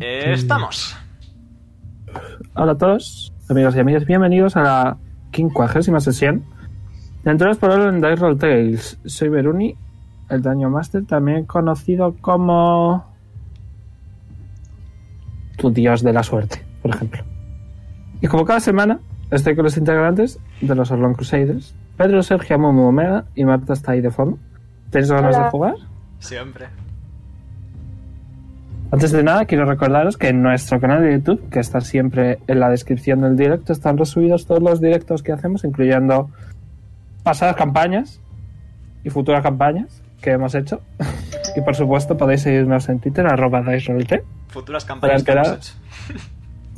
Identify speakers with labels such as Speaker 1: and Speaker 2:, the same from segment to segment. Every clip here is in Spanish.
Speaker 1: Estamos.
Speaker 2: Hola a todos, amigos y amigas, bienvenidos a la quincuagésima sesión de Aventuras por Oro en Dice Roll Tales. Soy Beruni, el Daño Master, también conocido como... Tu Dios de la Suerte, por ejemplo. Y como cada semana, estoy con los integrantes de los Orlon Crusaders, Pedro, Sergio, Momo, Omega y Marta está ahí de fondo. ¿Tenéis ganas
Speaker 3: Hola.
Speaker 2: de jugar?
Speaker 1: Siempre.
Speaker 2: Antes de nada, quiero recordaros que en nuestro canal de YouTube, que está siempre en la descripción del directo, están resubidos todos los directos que hacemos, incluyendo pasadas campañas y futuras campañas que hemos hecho. y por supuesto podéis seguirnos en Twitter, arroba DiceRollT,
Speaker 1: Futuras campañas que
Speaker 2: Para
Speaker 1: hemos
Speaker 2: enterar.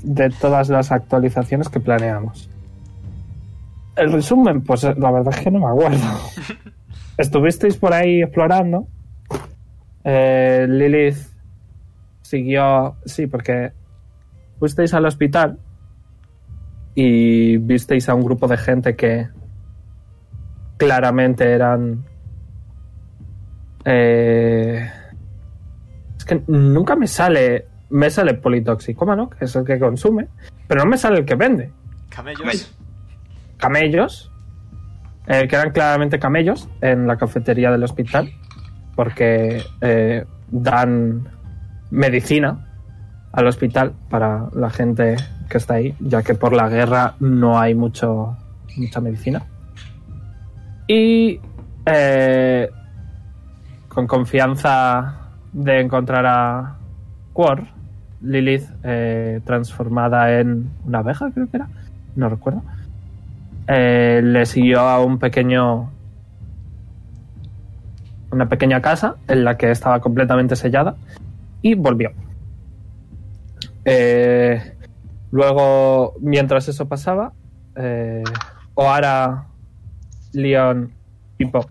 Speaker 1: hecho.
Speaker 2: de todas las actualizaciones que planeamos. El resumen, pues eh, la verdad es que no me acuerdo. Estuvisteis por ahí explorando. Eh, Lilith siguió, sí, porque fuisteis al hospital y visteis a un grupo de gente que claramente eran... eh, es que nunca me sale, me sale politoxicómano, que es el que consume, pero no me sale el que vende
Speaker 1: Camellos.
Speaker 2: camellos, eh, que eran claramente camellos en la cafetería del hospital, porque eh, dan medicina al hospital para la gente que está ahí, ya que por la guerra no hay mucho mucha medicina. Y eh, con confianza de encontrar a Quor, Lilith eh, transformada en una abeja, creo que era, no recuerdo, eh, le siguió a un pequeño una pequeña casa en la que estaba completamente sellada y volvió Eh, luego mientras eso pasaba eh, Oara Leon y Pop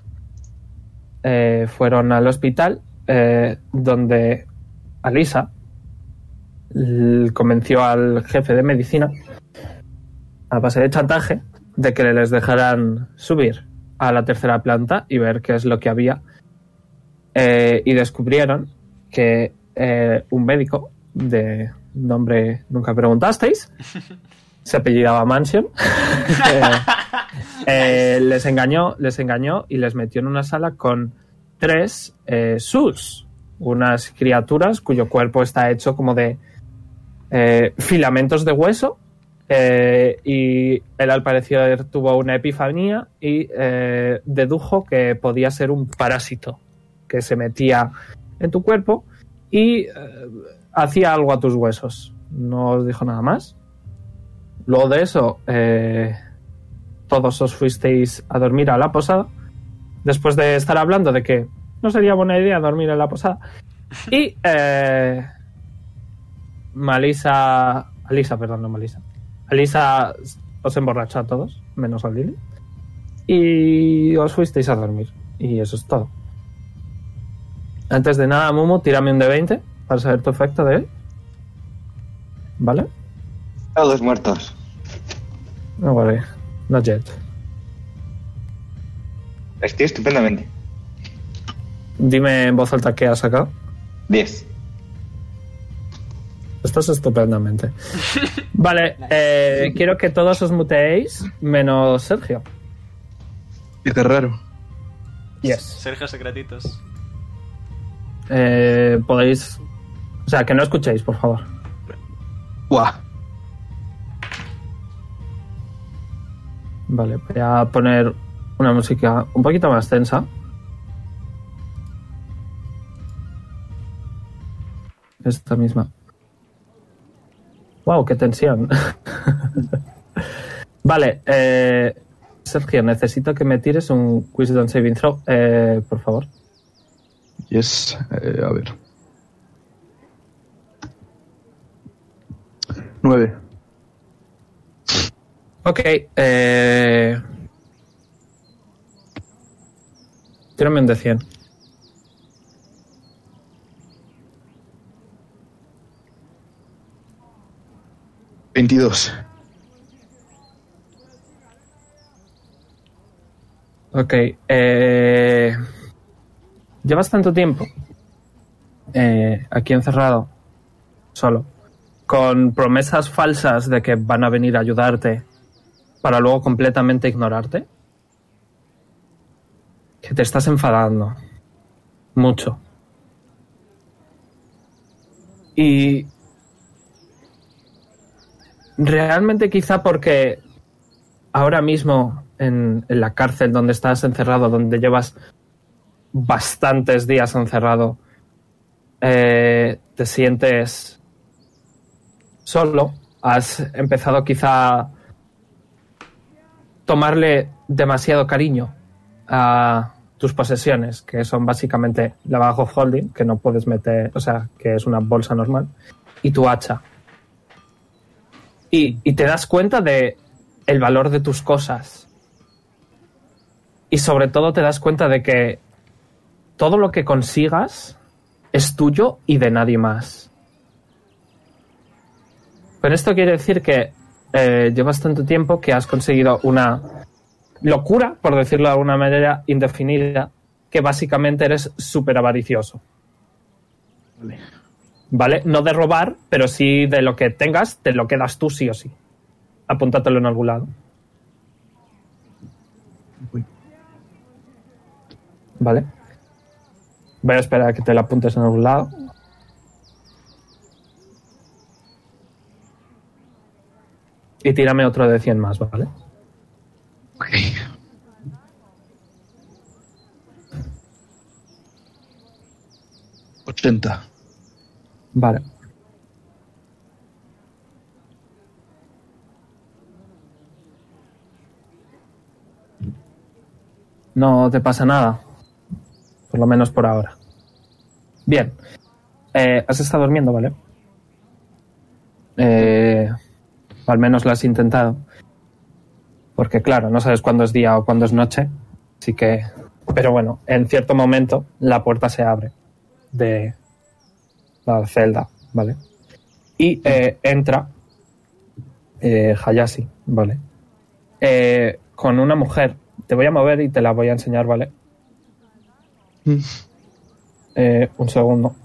Speaker 2: eh, fueron al hospital eh, donde Alisa l- convenció al jefe de medicina a base de chantaje de que les dejaran subir a la tercera planta y ver qué es lo que había. Eh, y descubrieron que eh, un médico de nombre nunca preguntasteis, se apellidaba Mansion, eh, eh, les engañó, les engañó y les metió en una sala con tres eh, sus, unas criaturas cuyo cuerpo está hecho como de eh, filamentos de hueso eh, y él al parecer tuvo una epifanía y eh, dedujo que podía ser un parásito que se metía en tu cuerpo y eh, hacía algo a tus huesos. No os dijo nada más. Luego de eso, eh, todos os fuisteis a dormir a la posada. Después de estar hablando de que no sería buena idea dormir en la posada. Y eh, Malisa. Alisa, perdón, no Malisa. Alisa os emborrachó a todos, menos a Lily. Y os fuisteis a dormir. Y eso es todo. Antes de nada, Mumu, tírame un de 20 para saber tu efecto de él. ¿Vale?
Speaker 4: Todos muertos.
Speaker 2: No worry. Not yet.
Speaker 4: Estoy estupendamente.
Speaker 2: Dime en voz alta qué has sacado.
Speaker 4: 10.
Speaker 2: Estás estupendamente. Vale, eh, quiero que todos os muteéis, menos Sergio.
Speaker 5: Y qué raro.
Speaker 2: Yes.
Speaker 1: Sergio Secretitos.
Speaker 2: Eh, podéis. O sea, que no escuchéis, por favor.
Speaker 5: Buah.
Speaker 2: Vale, voy a poner una música un poquito más tensa. Esta misma. ¡Wow! ¡Qué tensión! vale, eh, Sergio, necesito que me tires un Wisdom Saving Throw, eh, por favor.
Speaker 5: Yes. Eh, a ver. Nueve.
Speaker 2: Ok, eh. Tírame un de 100.
Speaker 5: Veintidós.
Speaker 2: Ok. Eh, llevas tanto tiempo eh, aquí encerrado solo, con promesas falsas de que van a venir a ayudarte para luego completamente ignorarte, que te estás enfadando mucho. Y realmente quizá porque ahora mismo en, en la cárcel donde estás encerrado, donde llevas bastantes días encerrado, eh, te sientes solo, has empezado quizá a tomarle demasiado cariño a tus posesiones, que son básicamente la bag of holding, que no puedes meter, o sea, que es una bolsa normal, y tu hacha. Y, y te das cuenta de el valor de tus cosas. Y sobre todo te das cuenta de que todo lo que consigas es tuyo y de nadie más. Pero esto quiere decir que eh, llevas tanto tiempo que has conseguido una locura, por decirlo de alguna manera indefinida, que básicamente eres súper avaricioso.
Speaker 5: Vale.
Speaker 2: ¿Vale? No de robar, pero sí de lo que tengas, te lo quedas tú sí o sí. Apúntatelo en algún lado.
Speaker 5: Voy.
Speaker 2: ¿Vale? Voy a esperar a que te lo apuntes en algún lado. Y tírame otro de 100 más, ¿vale?
Speaker 5: Ok. Ochenta.
Speaker 2: Vale. No te pasa nada. Por lo menos por ahora. Bien. Eh, has estado durmiendo, ¿vale? Eh, o al menos lo has intentado. Porque claro, no sabes cuándo es día o cuándo es noche. Así que... Pero bueno, en cierto momento la puerta se abre de la celda, ¿vale? Y eh, entra eh, Hayashi, ¿vale? Eh, con una mujer. Te voy a mover y te la voy a enseñar, ¿vale?
Speaker 5: Mm.
Speaker 2: Eh, un segundo.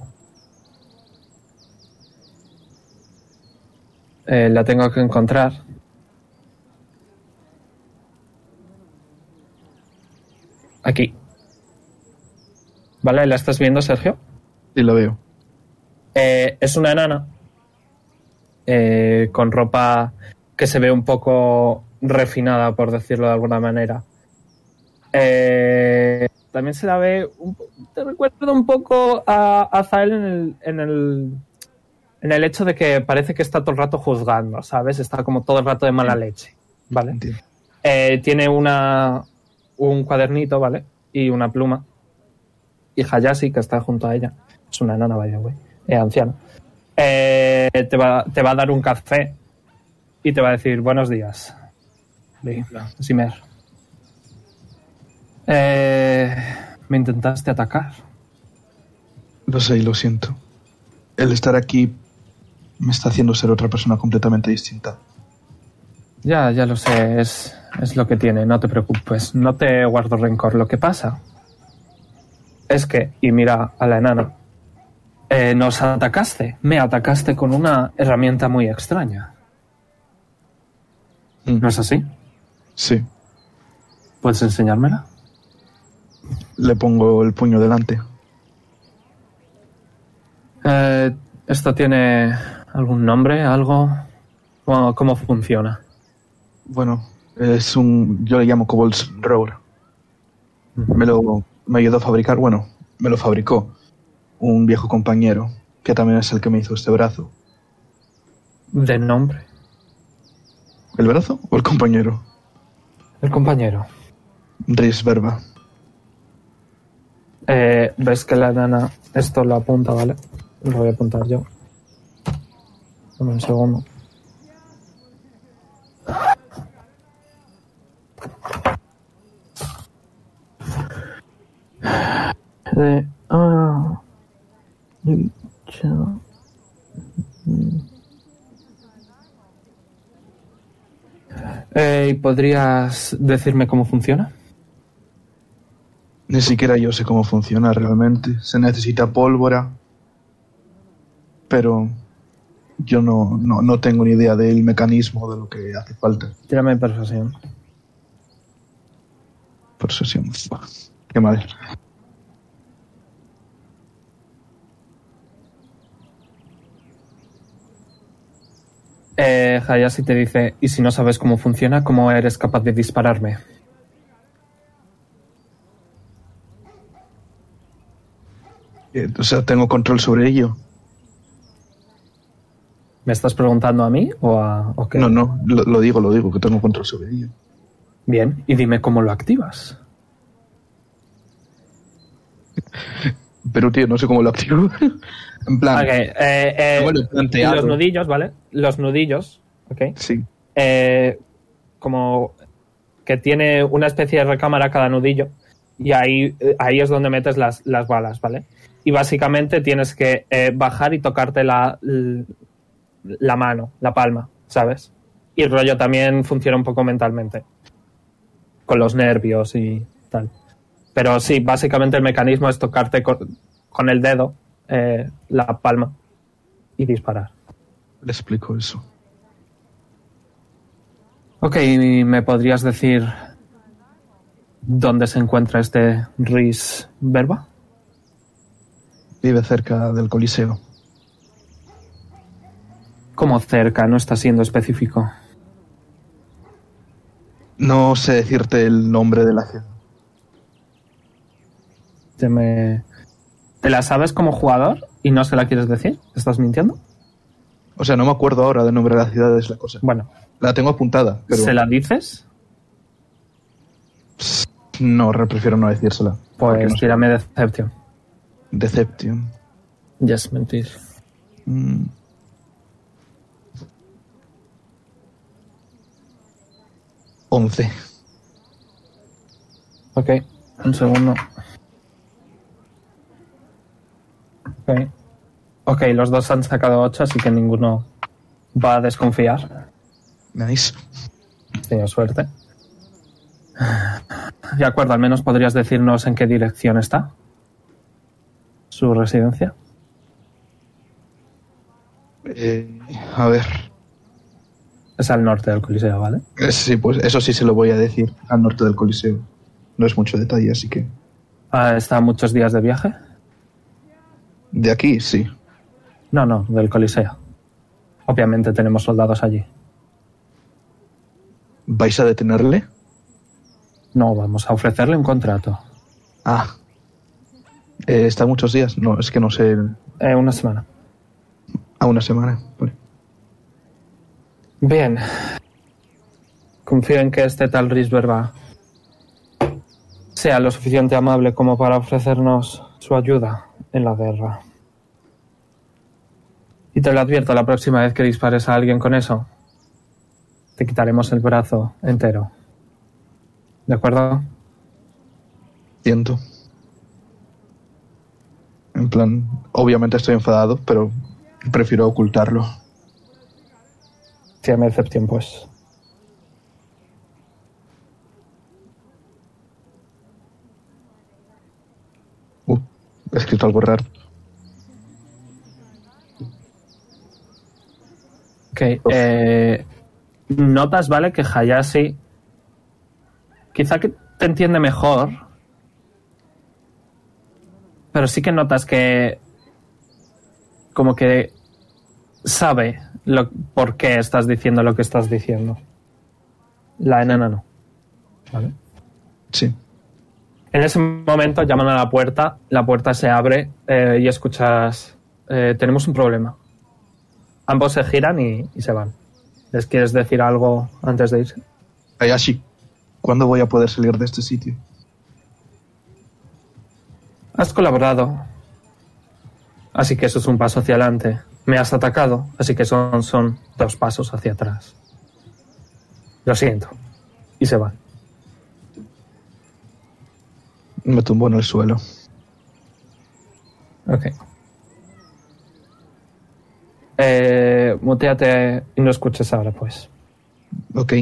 Speaker 2: Eh, la tengo que encontrar. Aquí. ¿Vale? ¿La estás viendo, Sergio?
Speaker 5: Sí, lo veo.
Speaker 2: Eh, es una enana eh, con ropa que se ve un poco refinada, por decirlo de alguna manera. Eh, también se la ve, un po- te recuerda un poco a, a Zael en el, en, el, en el hecho de que parece que está todo el rato juzgando, ¿sabes? Está como todo el rato de mala leche, ¿vale?
Speaker 5: Entiendo.
Speaker 2: Eh, tiene una un cuadernito, ¿vale? Y una pluma. Y Hayashi, que está junto a ella, es una nana, vaya, güey, eh, anciana, eh, te, va, te va a dar un café y te va a decir buenos días. Lee, Simer. Eh, me intentaste atacar.
Speaker 5: Lo sé y lo siento. El estar aquí me está haciendo ser otra persona completamente distinta.
Speaker 2: Ya, ya lo sé, es, es lo que tiene, no te preocupes, no te guardo rencor. Lo que pasa es que, y mira a la enana, eh, nos atacaste, me atacaste con una herramienta muy extraña,
Speaker 5: Mm.
Speaker 2: ¿no es así?
Speaker 5: Sí,
Speaker 2: ¿Puedes enseñármela?
Speaker 5: le pongo el puño delante.
Speaker 2: Eh, ¿Esto tiene algún nombre, algo? ¿Cómo, cómo funciona?
Speaker 5: Bueno, es un. Yo le llamo Cobol's Roar. Me lo me ayudó a fabricar, bueno, me lo fabricó un viejo compañero, que también es el que me hizo este brazo.
Speaker 2: ¿De nombre?
Speaker 5: ¿El brazo o el compañero?
Speaker 2: El compañero.
Speaker 5: Reyes Verba.
Speaker 2: Eh, Ves que la enana esto lo apunta, ¿vale? Lo voy a apuntar yo. Dame un segundo. De- ah, de- cha- Eh, ¿y ¿Podrías decirme cómo funciona?
Speaker 5: Ni siquiera yo sé cómo funciona realmente. Se necesita pólvora. Pero Yo no, no, no tengo ni idea del mecanismo de lo que hace falta.
Speaker 2: Tírame persuasión.
Speaker 5: Persuasión. Buah, Qué mal.
Speaker 2: Eh, Hayashi te dice, y si no sabes cómo funciona, ¿cómo eres capaz de dispararme?
Speaker 5: Eh, O sea, tengo control sobre ello.
Speaker 2: ¿Me estás preguntando a mí o a...? o qué?
Speaker 5: No, no, lo, lo digo, lo digo, que tengo control sobre ello.
Speaker 2: Bien, y dime cómo lo activas.
Speaker 5: Pero, tío, no sé cómo lo activo. en plan,
Speaker 2: Ok, eh, eh,
Speaker 5: Luego lo he Ah, planteado.
Speaker 2: los nudillos, ¿vale? Los nudillos, ok.
Speaker 5: sí.
Speaker 2: eh, como que tiene una especie de recámara cada nudillo y ahí, eh, ahí es donde metes las, las balas, ¿vale? Y básicamente tienes que eh, bajar y tocarte la, l- la mano, la palma, ¿sabes? Y el rollo también funciona un poco mentalmente, con los nervios y tal. Pero sí, básicamente el mecanismo es tocarte con, con el dedo eh, la palma y disparar.
Speaker 5: Le explico eso.
Speaker 2: Ok, ¿y ¿me podrías decir dónde se encuentra este Riz Verba?
Speaker 5: Vive cerca del Coliseo.
Speaker 2: Como cerca, no está siendo específico.
Speaker 5: No sé decirte el nombre de la ciudad.
Speaker 2: Te, me- ¿Te la sabes como jugador y no se la quieres decir? ¿Estás mintiendo?
Speaker 5: O sea, no me acuerdo ahora del nombre de la ciudad, es la cosa.
Speaker 2: Bueno,
Speaker 5: La tengo apuntada, pero
Speaker 2: ¿se la dices?
Speaker 5: no, re- prefiero no decírsela. porque
Speaker 2: Pues
Speaker 5: no sé.
Speaker 2: tírame Deception.
Speaker 5: Deception.
Speaker 2: Yes, mentir.
Speaker 5: Mm. Once.
Speaker 2: Ok, un segundo. Ok. Ok, los dos han sacado 8, así que ninguno va a desconfiar.
Speaker 5: Nice.
Speaker 2: Tengo suerte. De acuerdo, al menos podrías decirnos en qué dirección está su residencia.
Speaker 5: Eh, a ver.
Speaker 2: Es al norte del Coliseo, ¿vale?
Speaker 5: Eh, Sí, pues eso sí se lo voy a decir al norte del Coliseo. No es mucho detalle, así que.
Speaker 2: Ah, ¿Está a muchos días de viaje?
Speaker 5: De aquí, sí.
Speaker 2: No, no, del Coliseo. Obviamente tenemos soldados allí.
Speaker 5: ¿Vais a detenerle?
Speaker 2: No, vamos a ofrecerle un contrato.
Speaker 5: Ah. Eh, ¿Está muchos días? No, es que no sé.
Speaker 2: Eh, una semana.
Speaker 5: A una semana. Vale.
Speaker 2: Bien. Confío en que este tal Risberba sea lo suficiente amable como para ofrecernos su ayuda en la guerra. Y te lo advierto, la próxima vez que dispares a alguien con eso, te quitaremos el brazo entero. ¿De acuerdo?
Speaker 5: Siento. En plan, obviamente estoy enfadado, pero prefiero ocultarlo.
Speaker 2: Tírame Decepción, pues.
Speaker 5: Uh, he escrito algo raro.
Speaker 2: Ok. eh, notas, ¿vale? Que Hayashi quizá que te entiende mejor, pero sí que notas que como que sabe lo, por qué estás diciendo lo que estás diciendo. La enana no. ¿Vale?
Speaker 5: Sí.
Speaker 2: En ese momento llaman a la puerta, la puerta se abre eh, y escuchas, eh, tenemos un problema. Ambos se giran y, y se van. ¿Les quieres decir algo antes de irse?
Speaker 5: Hayashi, ¿cuándo voy a poder salir de este sitio?
Speaker 2: Has colaborado, así que eso es un paso hacia adelante. Me has atacado, así que son, son dos pasos hacia atrás. Lo siento. Y se van.
Speaker 5: Me tumbo en el suelo.
Speaker 2: Ok. Eh, muteate y no escuches ahora, pues.
Speaker 5: Ok.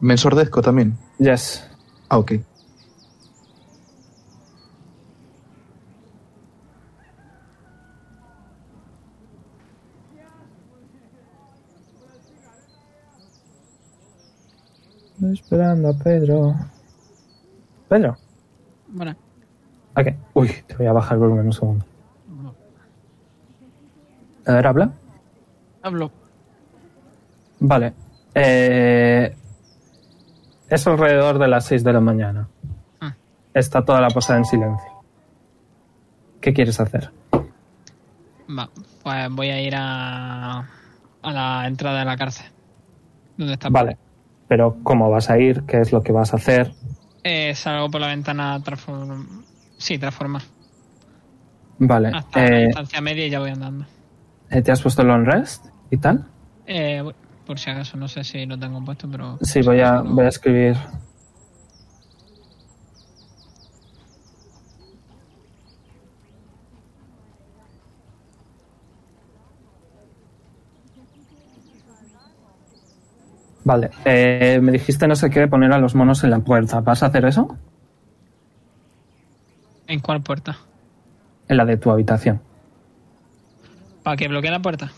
Speaker 5: ¿Me ensordezco también?
Speaker 2: Yes.
Speaker 5: Ah, ok.
Speaker 2: Estoy esperando a Pedro. Pedro.
Speaker 3: Bueno,
Speaker 2: Ok. Uy, te voy a bajar el volumen un segundo. A ver, habla.
Speaker 3: hablo.
Speaker 2: Vale. Eh, es alrededor de las 6 de la mañana.
Speaker 3: Ah.
Speaker 2: Está toda la posada en silencio. ¿Qué quieres hacer?
Speaker 3: Va, pues voy a ir a, a la entrada de la cárcel. ¿Dónde está?
Speaker 2: Vale. Pero ¿cómo vas a ir? ¿Qué es lo que vas a hacer?
Speaker 3: Eh, salgo por la ventana transform... Sí, transformar.
Speaker 2: Vale.
Speaker 3: Hasta la
Speaker 2: Eh,
Speaker 3: distancia media y ya voy andando.
Speaker 2: eh, ¿Te has puesto el on rest y tal?
Speaker 3: Eh, voy- por si acaso, no sé si lo tengo puesto, pero...
Speaker 2: Sí,
Speaker 3: por si
Speaker 2: voy a,
Speaker 3: acaso lo-
Speaker 2: voy a escribir. Vale, eh, me dijiste no sé qué poner a los monos en la puerta. ¿Vas a hacer eso?
Speaker 3: ¿En cuál puerta?
Speaker 2: En la de tu habitación.
Speaker 3: ¿Para que bloquee la puerta?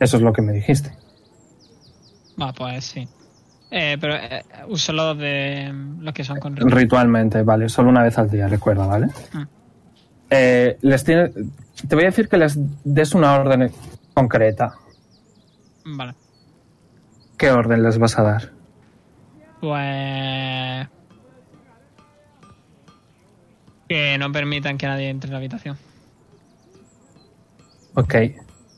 Speaker 2: Eso es lo que me dijiste.
Speaker 3: Va, pues sí. Eh, pero eh, uso los de los que son con ritmo.
Speaker 2: Ritualmente, vale, solo una vez al día, recuerda, ¿vale?
Speaker 3: Ah.
Speaker 2: Eh, les tiene- te voy a decir que les des una orden concreta.
Speaker 3: Vale.
Speaker 2: ¿Qué orden les vas a dar?
Speaker 3: Pues que no permitan que nadie entre en la habitación.
Speaker 2: Ok.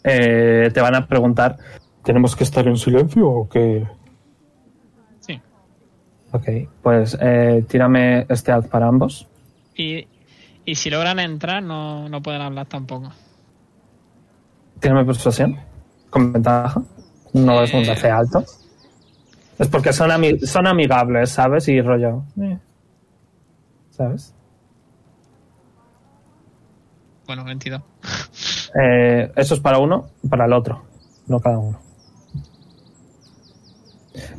Speaker 2: Eh, te van a preguntar, ¿tenemos que estar en silencio o qué?
Speaker 3: Sí.
Speaker 2: Ok, pues eh, tírame este ad para ambos.
Speaker 3: Y, y si logran entrar, no, no pueden hablar tampoco.
Speaker 2: Tírame persuasión, con ventaja. No es un
Speaker 3: Eh.
Speaker 2: DC alto. Es porque son, ami- son amigables, ¿sabes? Y rollo. eh, ¿Sabes?
Speaker 3: Bueno, 22.
Speaker 2: Pues Eh, eso es para uno y para el otro, no cada uno.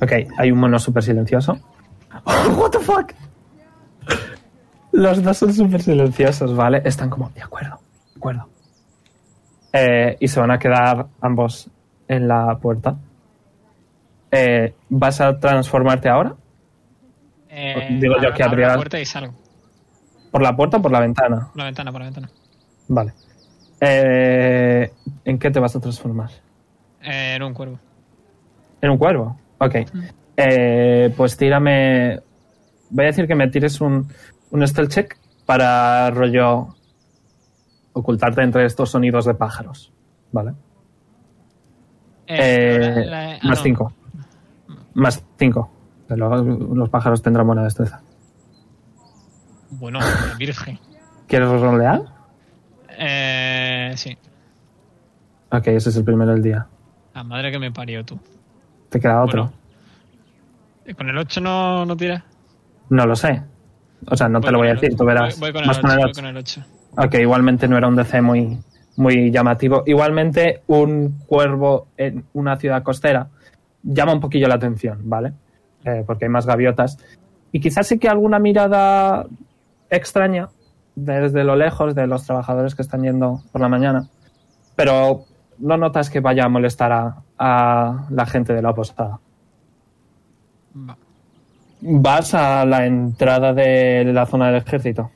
Speaker 2: Ok, hay un mono súper silencioso. what the fuck? Los dos son súper silenciosos, ¿vale? Están como, de acuerdo, de acuerdo. Eh, y se van a quedar ambos en la puerta. Eh, ¿Vas a transformarte ahora?
Speaker 3: Eh,
Speaker 2: Digo yo
Speaker 3: abro-
Speaker 2: que
Speaker 3: abro
Speaker 2: habría-
Speaker 3: la puerta y salgo.
Speaker 2: ¿Por la puerta o por la ventana?
Speaker 3: Por La ventana, por la ventana.
Speaker 2: Vale. Eh, ¿En qué te vas a transformar?
Speaker 3: Eh, era un cuervo.
Speaker 2: ¿En un cuervo? Ok.
Speaker 3: Mm.
Speaker 2: Eh, pues tírame. Voy a decir que me tires un, un stealth check para rollo ocultarte entre estos sonidos de pájaros. ¿Vale?
Speaker 3: Eh, la-
Speaker 2: Eh,
Speaker 3: la- ah,
Speaker 2: más
Speaker 3: no.
Speaker 2: 5. Más 5. Los, los pájaros tendrán buena destreza.
Speaker 3: Bueno, la virgen.
Speaker 2: ¿Quieres rolear?
Speaker 3: Eh, sí.
Speaker 2: Ok, ese es el primero del día.
Speaker 3: La madre que me parió tú.
Speaker 2: ¿Te queda otro?
Speaker 3: Bueno. Eh, Con el 8 no, no tiras.
Speaker 2: No lo sé. O sea, no te
Speaker 3: Voy
Speaker 2: lo
Speaker 3: con
Speaker 2: voy a
Speaker 3: el
Speaker 2: decir,
Speaker 3: ocho.
Speaker 2: tú verás.
Speaker 3: Voy, voy con el
Speaker 2: Vas
Speaker 3: 8,
Speaker 2: con el
Speaker 3: voy
Speaker 2: ocho.
Speaker 3: con el 8.
Speaker 2: Ok, igualmente no era un DC muy, muy llamativo. Igualmente, un cuervo en una ciudad costera llama un poquillo la atención, ¿vale? Eh, porque hay más gaviotas. Y quizás sí que alguna mirada extraña desde lo lejos de los trabajadores que están yendo por la mañana. Pero no notas que vaya a molestar a, a la gente de la posada.
Speaker 3: Va.
Speaker 2: Vas a la entrada de la zona del ejército.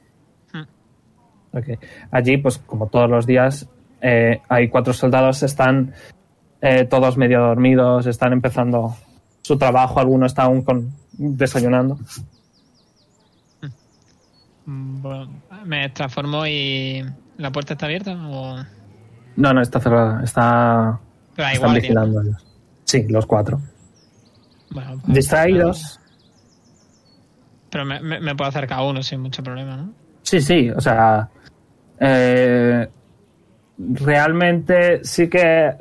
Speaker 2: Ok. Allí, pues como todos los días, eh, hay cuatro soldados, están eh, todos medio dormidos, están empezando su trabajo, alguno está aún con, desayunando.
Speaker 3: Mm, Bueno, me transformo y. ¿La puerta está abierta? O...
Speaker 2: No, no, está cerrada, está,
Speaker 3: Pero da
Speaker 2: están
Speaker 3: igual, tío.
Speaker 2: vigilando ellos. Sí, los cuatro.
Speaker 3: Bueno, pues-
Speaker 2: Distraídos.
Speaker 3: Pero me, me, me puedo acercar a uno sin mucho problema, ¿no?
Speaker 2: Sí, sí, o sea, eh, realmente sí que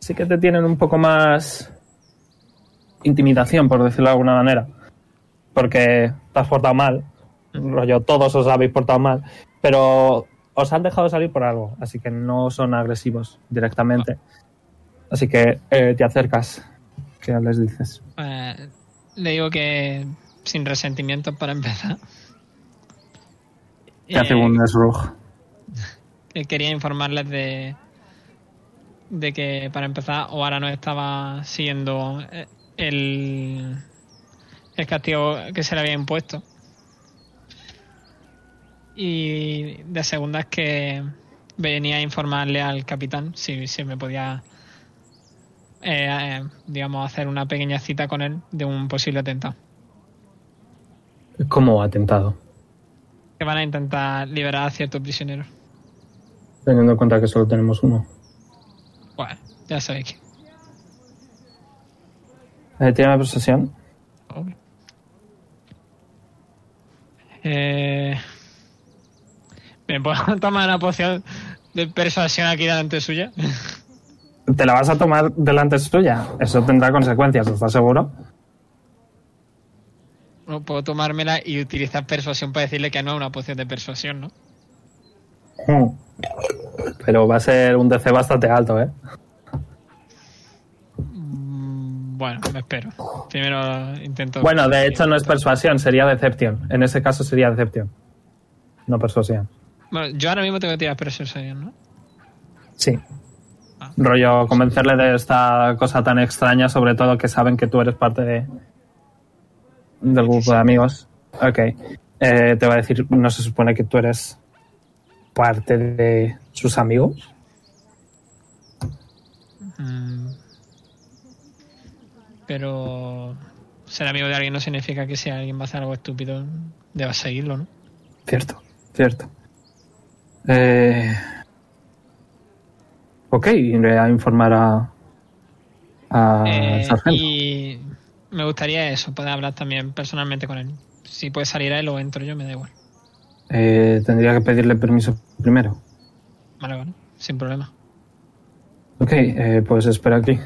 Speaker 2: sí que te tienen un poco más intimidación, por decirlo de alguna manera, porque te has portado mal, rollo, todos os habéis portado mal, pero os han dejado salir por algo, así que no son agresivos directamente, así que eh, te acercas, ¿qué les dices?
Speaker 3: Eh, le digo que sin resentimientos para empezar.
Speaker 2: Te hace
Speaker 3: Eh,
Speaker 2: un Nesrug.
Speaker 3: que eh, quería informarles de de que para empezar Oara no estaba siguiendo eh, el el castigo que se le había impuesto. Y de segunda es que venía a informarle al capitán si, si me podía, eh, eh, digamos, hacer una pequeña cita con él de un posible atentado.
Speaker 2: ¿Cómo atentado?
Speaker 3: Que van a intentar liberar a cierto prisionero.
Speaker 2: Teniendo en cuenta que solo tenemos uno.
Speaker 3: Bueno, ya sabéis que.
Speaker 2: Eh, ¿Tiene la persuasión?
Speaker 3: Eh, ¿Me puedo tomar una poción de persuasión aquí delante suya?
Speaker 2: ¿Te la vas a tomar delante suya? Eso tendrá consecuencias, ¿estás seguro?
Speaker 3: No puedo tomármela y utilizar persuasión para decirle que no es una poción de persuasión, ¿no?
Speaker 2: Mm. Pero va a ser un DC bastante alto, ¿eh?
Speaker 3: Mm, Bueno, me espero. Primero intento.
Speaker 2: Bueno, de hecho no es persuasión, sería decepción. En ese caso sería decepción. No persuasión.
Speaker 3: Bueno, yo ahora mismo tengo que tirar persuasión, ¿no?
Speaker 2: Sí. Rollo, convencerle de esta cosa tan extraña, sobre todo que saben que tú eres parte de, del grupo de amigos. Ok. Eh, te va a decir, ¿no se supone que tú eres parte de sus amigos?
Speaker 3: Mm. Pero ser amigo de alguien no significa que si alguien va a hacer algo estúpido, debas seguirlo, ¿no?
Speaker 2: Cierto, cierto. Eh, ok, iré a informar a, a
Speaker 3: Eh,
Speaker 2: el Ah, sargento.
Speaker 3: y me gustaría eso, poder hablar también personalmente con él. Si puede salir a él o entro yo, me da igual.
Speaker 2: Eh, tendría que pedirle permiso primero.
Speaker 3: Vale, vale, sin problema.
Speaker 2: Ok, eh, pues espera aquí.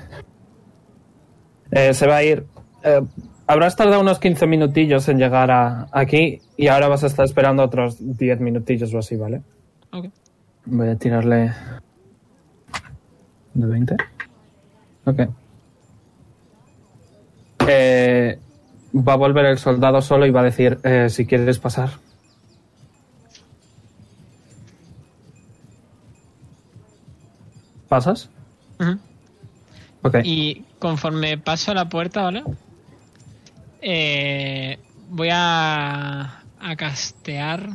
Speaker 2: Eh, se va a ir. Eh, habrás tardado unos 15 minutillos en llegar a, aquí y ahora vas a estar esperando otros 10 minutillos o así, ¿vale?
Speaker 3: Ok.
Speaker 2: Voy a tirarle. ¿De 20? Ok. Eh, va a volver el soldado solo y va a decir: eh, Si quieres pasar. ¿Pasas?
Speaker 3: Ujú.
Speaker 2: Ok.
Speaker 3: Y conforme paso la puerta, ¿vale? Eh, voy a, a castear.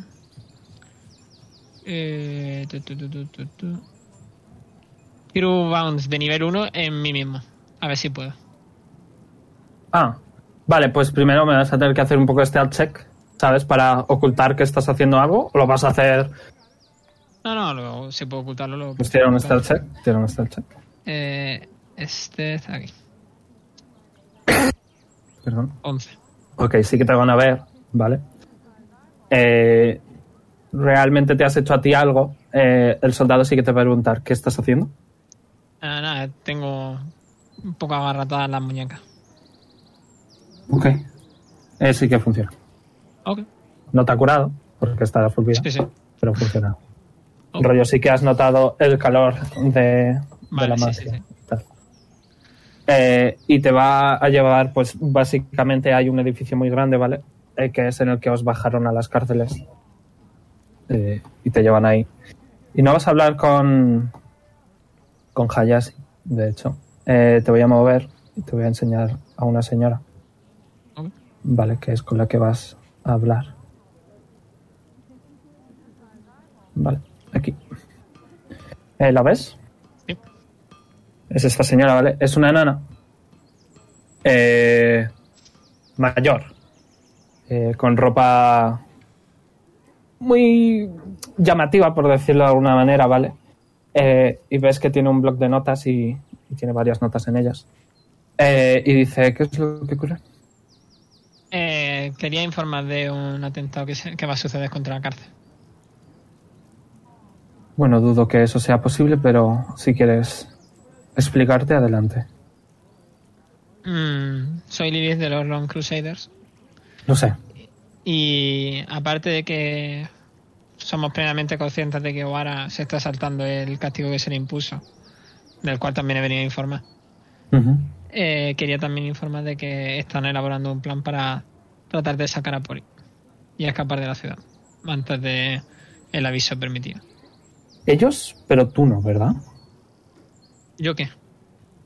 Speaker 3: Eh, tu, tu, tu, tu, tu, tu. Hero Bounce de nivel 1 en mí mismo. A ver si puedo.
Speaker 2: Ah, vale, pues primero me vas a tener que hacer un poco este alt check, ¿sabes? Para ocultar que estás haciendo algo, o lo vas a hacer.
Speaker 3: No, no, luego, si puedo ocultarlo, luego.
Speaker 2: Pues tira un stealth check. Tira un stealth check.
Speaker 3: Eh, este está aquí.
Speaker 2: Perdón.
Speaker 3: 11.
Speaker 2: Ok, sí que te van a ver, ¿vale? Eh, ¿Realmente te has hecho a ti algo? Eh, el soldado sí que te va a preguntar, ¿qué estás haciendo?
Speaker 3: Nada, Ah, nada, tengo un poco agarratadas las muñecas.
Speaker 2: Ok. Eh, sí que funciona.
Speaker 3: Ok,
Speaker 2: No te ha curado, porque está full vida,
Speaker 3: sí, sí.
Speaker 2: pero funciona.
Speaker 3: Ok.
Speaker 2: Rollo, sí que has notado el calor de, de
Speaker 3: Vale,
Speaker 2: la
Speaker 3: sí,
Speaker 2: magia.
Speaker 3: sí, sí.
Speaker 2: Tal. Eh, y te va a llevar, pues básicamente hay un edificio muy grande, ¿vale? Eh, que es en el que os bajaron a las cárceles. Eh, y te llevan ahí. Y no vas a hablar con. con Hayashi, de hecho. Eh, te voy a mover y te voy a enseñar a una señora.
Speaker 3: Ok.
Speaker 2: Vale, que es con la que vas a hablar. Vale, aquí. Eh, ¿La ves?
Speaker 3: Sí.
Speaker 2: Es esta señora, ¿vale? Es una enana. Eh, mayor. Eh, con ropa muy llamativa, por decirlo de alguna manera, ¿vale? Eh, y ves que tiene un bloc de notas y, y tiene varias notas en ellas. Eh, y dice, ¿qué es lo que ocurre?
Speaker 3: Eh, quería informar de un atentado que, se- que va a suceder contra la cárcel.
Speaker 2: Bueno, dudo que eso sea posible, pero si quieres explicarte, adelante.
Speaker 3: Mm, soy Lilith de los Long Crusaders
Speaker 2: Lo sé.
Speaker 3: y aparte de que somos plenamente conscientes de que Oara se está saltando el castigo que se le impuso, del cual también he venido a informar,
Speaker 2: Ujú.
Speaker 3: eh, quería también informar de que están elaborando un plan para tratar de sacar a Pori y escapar de la ciudad antes de el aviso permitido.
Speaker 2: Ellos, pero tú no, ¿verdad?
Speaker 3: ¿Yo qué?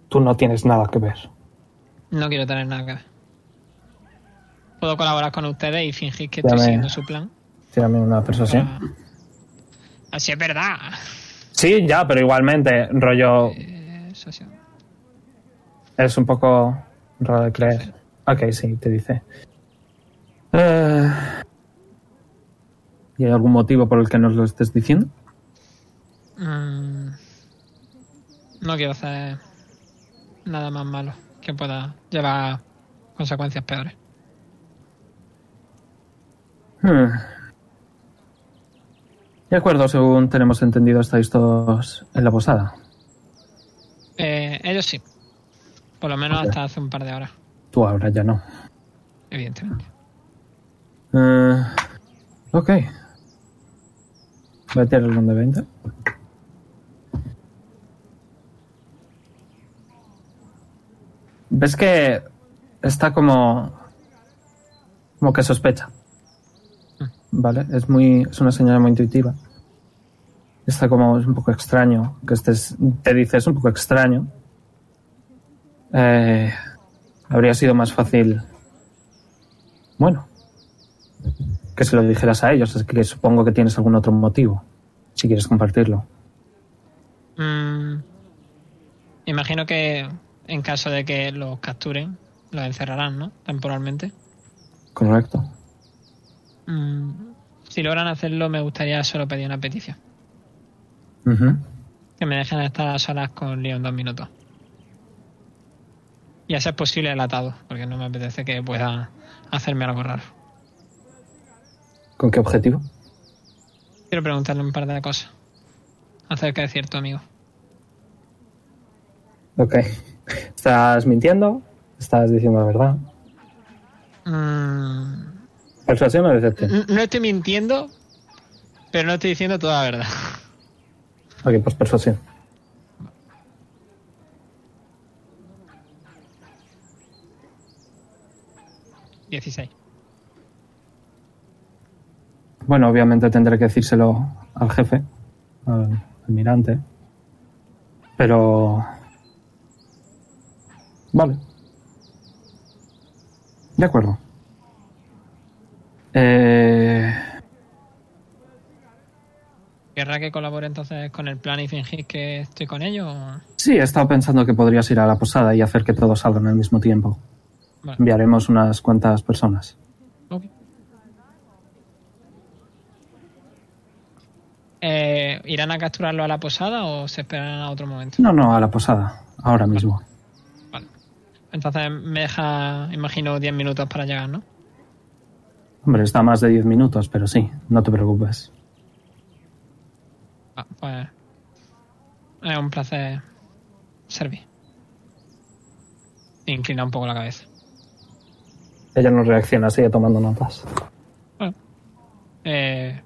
Speaker 2: Tú no tienes nada que ver.
Speaker 3: No quiero tener nada que ver. puedo colaborar con ustedes y fingir que
Speaker 2: Ya
Speaker 3: estoy
Speaker 2: me-
Speaker 3: siguiendo su plan.
Speaker 2: Tírame una persuasión.
Speaker 3: Ah, Así es verdad.
Speaker 2: Sí, ya, pero igualmente, rollo.
Speaker 3: Eh, eso sí.
Speaker 2: Es un poco raro de creer. Ok, sí, te dice. Eh, ¿Y hay algún motivo por el que nos lo estés diciendo?
Speaker 3: Mm, no quiero hacer nada más malo que pueda llevar a consecuencias peores.
Speaker 2: Hmm. De acuerdo, según tenemos entendido, estáis todos en la posada.
Speaker 3: Eh, ellos sí. Por lo menos hasta hace un par de horas,
Speaker 2: Tú ahora ya no.
Speaker 3: evidentemente.
Speaker 2: Eh, ok. Voy a tirar el de 20. Ves que está como. como que sospecha. ¿Vale? Es muy. es una señal muy intuitiva. Está como. es un poco extraño. Que estés. te dice, es un poco extraño. Eh, habría sido más fácil. Bueno, que se lo dijeras a ellos, es que supongo que tienes algún otro motivo, si quieres compartirlo.
Speaker 3: Mm, imagino que en caso de que los capturen, los encerrarán, ¿no? Temporalmente.
Speaker 2: Correcto.
Speaker 3: Mm, si logran hacerlo, me gustaría solo pedir una petición.
Speaker 2: Ujú.
Speaker 3: Que me dejen estar solas con Leon dos minutos. Y a ser posible el atado, porque no me apetece que pueda hacerme algo raro.
Speaker 2: ¿Con qué objetivo?
Speaker 3: Quiero preguntarle un par de cosas acerca de cierto amigo.
Speaker 2: Ok. ¿Estás mintiendo? ¿Estás diciendo la verdad?
Speaker 3: Mm,
Speaker 2: ¿Persuasión o decepción?
Speaker 3: n- no estoy mintiendo, pero no estoy diciendo toda la verdad.
Speaker 2: Ok, pues persuasión.
Speaker 3: Dieciséis.
Speaker 2: Bueno, obviamente tendré que decírselo al jefe, al almirante. Pero. Vale. De acuerdo. Eh.
Speaker 3: ¿Querrá que colabore entonces con el plan y fingir que estoy con ellos? o-
Speaker 2: Sí, he estado pensando que podrías ir a la posada y hacer que todos salgan al mismo tiempo.
Speaker 3: Vale.
Speaker 2: Enviaremos unas cuantas personas.
Speaker 3: Ok. Eh, ¿Irán a capturarlo a la posada o se esperarán a otro momento?
Speaker 2: No, no, a la posada, ahora mismo.
Speaker 3: Vale. Entonces me deja, imagino, 10 minutos para llegar, ¿no?
Speaker 2: Hombre, está a más de 10 minutos, pero sí, no te preocupes.
Speaker 3: Ah, pues es un placer servir. Inclina un poco la cabeza.
Speaker 2: Ella no reacciona, sigue tomando notas.
Speaker 3: Bueno, eh,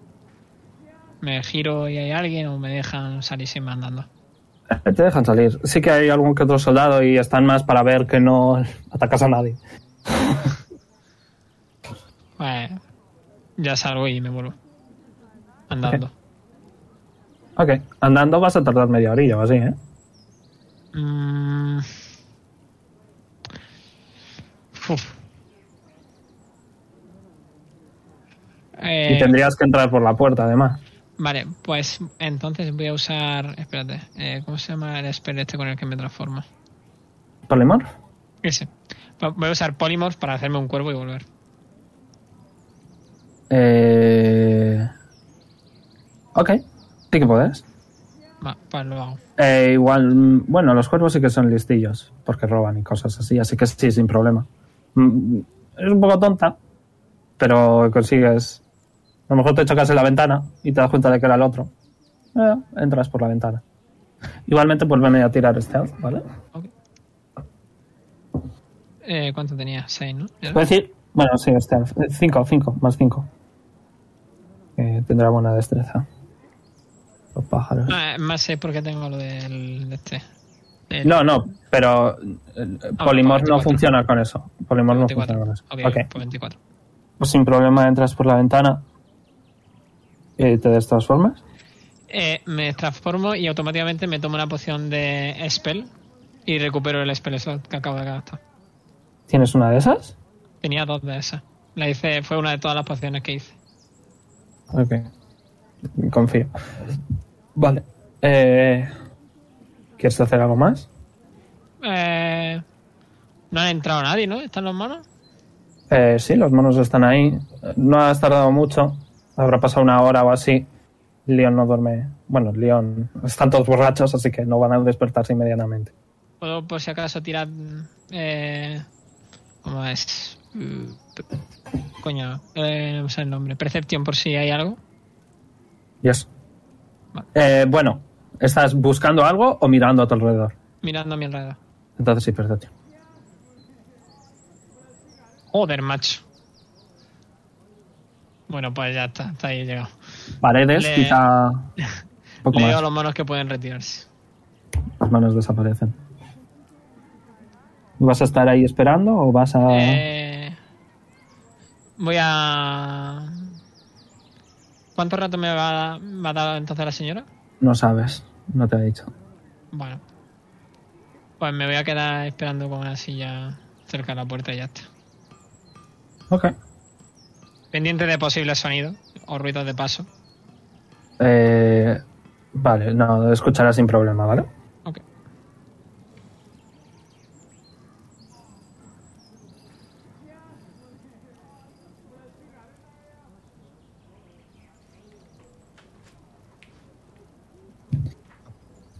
Speaker 3: me giro y hay alguien o me dejan salir sin mandando.
Speaker 2: Eh, Te dejan salir. Sí que hay algún que otro soldado y están más para ver que no atacas a nadie.
Speaker 3: Pues ya salgo y me vuelvo andando.
Speaker 2: Ok, andando vas a tardar media orilla o así, ¿eh?
Speaker 3: Mm. Uf. Eh,
Speaker 2: Y tendrías que entrar por la puerta, además.
Speaker 3: Vale, pues entonces voy a usar. Espérate, eh, ¿cómo se llama el spell este con el que me transformo?
Speaker 2: ¿Polimorph?
Speaker 3: Ese. Va- Voy a usar Polymorph para hacerme un cuervo y volver.
Speaker 2: Eh... Ok, sí que puedes.
Speaker 3: Va, pues lo hago.
Speaker 2: Eh, igual, mm, bueno, los cuervos sí que son listillos, porque roban y cosas así, así que sí, sin problema. Mm, Es un poco tonta, pero consigues... A lo mejor te chocas en la ventana y te das cuenta de que era el otro. Eh, entras por la ventana. Igualmente, vuelveme a tirar este ¿vale?
Speaker 3: Ok. Eh, ¿Cuánto tenía? 6, ¿no?
Speaker 2: Es decir, bueno, sí, este 5, 5, más 5. tendrá buena destreza. Los pájaros.
Speaker 3: Ah, más 6 porque tengo lo del. de este. El-
Speaker 2: No, no, pero eh,
Speaker 3: Ah,
Speaker 2: Polymorph no
Speaker 3: 24.
Speaker 2: funciona con eso. Polymorph no
Speaker 3: 24.
Speaker 2: funciona con eso.
Speaker 3: Ok,
Speaker 2: Ok.
Speaker 3: pues 24.
Speaker 2: Pues sin problema entras por la ventana y te destransformas.
Speaker 3: Eh, me transformo y automáticamente me tomo una poción de spell y recupero el spell slot que acabo de gastar.
Speaker 2: ¿Tienes una de esas?
Speaker 3: Tenía dos de esas. La hice, fue una de todas las pociones que hice.
Speaker 2: Ok. Confío. Vale. Eh, ¿Quieres hacer algo más?
Speaker 3: Eh, no ha entrado nadie, ¿no? ¿Están los manos?
Speaker 2: Eh, sí, los monos están ahí. No has tardado mucho. Habrá pasado una hora o así. Leon no duerme. Bueno, Leon. Están todos borrachos, así que no van a despertarse inmediatamente.
Speaker 3: Puedo, por si acaso, tirar. Eh, ¿Cómo es? Mm, pe- Coño, eh, no sé el nombre. Percepción, por si hay algo.
Speaker 2: Yes.
Speaker 3: Vale.
Speaker 2: Eh, bueno, ¿estás buscando algo o mirando a tu alrededor?
Speaker 3: Mirando a mi alrededor.
Speaker 2: Entonces sí, percepción.
Speaker 3: Joder, macho. Bueno, pues ya está, está ahí llegado.
Speaker 2: Paredes,
Speaker 3: Le-
Speaker 2: quizá. Un poco
Speaker 3: Leo a
Speaker 2: más.
Speaker 3: los monos que pueden retirarse.
Speaker 2: Las manos desaparecen. ¿Vas a estar ahí esperando o vas a.?
Speaker 3: Eh, voy a. ¿Cuánto rato me va, va a dar entonces la señora?
Speaker 2: No sabes, no te he dicho.
Speaker 3: Bueno. Pues me voy a quedar esperando con una silla cerca de la puerta y ya está.
Speaker 2: Ok.
Speaker 3: Pendiente de posibles sonidos o ruidos de paso.
Speaker 2: Eh, vale, no, escucharás sin problema, ¿vale?
Speaker 3: Ok.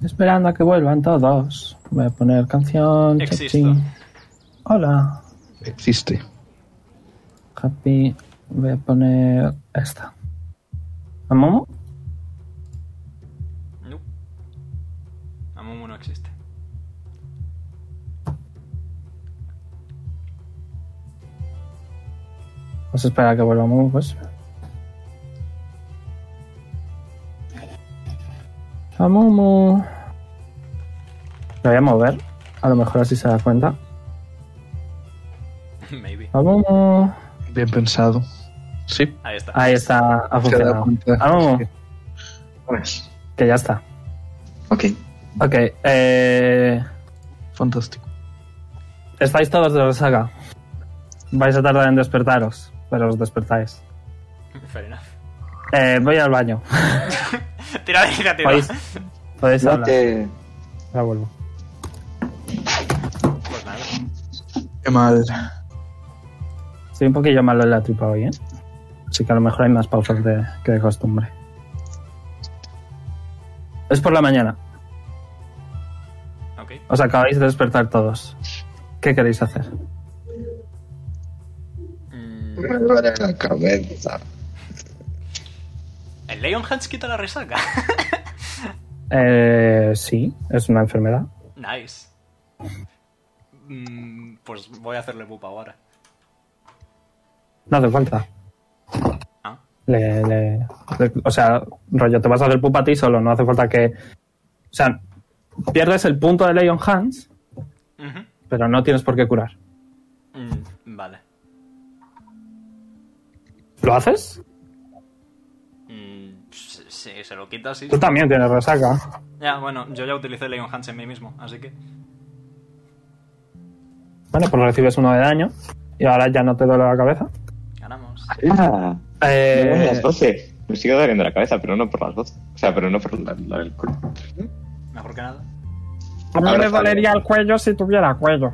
Speaker 2: Esperando a que vuelvan todos. Voy a poner canción.
Speaker 1: Existo.
Speaker 2: cha-ching. Hola.
Speaker 5: Existe.
Speaker 2: Happy. Voy a poner esta. ¿A Momo?
Speaker 1: No. Amumu no existe.
Speaker 2: Vamos a esperar a que vuelva Momo, pues. A Momo. Lo voy a mover. A lo mejor así se da cuenta.
Speaker 1: Maybe.
Speaker 2: A Momo.
Speaker 5: Bien pensado. Sí.
Speaker 1: Ahí está.
Speaker 2: Ahí está, ha
Speaker 5: Se ha
Speaker 2: funcionado.
Speaker 5: dado cuenta.
Speaker 2: A Momo,
Speaker 4: Pues,
Speaker 2: que ya está.
Speaker 4: Ok.
Speaker 2: Ok, eh,
Speaker 5: Fantástico.
Speaker 2: estáis todos de resaca. Vais a tardar en despertaros, pero os despertáis. Ah.
Speaker 1: Fair enough.
Speaker 2: Eh, voy al baño.
Speaker 1: Tira de iniciativa.
Speaker 2: Podéis, podéis
Speaker 4: No
Speaker 2: hablar.
Speaker 4: te-
Speaker 2: Ahora vuelvo.
Speaker 1: Pues nada.
Speaker 5: Qué mal.
Speaker 2: Estoy un poquillo malo en la tripa hoy, ¿eh? Así que a lo mejor hay más pausas de, que de costumbre. Es por la mañana.
Speaker 1: Ok.
Speaker 2: Os acabáis de despertar todos. ¿Qué queréis hacer?
Speaker 1: Mm,
Speaker 4: Me duele la cabeza.
Speaker 1: El Lionheart quita la resaca.
Speaker 2: Eh, sí, es una enfermedad.
Speaker 1: nice. Mm, pues voy a hacerle bupa ahora.
Speaker 2: No hace falta.
Speaker 1: Ah.
Speaker 2: Le- le- le- o sea, rollo, te vas a hacer pupa a ti solo, no hace falta que. O sea, pierdes el punto de Leon Hans,
Speaker 1: Ujú.
Speaker 2: pero no tienes por qué curar.
Speaker 1: Mm, vale.
Speaker 2: ¿Lo haces?
Speaker 1: Mm, s- sí, se lo quita, sí.
Speaker 2: Tú también tienes resaca.
Speaker 1: Ya, bueno, yo ya utilicé Leon Hans en mí mismo, así que.
Speaker 2: Bueno, pues recibes uno de daño y ahora ya no te duele la cabeza.
Speaker 1: Ganamos.
Speaker 4: Ah, me duelen
Speaker 2: Eh,
Speaker 4: las 12. Me sigue doliendo la cabeza, pero no por las 12. O sea, pero no por la, la del culo.
Speaker 1: Mejor que nada.
Speaker 2: a mí
Speaker 4: ahora
Speaker 2: me
Speaker 4: está
Speaker 2: dolería
Speaker 4: bien.
Speaker 2: el cuello si tuviera cuello.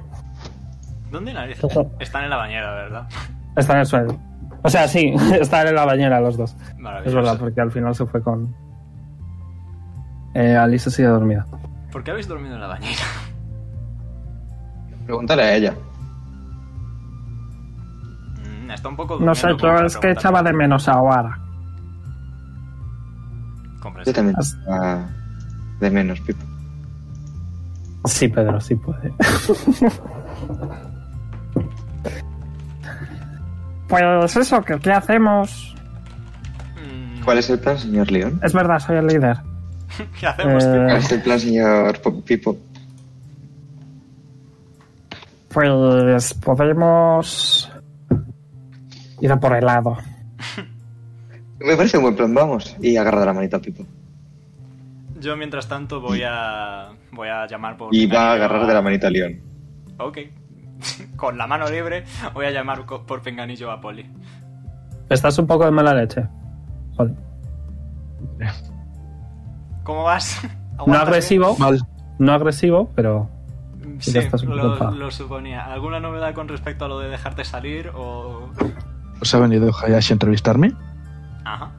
Speaker 1: ¿Dónde narices?
Speaker 2: Ojo.
Speaker 1: Están en la bañera, ¿verdad?
Speaker 2: Está en el suelo. O sea, sí, están en la bañera los dos. Es
Speaker 1: Maravilloso.
Speaker 2: verdad, porque al final se fue con. Eh, Alice sigue dormida.
Speaker 1: ¿Por qué habéis dormido en la bañera?
Speaker 4: Pregúntale a ella.
Speaker 1: Mm, está un poco
Speaker 2: No sé,
Speaker 1: durmiendo,
Speaker 2: yo
Speaker 1: como
Speaker 2: es que
Speaker 1: para
Speaker 2: echaba de menos a Oara.
Speaker 1: preguntar.
Speaker 4: Yo
Speaker 1: Comprensible.
Speaker 4: también.
Speaker 2: As-
Speaker 4: Ah, de menos, Pipo.
Speaker 2: Sí, Pedro, sí puede. pues eso, que ¿qué hacemos?
Speaker 1: Mm,
Speaker 4: ¿Cuál es el plan, señor León?
Speaker 2: Es verdad, soy el líder.
Speaker 1: ¿Qué hacemos,
Speaker 2: Eh,
Speaker 1: tío?
Speaker 4: ¿Cuál es el plan, señor Po- Pipo?
Speaker 2: Pues podemos ir a por helado.
Speaker 4: Me parece un buen plan, vamos. Y agarra de la manita a Pipo.
Speaker 1: Yo mientras tanto voy a. Voy a llamar por.
Speaker 4: Y va a
Speaker 1: Nairo
Speaker 4: agarrar de la manita a León.
Speaker 1: Ok. con la mano libre, voy a llamar co- por penganillo a Poli.
Speaker 2: Estás un poco de mala leche. Joder.
Speaker 1: ¿Cómo vas?
Speaker 2: No
Speaker 1: ¿Aguantas
Speaker 2: agresivo,
Speaker 5: Mal.
Speaker 2: no agresivo, pero
Speaker 1: bien?
Speaker 2: Ya
Speaker 1: Sí,
Speaker 2: estás un poco
Speaker 1: lo,
Speaker 2: enfadado.
Speaker 1: lo suponía. ¿Alguna novedad con respecto a lo de dejarte salir o...?
Speaker 5: Os Pues ha venido Hayashi a entrevistarme,
Speaker 1: Ajá.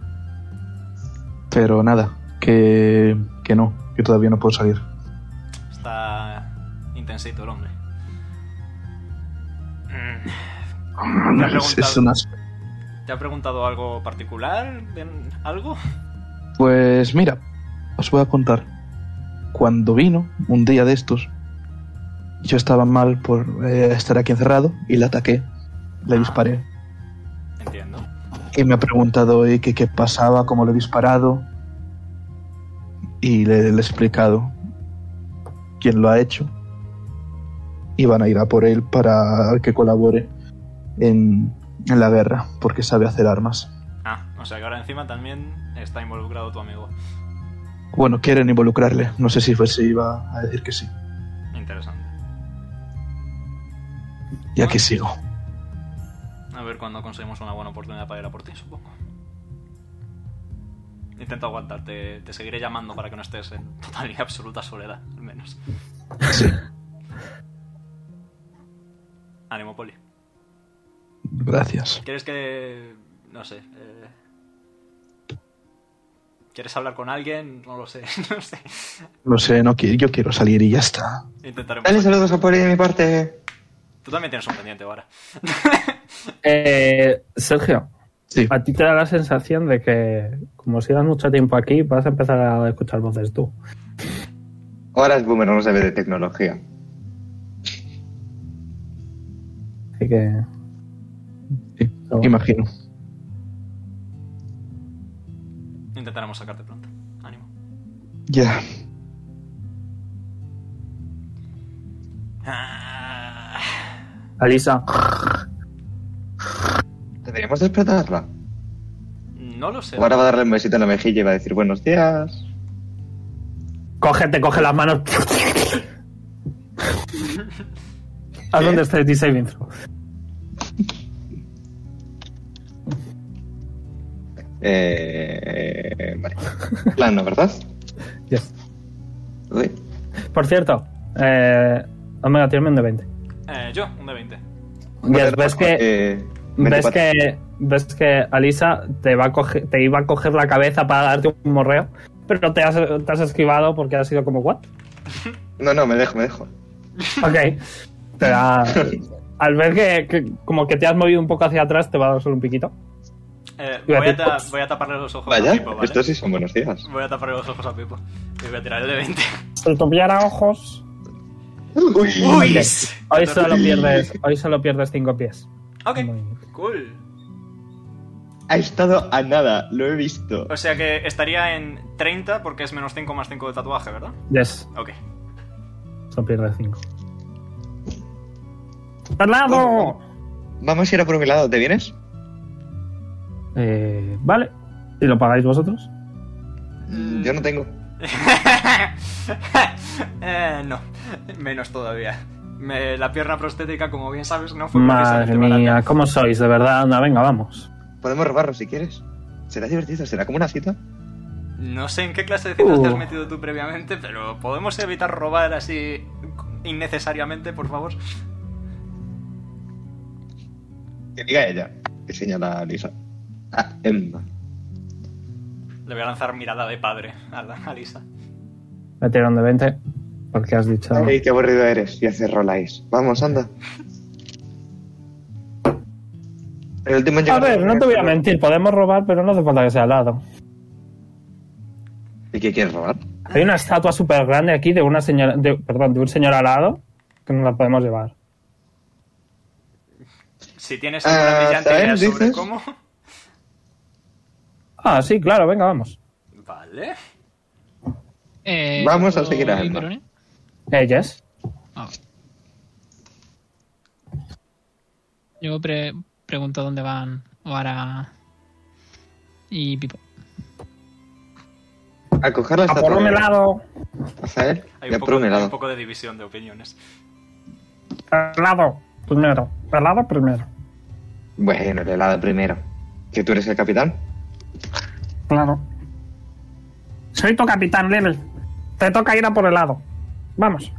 Speaker 5: pero nada, que, que no, que todavía no puedo salir.
Speaker 1: Está intensito el hombre. Mm. Me ha
Speaker 5: Es, es
Speaker 1: preguntado-
Speaker 5: una...
Speaker 1: ¿Te ha preguntado algo particular? ¿De- ¿Algo?
Speaker 5: Pues mira, os voy a contar. Cuando vino, un día de estos, yo estaba mal por eh, estar aquí encerrado y la ataqué, le disparé.
Speaker 1: Entiendo.
Speaker 5: Y me ha preguntado eh, que qué pasaba, cómo lo he disparado. Y le, le he explicado quién lo ha hecho. Y van a ir a por él para que colabore en, en la guerra, porque sabe hacer armas.
Speaker 1: Ah, o sea que ahora encima también está involucrado tu amigo.
Speaker 5: Bueno, quieren involucrarle. No sé si fue si iba a decir que sí.
Speaker 1: Interesante.
Speaker 5: Y aquí sigo.
Speaker 1: A ver cuándo conseguimos una buena oportunidad para ir a por ti, supongo. Intento aguantarte. Te seguiré llamando para que no estés en total y absoluta soledad, al menos. Ánimo, Poli.
Speaker 5: Gracias.
Speaker 1: ¿Quieres que... no sé... eh, ¿Quieres hablar con alguien? No lo sé, no sé.
Speaker 5: No sé, no quiero, yo quiero salir y ya está.
Speaker 1: Intentaremos.
Speaker 6: Dale saludos a Poli de mi parte.
Speaker 1: Tú también tienes un pendiente ahora.
Speaker 2: Eh, Sergio,
Speaker 5: Sí.
Speaker 2: a ti te da la sensación de que, como sigas mucho tiempo aquí, vas a empezar a escuchar voces tú.
Speaker 4: Ahora es boomer, no sabe de tecnología.
Speaker 2: Así que.
Speaker 5: Sí,
Speaker 2: No.
Speaker 5: Imagino.
Speaker 1: Intentaremos sacarte pronto. Ánimo.
Speaker 5: Ya.
Speaker 1: Ah,
Speaker 2: Alisa,
Speaker 4: Deberíamos despertarla.
Speaker 1: No lo sé.
Speaker 4: Ahora va a darle un besito en la mejilla y va a decir buenos días.
Speaker 2: cógete, coge las manos. ¿A dónde está el saving throw?
Speaker 4: Eh, vale. Plano, ¿verdad?
Speaker 2: Yes. Pues
Speaker 4: Uy.
Speaker 2: Por cierto, eh, Omega, tírame un de 20.
Speaker 1: Eh, yo, un de 20.
Speaker 2: Yes, ves que,
Speaker 4: Eh,
Speaker 2: ves
Speaker 4: 24.
Speaker 2: que, ves que Alisa te, va a coger- te iba a coger la cabeza para darte un morreo, pero te has, te has esquivado porque has sido como, ¿what?
Speaker 4: No, no, me dejo, me dejo.
Speaker 2: Ok. Te da- al ver que, que como que te has movido un poco hacia atrás, te va a dar solo un piquito.
Speaker 1: Eh,
Speaker 2: Iba a
Speaker 1: voy, a
Speaker 2: decir,
Speaker 1: ta-
Speaker 2: "Ops".
Speaker 1: voy a taparle los ojos
Speaker 4: Vaya,
Speaker 1: a Pipo, ¿vale?
Speaker 4: estos sí son buenos días.
Speaker 1: Voy a taparle los ojos a Pipo. Y voy a tirar el de 20.
Speaker 2: El topiar a ojos.
Speaker 4: Uy,
Speaker 1: ¡Uy!
Speaker 2: Hoy solo pierdes, hoy solo pierdes cinco pies.
Speaker 1: Ok,
Speaker 2: Muy bien.
Speaker 1: cool.
Speaker 4: ha estado a nada, lo he visto.
Speaker 1: O sea que estaría en 30 porque es menos 5 más 5 de tatuaje, ¿verdad?
Speaker 2: Yes,
Speaker 1: Ok.
Speaker 2: solo pierdes cinco. ¡Tornado!
Speaker 4: Vamos a ir a por mi lado, ¿te vienes?
Speaker 2: Eh, vale. ¿Y lo pagáis vosotros?
Speaker 1: Mm.
Speaker 4: Yo no tengo.
Speaker 1: eh, no, menos todavía. Me- la pierna prostética, como bien sabes, no fue
Speaker 2: Madre
Speaker 1: precisamente barata.
Speaker 2: mía, ¿cómo sois? De verdad, anda, venga, vamos.
Speaker 4: Podemos robarlo si quieres. Será divertido, será como una cita.
Speaker 1: No sé en qué clase de citas te has
Speaker 2: Uh.
Speaker 1: metido tú previamente, pero ¿podemos evitar robar así innecesariamente, por favor?
Speaker 4: Que diga ella. Que señala a Lisa. Ah, Emma.
Speaker 1: Le voy a lanzar mirada de padre a, la, a Lisa.
Speaker 2: Me tiraron de 20 porque has dicho...
Speaker 4: Ay, qué aburrido eres. Y hace roláis. Vamos, anda. El último en
Speaker 2: A
Speaker 4: llegar-
Speaker 2: ver, no te voy a mentir, podemos robar, pero no hace falta que sea al lado.
Speaker 4: ¿Y qué quieres robar?
Speaker 2: Hay una estatua súper grande aquí de una señora, de, perdón, de un señor alado que no la podemos llevar.
Speaker 1: Si tienes
Speaker 4: Ah,
Speaker 1: alguna brillante
Speaker 4: ¿sabes?
Speaker 1: idea sobre
Speaker 4: ¿Dices?
Speaker 1: cómo...
Speaker 2: Ah, sí, claro, venga, vamos.
Speaker 1: Vale.
Speaker 3: Eh,
Speaker 4: Vamos a
Speaker 3: ¿puedo
Speaker 4: seguir a
Speaker 3: ir,
Speaker 4: Alma.
Speaker 3: Corone?
Speaker 2: Eh, Jess,
Speaker 3: Ah. Yo pre- pregunto dónde van Oara y Pipo.
Speaker 4: A coger la
Speaker 2: a
Speaker 4: estatua.
Speaker 2: por un helado.
Speaker 4: Rafael,
Speaker 1: Hay
Speaker 4: y a
Speaker 1: un,
Speaker 4: por
Speaker 1: poco,
Speaker 4: un
Speaker 1: hay
Speaker 4: helado.
Speaker 1: un poco de división de opiniones.
Speaker 2: Helado. Primero, pelada primero.
Speaker 4: Bueno, el helado primero. ¿Que tú eres el capitán?
Speaker 2: Claro. Soy tu capitán, Lil. Te toca ir a por helado. Vamos.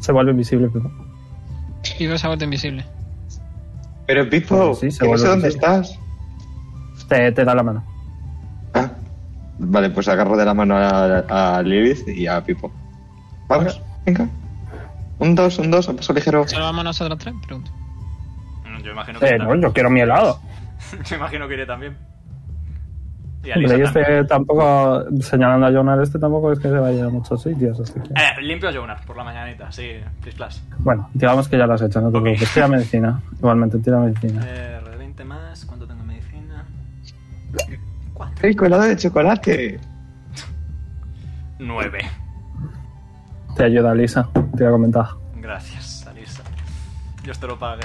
Speaker 2: Se vuelve invisible, Pipo.
Speaker 3: Y ves a bote invisible.
Speaker 4: Pero Pipo,
Speaker 2: Sí, se
Speaker 4: que no sé
Speaker 2: vuelve
Speaker 4: dónde
Speaker 2: invisible.
Speaker 4: estás.
Speaker 2: Te, te da la mano.
Speaker 4: Ah, vale, pues agarro de la mano a, a Lilith y a Pipo. Vamos, venga. Un dos, un dos, a paso ligero.
Speaker 3: ¿Solo vamos nosotros tres? Pregunto.
Speaker 1: Mm, Yo imagino que.
Speaker 2: Eh,
Speaker 1: yo
Speaker 2: no,
Speaker 1: también.
Speaker 2: yo quiero mi helado.
Speaker 1: Yo imagino que iré también. Y Alisa
Speaker 2: Hombre, y
Speaker 1: también.
Speaker 2: este tampoco, señalando a Jonar, este tampoco es que se vaya a muchos sitios. así que-
Speaker 1: Eh, limpio Jonar por la mañanita, sí, plis plas.
Speaker 2: Bueno, digamos que ya lo has hecho, no te
Speaker 1: Ok.
Speaker 2: preocupes. Tira medicina. Igualmente, tira medicina.
Speaker 1: Eh, R20 más, ¿cuánto tengo en medicina?
Speaker 4: ¡Rico helado de chocolate!
Speaker 1: 9.
Speaker 2: Te ayuda Lisa, tira con ventaja.
Speaker 1: Gracias, Alisa. Dios te lo pague.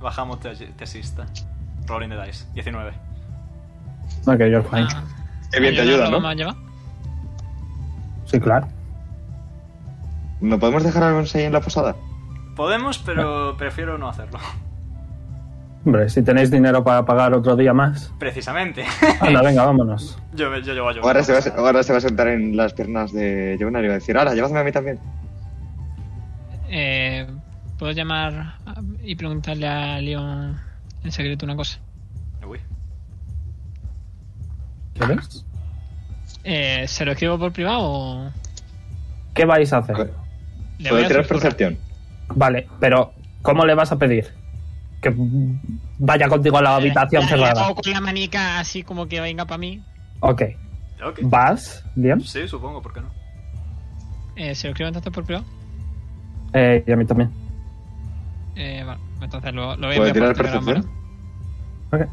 Speaker 1: Bajamos te- tesista. Rolling the dice. 19.
Speaker 2: Ok, you're fine.
Speaker 4: Ah,
Speaker 3: Ah.
Speaker 4: Qué bien te
Speaker 3: ¿Ayuda, lo
Speaker 4: ayuda, ¿no?
Speaker 3: vamos a llevar?
Speaker 2: Sí, claro.
Speaker 4: ¿No podemos dejar al bonsai en la posada?
Speaker 1: Podemos, pero prefiero no hacerlo.
Speaker 2: Hombre, si tenéis dinero para pagar otro día más.
Speaker 1: Precisamente.
Speaker 2: Anda, venga, vámonos.
Speaker 1: Yo, me- yo llevo a Jonar.
Speaker 4: Ahora se, va, a- ahora se va a sentar en las piernas de Jonar y va a decir, ahora, llévame a mí también.
Speaker 3: Eh, ¿Puedo llamar a- y preguntarle a Leon en secreto una cosa?
Speaker 1: Uy.
Speaker 2: ¿Quieres?
Speaker 3: Eh, ¿Se lo escribo por privado o
Speaker 2: ¿Qué vais a
Speaker 4: A ver,
Speaker 2: hacer?
Speaker 3: le voy
Speaker 4: ¿Puedo
Speaker 3: a
Speaker 4: tirar
Speaker 3: susurrar?
Speaker 4: percepción?
Speaker 2: Vale, pero ¿cómo le vas a pedir? Que mm, vaya contigo
Speaker 3: Eh,
Speaker 2: a la habitación
Speaker 3: La- la
Speaker 2: cerrada.
Speaker 3: hago con la manica así como que venga para mí.
Speaker 2: Ok.
Speaker 1: Ok.
Speaker 2: ¿Vas? ¿Bien?
Speaker 1: Sí, supongo, ¿por qué no?
Speaker 3: Eh, ¿Se lo escribo entonces por privado?
Speaker 2: Eh, y a mí también.
Speaker 3: Eh, vale, entonces lo, lo voy a
Speaker 4: ¿Puedo
Speaker 3: enviar
Speaker 4: tirar
Speaker 3: por Telegram,
Speaker 4: percepción?
Speaker 3: ¿vale?
Speaker 2: Ok.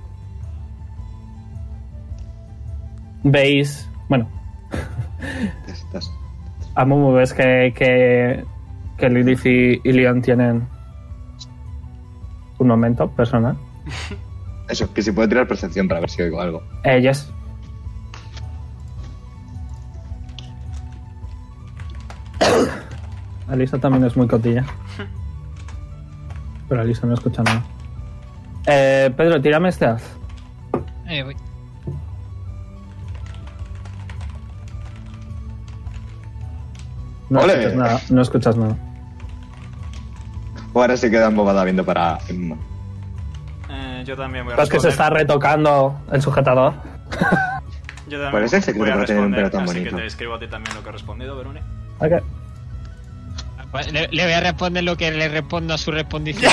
Speaker 2: Veis. Bueno,
Speaker 4: Estás-
Speaker 2: a Mumu ves que, que, que Lilith y, y Leon tienen un aumento personal.
Speaker 4: Eso, que si puedo tirar percepción para ver si oigo algo.
Speaker 2: Eh, yes. Alisa también es muy cotilla. Pero Alisa no escucha nada. Eh, Pedro, tírame este haz.
Speaker 3: Eh, voy.
Speaker 2: No
Speaker 4: ¡Ole!
Speaker 2: escuchas nada. No escuchas nada.
Speaker 4: O ahora se queda embobada viendo para Emma.
Speaker 1: Eh, yo también voy a
Speaker 2: Es Pues que se
Speaker 1: responder.
Speaker 2: está retocando el sujetador.
Speaker 1: Yo también
Speaker 4: ¿Cuál es el secreto
Speaker 1: voy a
Speaker 4: para tener un
Speaker 1: responder,
Speaker 4: pelo tan
Speaker 1: así que
Speaker 4: bonito?
Speaker 1: te escribo a ti también lo que he respondido, Verone.
Speaker 2: Ok.
Speaker 3: Pues Le, le voy a responder lo que le respondo a su respondición.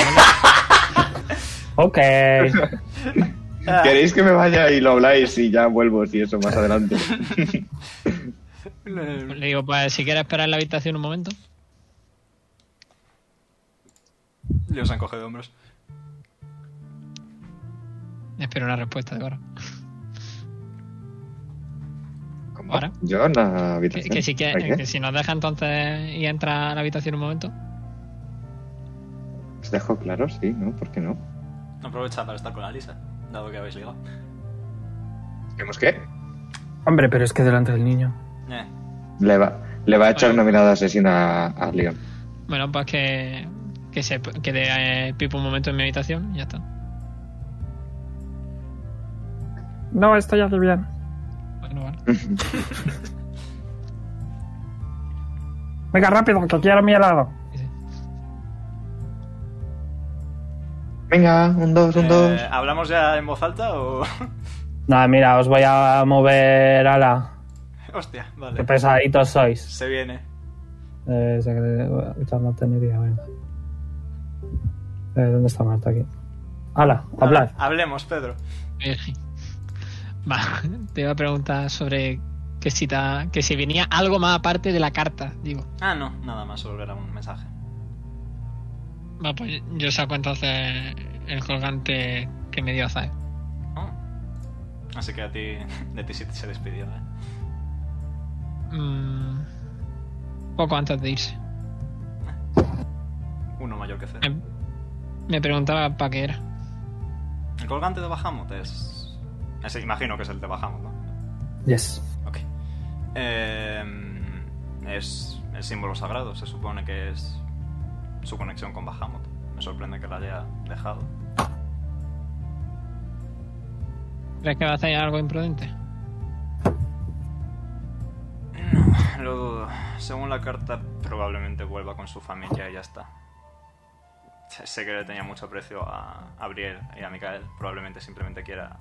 Speaker 2: Ok.
Speaker 4: ¿Queréis que me vaya y lo habláis y ya vuelvo si eso más adelante?
Speaker 1: Eh,
Speaker 3: le digo, pues si quieres esperar en la habitación un momento.
Speaker 1: Yo se encoge de hombros.
Speaker 3: Espero una respuesta de ahora.
Speaker 4: ¿Cómo?
Speaker 3: ¿Ahora?
Speaker 4: Yo en la
Speaker 3: Que,
Speaker 4: habitación.
Speaker 3: que si, que-
Speaker 4: ¿Para qué?
Speaker 3: que si nos deja entonces y entra a la habitación un momento.
Speaker 4: ¿Os dejo claro? Sí, ¿no? ¿Por qué no?
Speaker 1: Aprovecha para estar con Alisa, dado que habéis ligado.
Speaker 4: ¿Vemos qué?
Speaker 2: Hombre, pero es que delante del niño.
Speaker 1: Eh,
Speaker 4: Le va, le va a echar una mirada asesina a, a Leon.
Speaker 3: Bueno, pues que, que se quede eh, Pipo un momento en mi habitación y ya está.
Speaker 2: No, estoy aquí bien.
Speaker 3: Bueno, vale.
Speaker 4: Mm.
Speaker 2: Venga, rápido, que quiero mi helado.
Speaker 3: Sí, sí.
Speaker 4: Venga, un dos, un dos.
Speaker 1: eh, ¿Hablamos ya en voz alta o.?
Speaker 2: Nada, mira, os voy a mover a la.
Speaker 1: Hostia,
Speaker 2: Qué
Speaker 1: vale.
Speaker 2: pesaditos sois.
Speaker 1: Se viene.
Speaker 2: Eh, secre- esta no tenía, venga. Eh, ¿Dónde está Marta aquí? Hala, hablad.
Speaker 1: Ah, Hablemos, Pedro.
Speaker 3: Virgen. Eh, Va, te iba a preguntar sobre que si, ta- que si venía algo más aparte de la carta, digo.
Speaker 1: Ah, no, nada más, solo era un mensaje.
Speaker 3: Va, pues yo saco entonces el colgante que me dio Zae.
Speaker 1: Oh. Así que a ti, de ti sí se despidió, ¿eh?
Speaker 3: Mm, poco antes de irse.
Speaker 1: Uno mayor que cero.
Speaker 3: Me, me preguntaba para qué era.
Speaker 1: El colgante de Bahamut es. ese imagino que es el de Bahamut, ¿no?
Speaker 2: Yes.
Speaker 1: Ok. Em, Eh, es el símbolo sagrado, se supone que es su conexión con Bahamut. Me sorprende que la haya dejado.
Speaker 3: ¿Crees que va a hacer algo imprudente?
Speaker 1: No, lo dudo. Según la carta, probablemente vuelva con su familia y ya está. Sé que le tenía mucho aprecio a Gabriel y a Micael. Probablemente simplemente quiera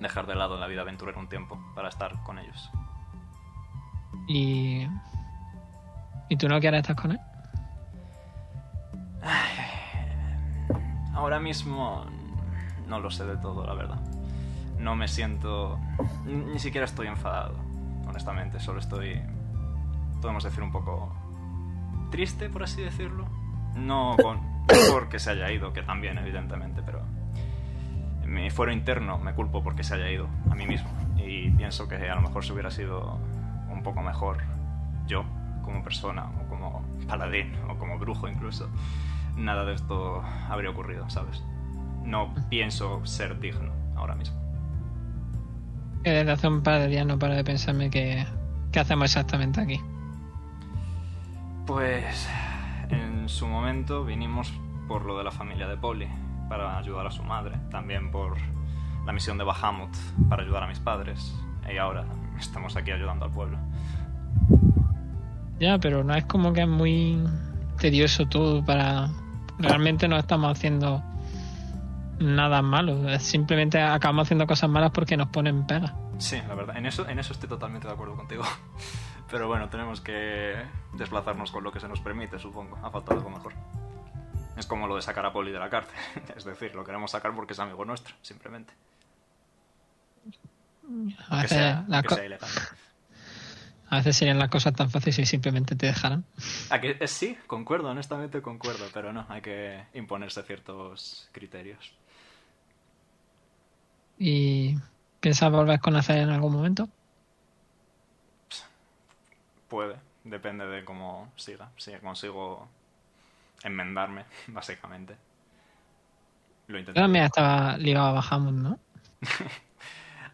Speaker 1: dejar de lado la vida aventurera un tiempo para estar con ellos.
Speaker 3: ¿Y, ¿y tú no quieres estar con él?
Speaker 1: Ahora mismo no lo sé de todo, la verdad. No me siento... Ni siquiera estoy enfadado, honestamente. Solo estoy... Podemos decir un poco... Triste, por así decirlo. No, con... no porque se haya ido, que también, evidentemente, pero... En mi fuero interno me culpo porque se haya ido a mí mismo. Y pienso que a lo mejor se hubiera sido un poco mejor yo, como persona, o como paladín, o como brujo incluso. Nada de esto habría ocurrido, ¿sabes? no pienso ser digno ahora mismo.
Speaker 3: Que desde hace un par de días no para de pensarme que, qué hacemos exactamente aquí.
Speaker 1: Pues en su momento vinimos por lo de la familia de Polly, para ayudar a su madre, también por la misión de Bahamut, para ayudar a mis padres, y ahora estamos aquí ayudando al pueblo.
Speaker 3: Ya, pero no es como que es muy tedioso todo para... Realmente no estamos haciendo nada malo. es Simplemente acabamos haciendo cosas malas porque nos ponen pega.
Speaker 1: Sí, la verdad, en eso, en eso estoy totalmente de acuerdo contigo. Pero bueno, tenemos que desplazarnos con lo que se nos permite, supongo, a falta de algo mejor. Es como lo de sacar a Poli de la cárcel, es decir, lo queremos sacar porque es amigo nuestro, simplemente.
Speaker 3: A
Speaker 1: Que
Speaker 3: veces,
Speaker 1: sea,
Speaker 3: las
Speaker 1: que
Speaker 3: Ah, co-
Speaker 1: sea ilegal.
Speaker 3: a veces serían las cosas tan fáciles si simplemente te dejaran.
Speaker 1: ¿A que- eh, sí, concuerdo, honestamente concuerdo, pero no, hay que imponerse ciertos criterios.
Speaker 3: ¿Y piensas volver con hacer en algún momento?
Speaker 1: Puede, depende de cómo siga. Si consigo enmendarme, básicamente. Lo
Speaker 3: Yo
Speaker 1: intentaré.
Speaker 3: también estaba ligado a Bahamut, ¿no?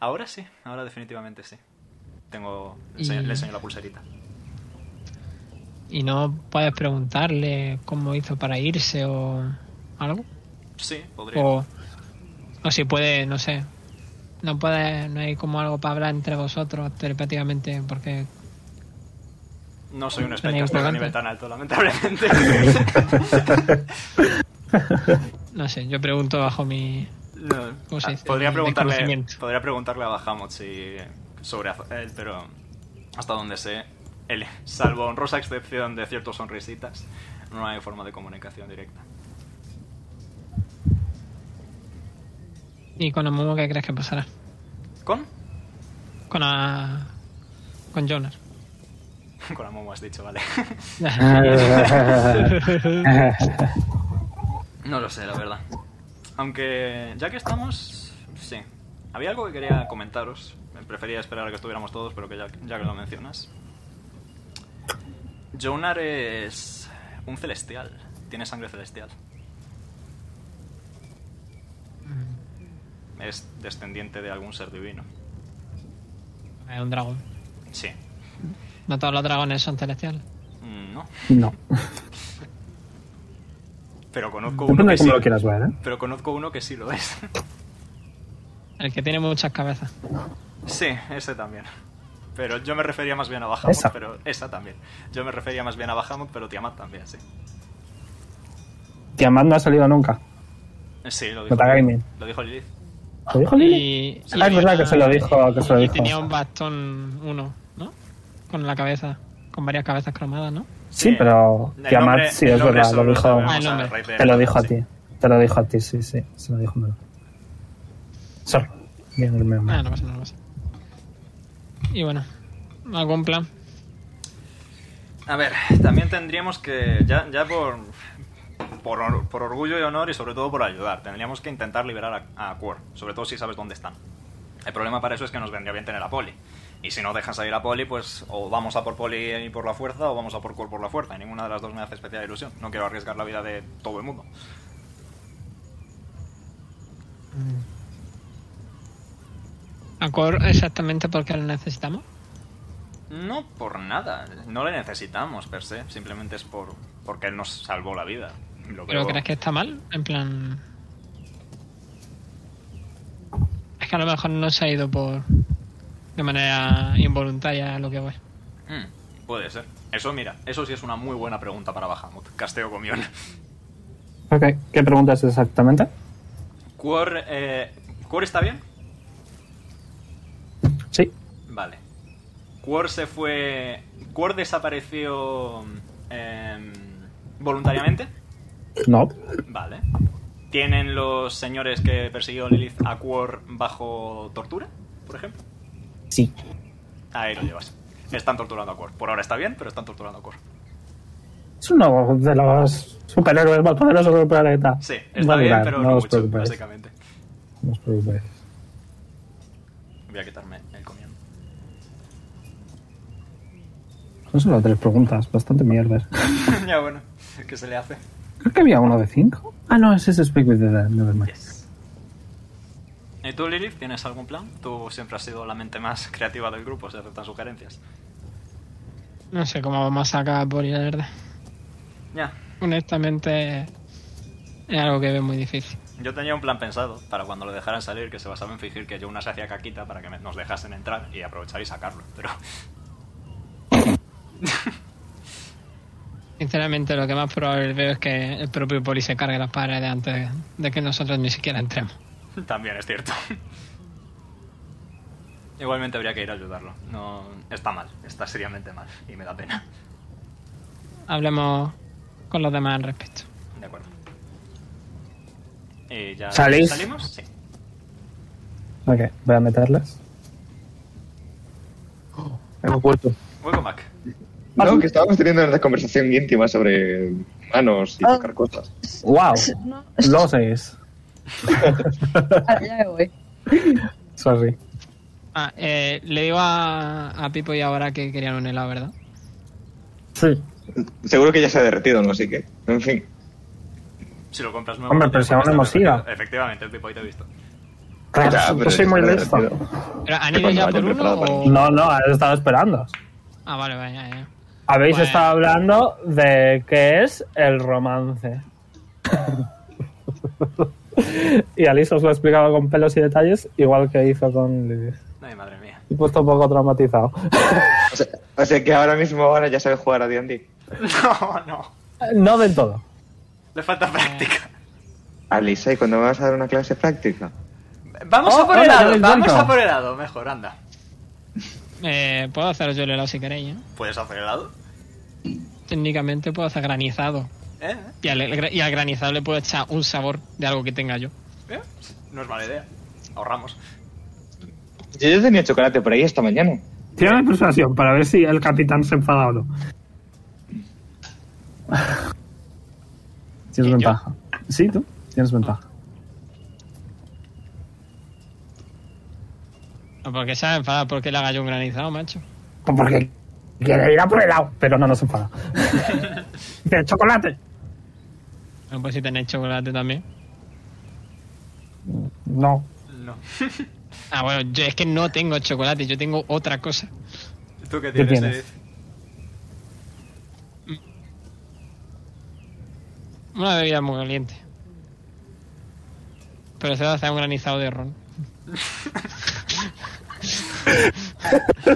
Speaker 1: Ahora sí, ahora definitivamente sí. Tengo.
Speaker 3: Y-
Speaker 1: enseño- Le enseño la pulserita.
Speaker 3: Y no puedes preguntarle cómo hizo para irse o algo.
Speaker 1: Sí, podría.
Speaker 3: O, o si puede, no sé. No puede, no hay como algo para hablar entre vosotros telepáticamente porque
Speaker 1: No soy un
Speaker 3: ¿Tenéis
Speaker 1: spellcaster
Speaker 3: volante?
Speaker 1: de nivel tan alto, lamentablemente.
Speaker 3: no sé, yo pregunto bajo mi
Speaker 1: No. ah,
Speaker 3: ¿Cómo se dice?
Speaker 1: Podría
Speaker 3: De
Speaker 1: preguntarle,
Speaker 3: conocimiento.
Speaker 1: podría preguntarle a Bahamut si sobre az- él, pero hasta donde sé, él, salvo a honrosa excepción de ciertas sonrisitas, no hay forma de comunicación directa.
Speaker 3: y con Amumu qué crees que pasará.
Speaker 1: ¿Con?
Speaker 3: Con a, con Jonas.
Speaker 1: Con la momo has dicho, vale. No lo sé, la verdad. Aunque ya que estamos, sí. Había algo que quería comentaros. Prefería esperar a que estuviéramos todos, pero que ya, ya que lo mencionas. Jonar es un celestial. Tiene sangre celestial.
Speaker 2: Mm.
Speaker 1: Es descendiente de algún ser divino.
Speaker 3: Es un dragón.
Speaker 1: Sí.
Speaker 3: No todos los dragones son celestiales.
Speaker 1: Mm, No.
Speaker 2: No.
Speaker 1: Pero conozco uno que
Speaker 2: Depende de
Speaker 1: sí.
Speaker 2: cómo lo quieras ver, ¿eh?
Speaker 1: Pero conozco uno que sí lo es.
Speaker 3: El que tiene muchas cabezas.
Speaker 1: Sí, ese también. Pero yo me refería más bien a Bahamut,
Speaker 2: Esa.
Speaker 1: pero esa también. Yo me refería más bien a Bahamut, pero Tiamat también, sí.
Speaker 2: Tiamat no ha salido nunca.
Speaker 1: Eh, Sí, lo dijo.
Speaker 2: Nota Gaming.
Speaker 1: Lo dijo Lilith.
Speaker 2: ¿Lo dijo Lili?
Speaker 3: Y,
Speaker 2: Ah, es verdad que se lo dijo- que se lo
Speaker 3: y
Speaker 2: dijo.
Speaker 3: tenía un bastón uno, ¿no? Con la cabeza, con varias cabezas cromadas, ¿no?
Speaker 2: Sí, pero
Speaker 1: eh, El
Speaker 2: Tiamat
Speaker 1: nombre-
Speaker 2: sí,
Speaker 1: el
Speaker 2: es
Speaker 1: nombre
Speaker 2: verdad. Lo
Speaker 1: solo
Speaker 2: dijo,
Speaker 1: sabemos
Speaker 3: Ah, el
Speaker 1: a
Speaker 3: nombre.
Speaker 1: raíz de-
Speaker 2: te lo dijo a
Speaker 1: sí.
Speaker 2: ti. Te lo dijo a ti, sí, sí. Se lo dijo a mí. Sorry. Bien, el meme.
Speaker 3: Ah, no pasa nada, no pasa. Y bueno, ¿algún plan?
Speaker 1: A ver, también tendríamos que, ya, ya por, por, or- por orgullo y honor y sobre todo por ayudar, tendríamos que intentar liberar a, a Quor, sobre todo si sabes dónde están. El problema para eso es que nos vendría bien tener a Poli. Y si no dejan salir a Poli, pues o vamos a por Poli y por la fuerza o vamos a por Quor por la fuerza. Y ninguna de las dos me hace especial ilusión. No quiero arriesgar la vida de todo el mundo.
Speaker 3: ¿Acor exactamente porque lo necesitamos?
Speaker 1: No por nada, no le necesitamos per se, simplemente es por Porque él nos salvó la vida. Lo
Speaker 3: ¿Pero
Speaker 1: creo.
Speaker 3: crees que está mal? En plan. Es que a lo mejor no se ha ido por. de manera involuntaria a lo que voy.
Speaker 1: Mm, puede ser. Eso, mira, eso sí es una muy buena pregunta para Bahamut. Casteo comión.
Speaker 2: Ok, ¿qué preguntas exactamente?
Speaker 1: ¿Cuor, eh, ¿Cuor está bien?
Speaker 2: Sí.
Speaker 1: Vale. Quor se fue. Quor desapareció. em, voluntariamente.
Speaker 2: No.
Speaker 1: Vale. ¿Tienen los señores que persiguió Lilith a Quor bajo tortura, por ejemplo?
Speaker 2: Sí.
Speaker 1: Ahí lo llevas. Están torturando a Quor. Por ahora está bien, pero están torturando a Quor.
Speaker 2: Es uno de los superhéroes más poderosos del planeta.
Speaker 1: Sí,
Speaker 2: Va
Speaker 1: está
Speaker 2: a
Speaker 1: bien,
Speaker 2: durar,
Speaker 1: pero
Speaker 2: no
Speaker 1: no,
Speaker 2: os
Speaker 1: mucho,
Speaker 2: preocupéis.
Speaker 1: básicamente.
Speaker 2: No os preocupéis.
Speaker 1: Voy a quitarme el comión.
Speaker 2: Son solo tres preguntas, bastante mierdas.
Speaker 1: ya bueno, ¿qué se le hace?
Speaker 2: Creo que había uno de cinco. Ah, no, ese es Speak with the Dead, nevermind.
Speaker 1: Yes. ¿Y tú, Lilith, tienes algún plan? Tú siempre has sido la mente más creativa del grupo, se aceptan sugerencias.
Speaker 3: No sé cómo vamos a sacar por la verdad.
Speaker 1: Ya,
Speaker 3: Honestamente, es algo que veo muy difícil.
Speaker 1: yo tenía un plan pensado para cuando lo dejaran salir que se basaba en fingir que yo una se hacía caquita para que me- nos dejasen entrar y aprovechar y sacarlo, pero
Speaker 3: Sinceramente, lo que más probable veo es que el propio poli se cargue las paredes antes de que nosotros ni siquiera entremos.
Speaker 1: también es cierto. Igualmente habría que ir a ayudarlo. No, está mal, está seriamente mal y me da pena.
Speaker 3: Hablemos con los demás al respecto.
Speaker 1: De acuerdo. ¿Y ya
Speaker 2: ¿Salís?
Speaker 1: salimos? Sí.
Speaker 2: Ok, voy a meterlas.
Speaker 5: Hemos vuelto.
Speaker 1: Welcome back.
Speaker 4: No, que estábamos teniendo una conversación íntima sobre manos y
Speaker 7: Ah.
Speaker 4: tocar cosas.
Speaker 2: ¡Wow!
Speaker 7: No,
Speaker 2: Lo seis.
Speaker 7: ah, ya me voy.
Speaker 2: Sorry.
Speaker 3: Ah, eh, le digo a, a Pipo y ahora que querían un helado, ¿verdad?
Speaker 2: Sí.
Speaker 4: Seguro que ya se ha derretido, ¿no? Así que, en fin.
Speaker 1: Si lo compras nuevo...
Speaker 2: Hombre,
Speaker 1: no
Speaker 2: pero
Speaker 1: te
Speaker 2: si aún
Speaker 1: cuesta
Speaker 2: hemos
Speaker 1: tanto.
Speaker 2: ido.
Speaker 1: Efectivamente, el tipo ahí te ha visto.
Speaker 2: Claro,
Speaker 4: Ya,
Speaker 2: yo
Speaker 4: pero
Speaker 2: soy muy
Speaker 4: se ha
Speaker 2: listo.
Speaker 4: derretido.
Speaker 3: ¿Pero han ido
Speaker 4: Que cuando
Speaker 3: ya
Speaker 4: vaya pues,
Speaker 3: por uno
Speaker 4: preparado para
Speaker 3: o...?
Speaker 2: No, no, he estado esperando.
Speaker 3: Ah, vale, vale, ya, ya.
Speaker 2: Habéis
Speaker 3: Bueno.
Speaker 2: estado hablando de qué es el romance. y Alice os lo ha explicado con pelos y detalles, igual que hizo con Lilith.
Speaker 1: Ay, madre mía.
Speaker 2: Y puesto un poco traumatizado.
Speaker 4: O sea, o sea que ahora mismo ahora ya sabe jugar a D&D.
Speaker 1: No, no.
Speaker 2: no del todo.
Speaker 1: Le falta práctica.
Speaker 4: Alisa, ¿y cuando me vas a dar una clase práctica?
Speaker 1: Vamos
Speaker 2: Oh,
Speaker 1: a por
Speaker 2: hola,
Speaker 1: helado,
Speaker 2: yo les
Speaker 1: vamos
Speaker 2: cuento.
Speaker 1: a por helado. Mejor, anda.
Speaker 3: Eh, puedo hacer yo el helado si queréis, ¿eh?
Speaker 1: ¿Puedes hacer helado?
Speaker 3: Técnicamente puedo hacer granizado.
Speaker 1: ¿Eh?
Speaker 3: Y al, y al granizado le puedo echar un sabor de algo que tenga yo.
Speaker 1: ¿Eh? No es mala idea. Ahorramos.
Speaker 4: Yo ya tenía chocolate por ahí esta mañana.
Speaker 2: Tiene una persuasión para ver si el capitán se enfada o no. Tienes
Speaker 3: ¿Yo?
Speaker 2: ventaja. Sí, tú. Tienes ventaja.
Speaker 3: No, porque se ha enfadado porque le haga yo un granizado, macho.
Speaker 2: Pues porque quiere ir a por helado, pero no nos enfada. Dice, chocolate.
Speaker 3: Bueno, pues si tenéis chocolate también.
Speaker 2: No.
Speaker 1: No.
Speaker 3: Ah, bueno, yo es que no tengo chocolate, yo tengo otra cosa.
Speaker 1: ¿Tú qué
Speaker 2: ¿Qué
Speaker 1: tienes?
Speaker 2: tienes?
Speaker 1: Edith?
Speaker 3: Una bebida muy caliente. Pero se va a hacer un granizado de ron.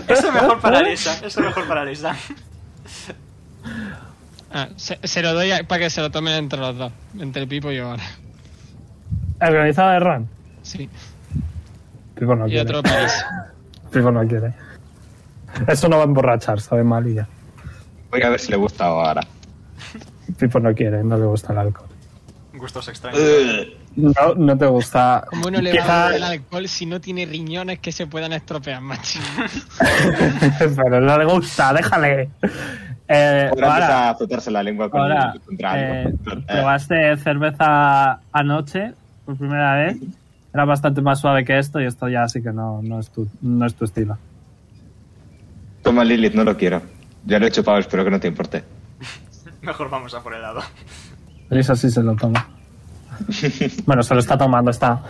Speaker 1: Eso mejor para Lisa. Eso mejor para Lisa.
Speaker 3: Ah, se, se lo doy para que se lo tomen entre los dos, entre el Pipo y yo ahora.
Speaker 2: El granizado de Ran.
Speaker 3: Sí.
Speaker 2: Pipo no
Speaker 3: Y
Speaker 2: quiere.
Speaker 3: otro país.
Speaker 2: Pipo no quiere. Eso no va a emborrachar, sabe mal y ya.
Speaker 4: Voy a ver si le gusta ahora.
Speaker 2: Pipo no quiere, no le gusta el alcohol.
Speaker 1: Gustos extraños.
Speaker 2: Eh.
Speaker 4: Ugh.
Speaker 2: No, no te gusta.
Speaker 3: Como uno le
Speaker 2: Quizá-
Speaker 3: va a dar el alcohol si no tiene riñones que se puedan estropear, macho.
Speaker 2: Pero no le gusta, déjale. Eh,
Speaker 4: Ahora
Speaker 2: ahora,
Speaker 4: empieza a frotarse la lengua con
Speaker 2: ahora
Speaker 4: contra algo.
Speaker 2: eh,
Speaker 4: Eh,
Speaker 2: probaste cerveza anoche por primera vez. Era bastante más suave que esto y esto ya sí que no, no, es, tu, no es tu estilo.
Speaker 4: Toma Lilith, no lo quiero. Ya lo he chupado, espero que no te importe.
Speaker 1: Mejor vamos a por helado.
Speaker 2: Elisa sí se lo toma. bueno, se lo está tomando, está.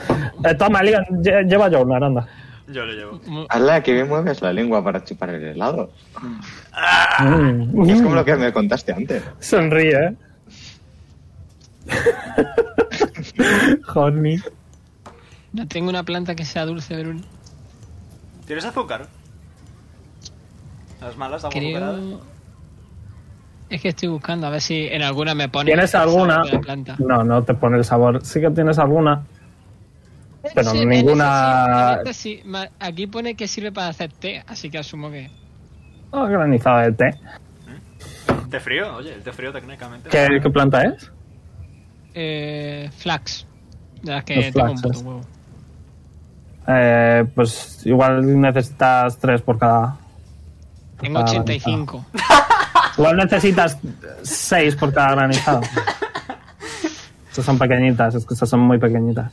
Speaker 2: Eh, toma, Leon, lle- lleva yo una aranda.
Speaker 1: Yo lo llevo.
Speaker 3: Mu-
Speaker 4: Ala, que bien mueves la lengua para chupar el helado.
Speaker 2: Mm.
Speaker 4: Es como lo que me contaste antes.
Speaker 2: Sonríe. ¿eh? Honey.
Speaker 3: No tengo una planta que sea dulce, Brun.
Speaker 1: ¿Tienes azúcar? Las malas, agua azucarada.
Speaker 3: Creo. Es que estoy buscando a ver si en alguna me pone.
Speaker 2: ¿Tienes
Speaker 3: el sabor
Speaker 2: alguna?
Speaker 3: de la planta.
Speaker 2: No, no te pone el sabor. Sí que tienes alguna. Pero
Speaker 3: en esa
Speaker 2: ninguna-
Speaker 3: sí, en esta sí. Ma- Aquí pone que sirve para hacer té, así que asumo que.
Speaker 2: Ah, granizada de té.
Speaker 1: Té frío, oye, el té frío técnicamente.
Speaker 2: ¿Qué, qué planta es?
Speaker 3: Eh, flax. De las que
Speaker 2: Los
Speaker 3: tengo un
Speaker 2: flaxes.
Speaker 3: puto huevo.
Speaker 2: Eh, pues igual necesitas tres por cada. por
Speaker 3: Tengo
Speaker 2: cada
Speaker 3: 85.
Speaker 2: ah. granizada. Igual necesitas seis por cada granizado. Estas son pequeñitas, es que estas son muy pequeñitas.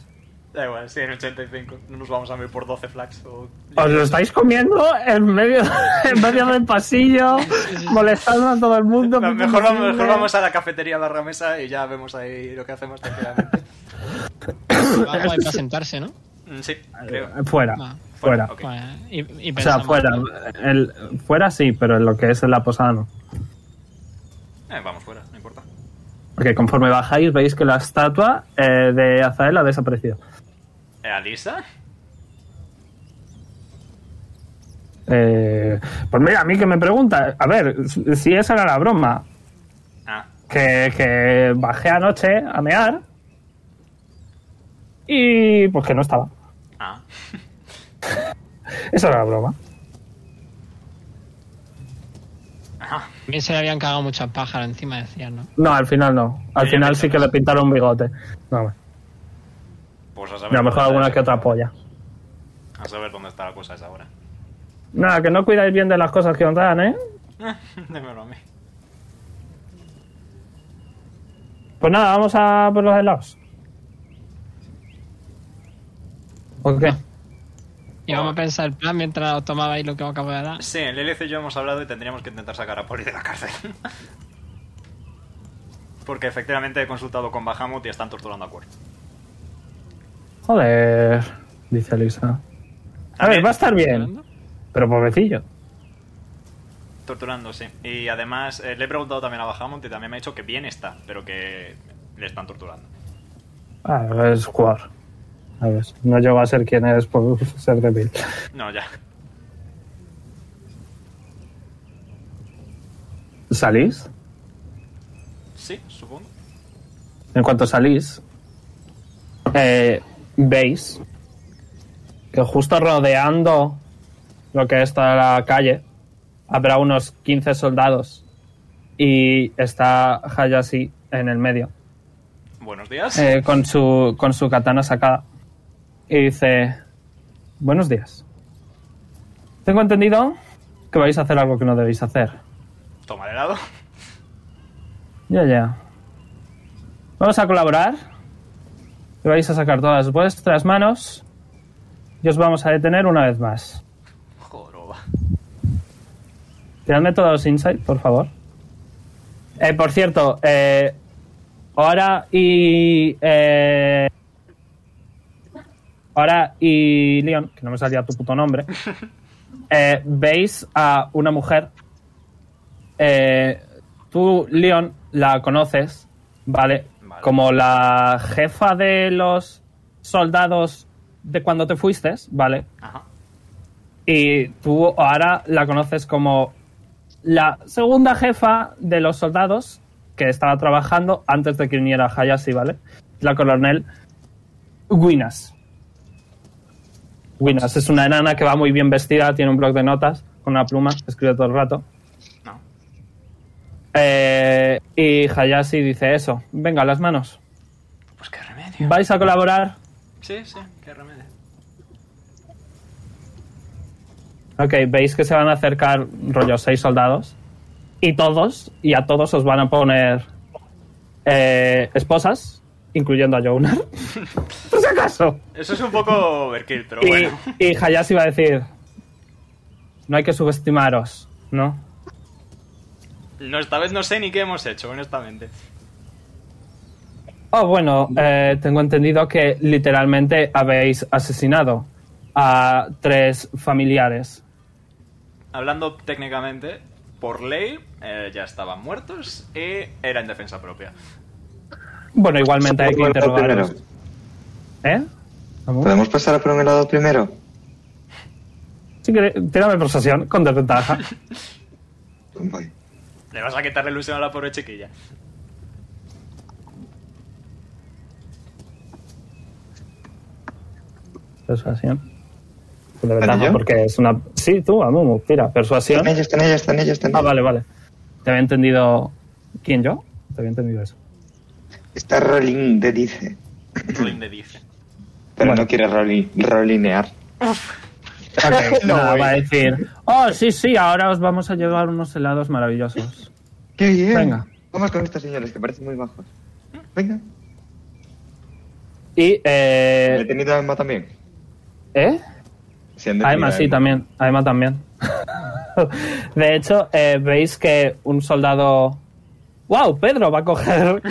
Speaker 1: Da igual, sí, en 85. No nos vamos a ver por 12 flags o...
Speaker 2: Os lo estáis comiendo en medio, en medio del pasillo, molestando a todo el mundo.
Speaker 1: No, mejor, vamos, mejor vamos a la cafetería barra mesa y ya vemos ahí lo que hacemos tranquilamente.
Speaker 3: Vamos a ir para sentarse, ¿no?
Speaker 1: Mm, Sí, creo.
Speaker 2: Fuera,
Speaker 3: Ah.
Speaker 2: fuera.
Speaker 1: Ok.
Speaker 3: Vale, y, y
Speaker 2: O sea,
Speaker 3: pensamos,
Speaker 2: fuera. El, fuera sí, pero en lo que es la posada no.
Speaker 1: Eh, vamos fuera, no importa.
Speaker 2: Porque conforme bajáis veis que la estatua eh, de Azael ha desaparecido.
Speaker 1: Eh, ¿Alisa?
Speaker 2: Eh, pues mira, a mí que me pregunta, a ver, si esa era la broma,
Speaker 1: Ah,
Speaker 2: que, que bajé anoche a mear y pues que no estaba.
Speaker 1: ah.
Speaker 2: Esa era la broma.
Speaker 1: Ah,
Speaker 3: También se le habían cagado muchas pájaros encima, decían, ¿no?
Speaker 2: No, al final no. Al
Speaker 1: Ya, ya
Speaker 2: final
Speaker 1: pensé
Speaker 2: sí que
Speaker 1: eso.
Speaker 2: le pintaron un bigote. No, hombre.
Speaker 1: pues a
Speaker 2: a
Speaker 1: saber.
Speaker 2: lo mejor
Speaker 1: dónde
Speaker 2: alguna que
Speaker 1: está
Speaker 2: otra polla.
Speaker 1: esa- A saber dónde está la cosa esa ahora.
Speaker 2: Nada, que no cuidáis bien de las cosas que os dan, ¿eh?
Speaker 1: Démelo a mí.
Speaker 2: Pues nada, vamos a por los helados. ¿O qué?
Speaker 3: Y vamos a pensar el plan mientras os tomabais lo que os acabo de dar.
Speaker 1: Sí, Lilith y yo hemos hablado y tendríamos que intentar sacar a Poli de la cárcel. Porque efectivamente he consultado con Bahamut y están torturando a Quor.
Speaker 2: Joder, dice Elisa. A ver, va a estar bien, pero pobrecillo.
Speaker 1: Torturando, sí. Y además eh, le he preguntado también a Bahamut y también me ha dicho que bien está, pero que le están torturando.
Speaker 2: Ah, es jugar. A ver, no llego a ser quien es por ser débil.
Speaker 1: No, ya.
Speaker 2: ¿Salís?
Speaker 1: Sí, supongo.
Speaker 2: En cuanto salís, eh, veis que justo rodeando lo que es toda la calle, habrá unos 15 soldados y está Hayashi en el medio.
Speaker 1: Buenos días.
Speaker 2: eh, con, su, con su katana sacada. Y dice, buenos días. Tengo entendido que vais a hacer algo que no debéis hacer.
Speaker 1: Toma de lado.
Speaker 2: Ya, ya. Vamos a colaborar. Y vais a sacar todas vuestras manos. Y os vamos a detener una vez más.
Speaker 1: Joroba.
Speaker 2: Tiradme todos insight, por favor. Eh, por cierto, eh, Ahora y. Eh, Ahora y Leon, que no me salía tu puto nombre. eh, veis a una mujer. Eh, tú, Leon, la conoces, ¿vale?
Speaker 1: Vale.
Speaker 2: Como la jefa de los soldados de cuando te fuiste, ¿vale?
Speaker 1: Ajá.
Speaker 2: Y tú ahora la conoces como la segunda jefa de los soldados que estaba trabajando antes de que viniera Hayashi, ¿vale? La coronel Winas. Winas es una enana que va muy bien vestida, tiene un bloc de notas con una pluma, escribe todo el rato.
Speaker 1: No.
Speaker 2: Eh, y Hayashi dice eso, venga, las manos.
Speaker 1: Pues qué remedio.
Speaker 2: ¿Vais a colaborar?
Speaker 1: Sí, sí, qué remedio.
Speaker 2: Ok, veis que se van a acercar rollo seis soldados y todos, y a todos os van a poner eh, esposas, incluyendo a Jonar. Por si acaso.
Speaker 1: Eso es un poco overkill, pero
Speaker 2: Y,
Speaker 1: bueno.
Speaker 2: y Hayashi va a decir, no hay que subestimaros, ¿no?
Speaker 1: No, esta vez no sé ni qué hemos hecho, honestamente.
Speaker 2: Oh, bueno, eh, tengo entendido que literalmente habéis asesinado a tres familiares.
Speaker 1: Hablando técnicamente, por ley eh, ya estaban muertos y era en defensa propia.
Speaker 2: Bueno, igualmente hay que
Speaker 4: Podemos pasar primero.
Speaker 2: interrogarlos. ¿Eh?
Speaker 4: ¿Podemos pasar a por un helado primero?
Speaker 2: Si quieres, tírame persuasión con desventaja.
Speaker 4: Voy.
Speaker 1: Le vas a quitar la ilusión a la pobre chiquilla.
Speaker 2: Persuasión. Con desventaja
Speaker 4: yo?
Speaker 2: porque es una... Sí, tú, Amumu, tira. Persuasión.
Speaker 4: Están ellos, están ellos, están ellos, están
Speaker 2: Ah,
Speaker 4: ellos.
Speaker 2: vale, vale. Te había entendido... ¿Quién, yo? Te había entendido eso.
Speaker 4: Está rolling, te dice.
Speaker 1: Rolling de 10.
Speaker 4: Pero
Speaker 2: Bueno.
Speaker 4: no quiere rolling, rollinear.
Speaker 2: Ok,
Speaker 4: No,
Speaker 2: nada,
Speaker 4: güey.
Speaker 2: va a decir... Oh, sí, sí, ahora os vamos a llevar unos helados maravillosos.
Speaker 4: ¡Qué bien!
Speaker 2: Venga.
Speaker 4: Vamos con estos señores que parecen muy bajos. Venga.
Speaker 2: Y...
Speaker 4: ¿Me he
Speaker 2: Eh...
Speaker 4: tenido alma también?
Speaker 2: ¿Eh?
Speaker 4: Si han
Speaker 2: Además, sí,
Speaker 4: detenido a Emma.
Speaker 2: también. Además, también. De hecho, eh, veis que un soldado. ¡Wow! Pedro va a coger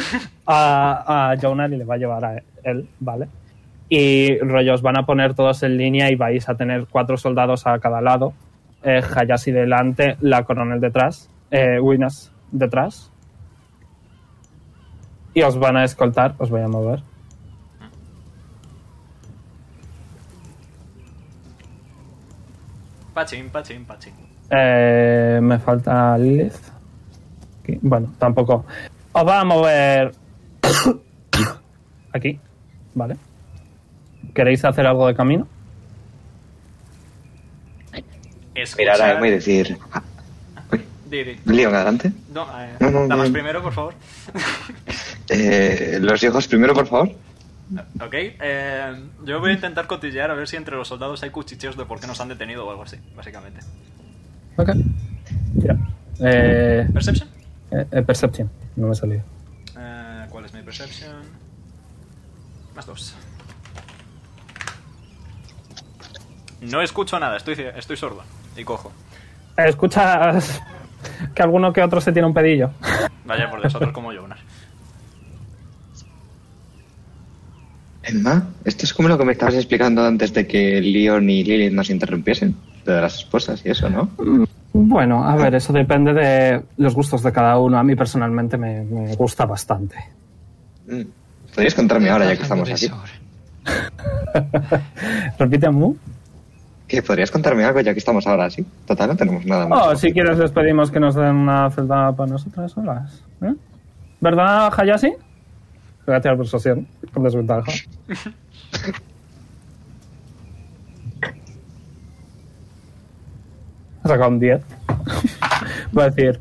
Speaker 2: a, a Jonan y le va a llevar a él, ¿vale? Y rollos, van a poner todos en línea y vais a tener cuatro soldados a cada lado. Eh, Hayashi delante, la coronel detrás, eh, Winas detrás. Y os van a escoltar, os voy a mover.
Speaker 1: Pachín, pachín, pachín.
Speaker 2: Eh, me falta Lilith. Aquí. Bueno, tampoco. Os va a mover. Aquí. Vale. ¿Queréis hacer algo de camino?
Speaker 4: Mirar a
Speaker 1: Escuchar...
Speaker 4: Emma y decir... "Ah,
Speaker 1: Di, di.
Speaker 4: Leon, adelante.
Speaker 1: No, eh,
Speaker 4: No, no,
Speaker 1: damas
Speaker 4: no.
Speaker 1: primero, por favor.
Speaker 4: Eh, los hijos primero, por favor.
Speaker 1: Ok, eh, yo voy a intentar cotillear a ver si entre los soldados hay cuchicheos de por qué nos han detenido o algo así, básicamente.
Speaker 2: Ok. Mira. Eh,
Speaker 1: ¿Perception?
Speaker 2: eh, eh, perception. No me salió.
Speaker 1: Eh, ¿Cuál es mi perception? Más dos. No escucho nada, estoy, cie- estoy sordo. Y cojo.
Speaker 2: Escuchas que alguno que otro se tiene un pedillo.
Speaker 1: Vaya por Dios, otros como yo, unas.
Speaker 4: Emma, esto es como lo que me estabas explicando antes de que Leon y Lilith nos interrumpiesen. Lo de las esposas y eso, ¿no?
Speaker 2: Bueno, a ver, eso depende de los gustos de cada uno. A mí personalmente me- me gusta bastante.
Speaker 4: Mm. ¿Podrías contarme ahora ya que estamos aquí?
Speaker 2: Repite, Mu.
Speaker 4: ¿Qué? ¿Podrías contarme algo ya que estamos ahora así? Total, no tenemos nada más.
Speaker 2: Oh, si quieres les pedimos que nos den una celda para nosotras solas. ¿eh? ¿Verdad, Hayashi? Te Voy a tirar persuasión, por desventaja. Ha sacado un 10. Va a decir...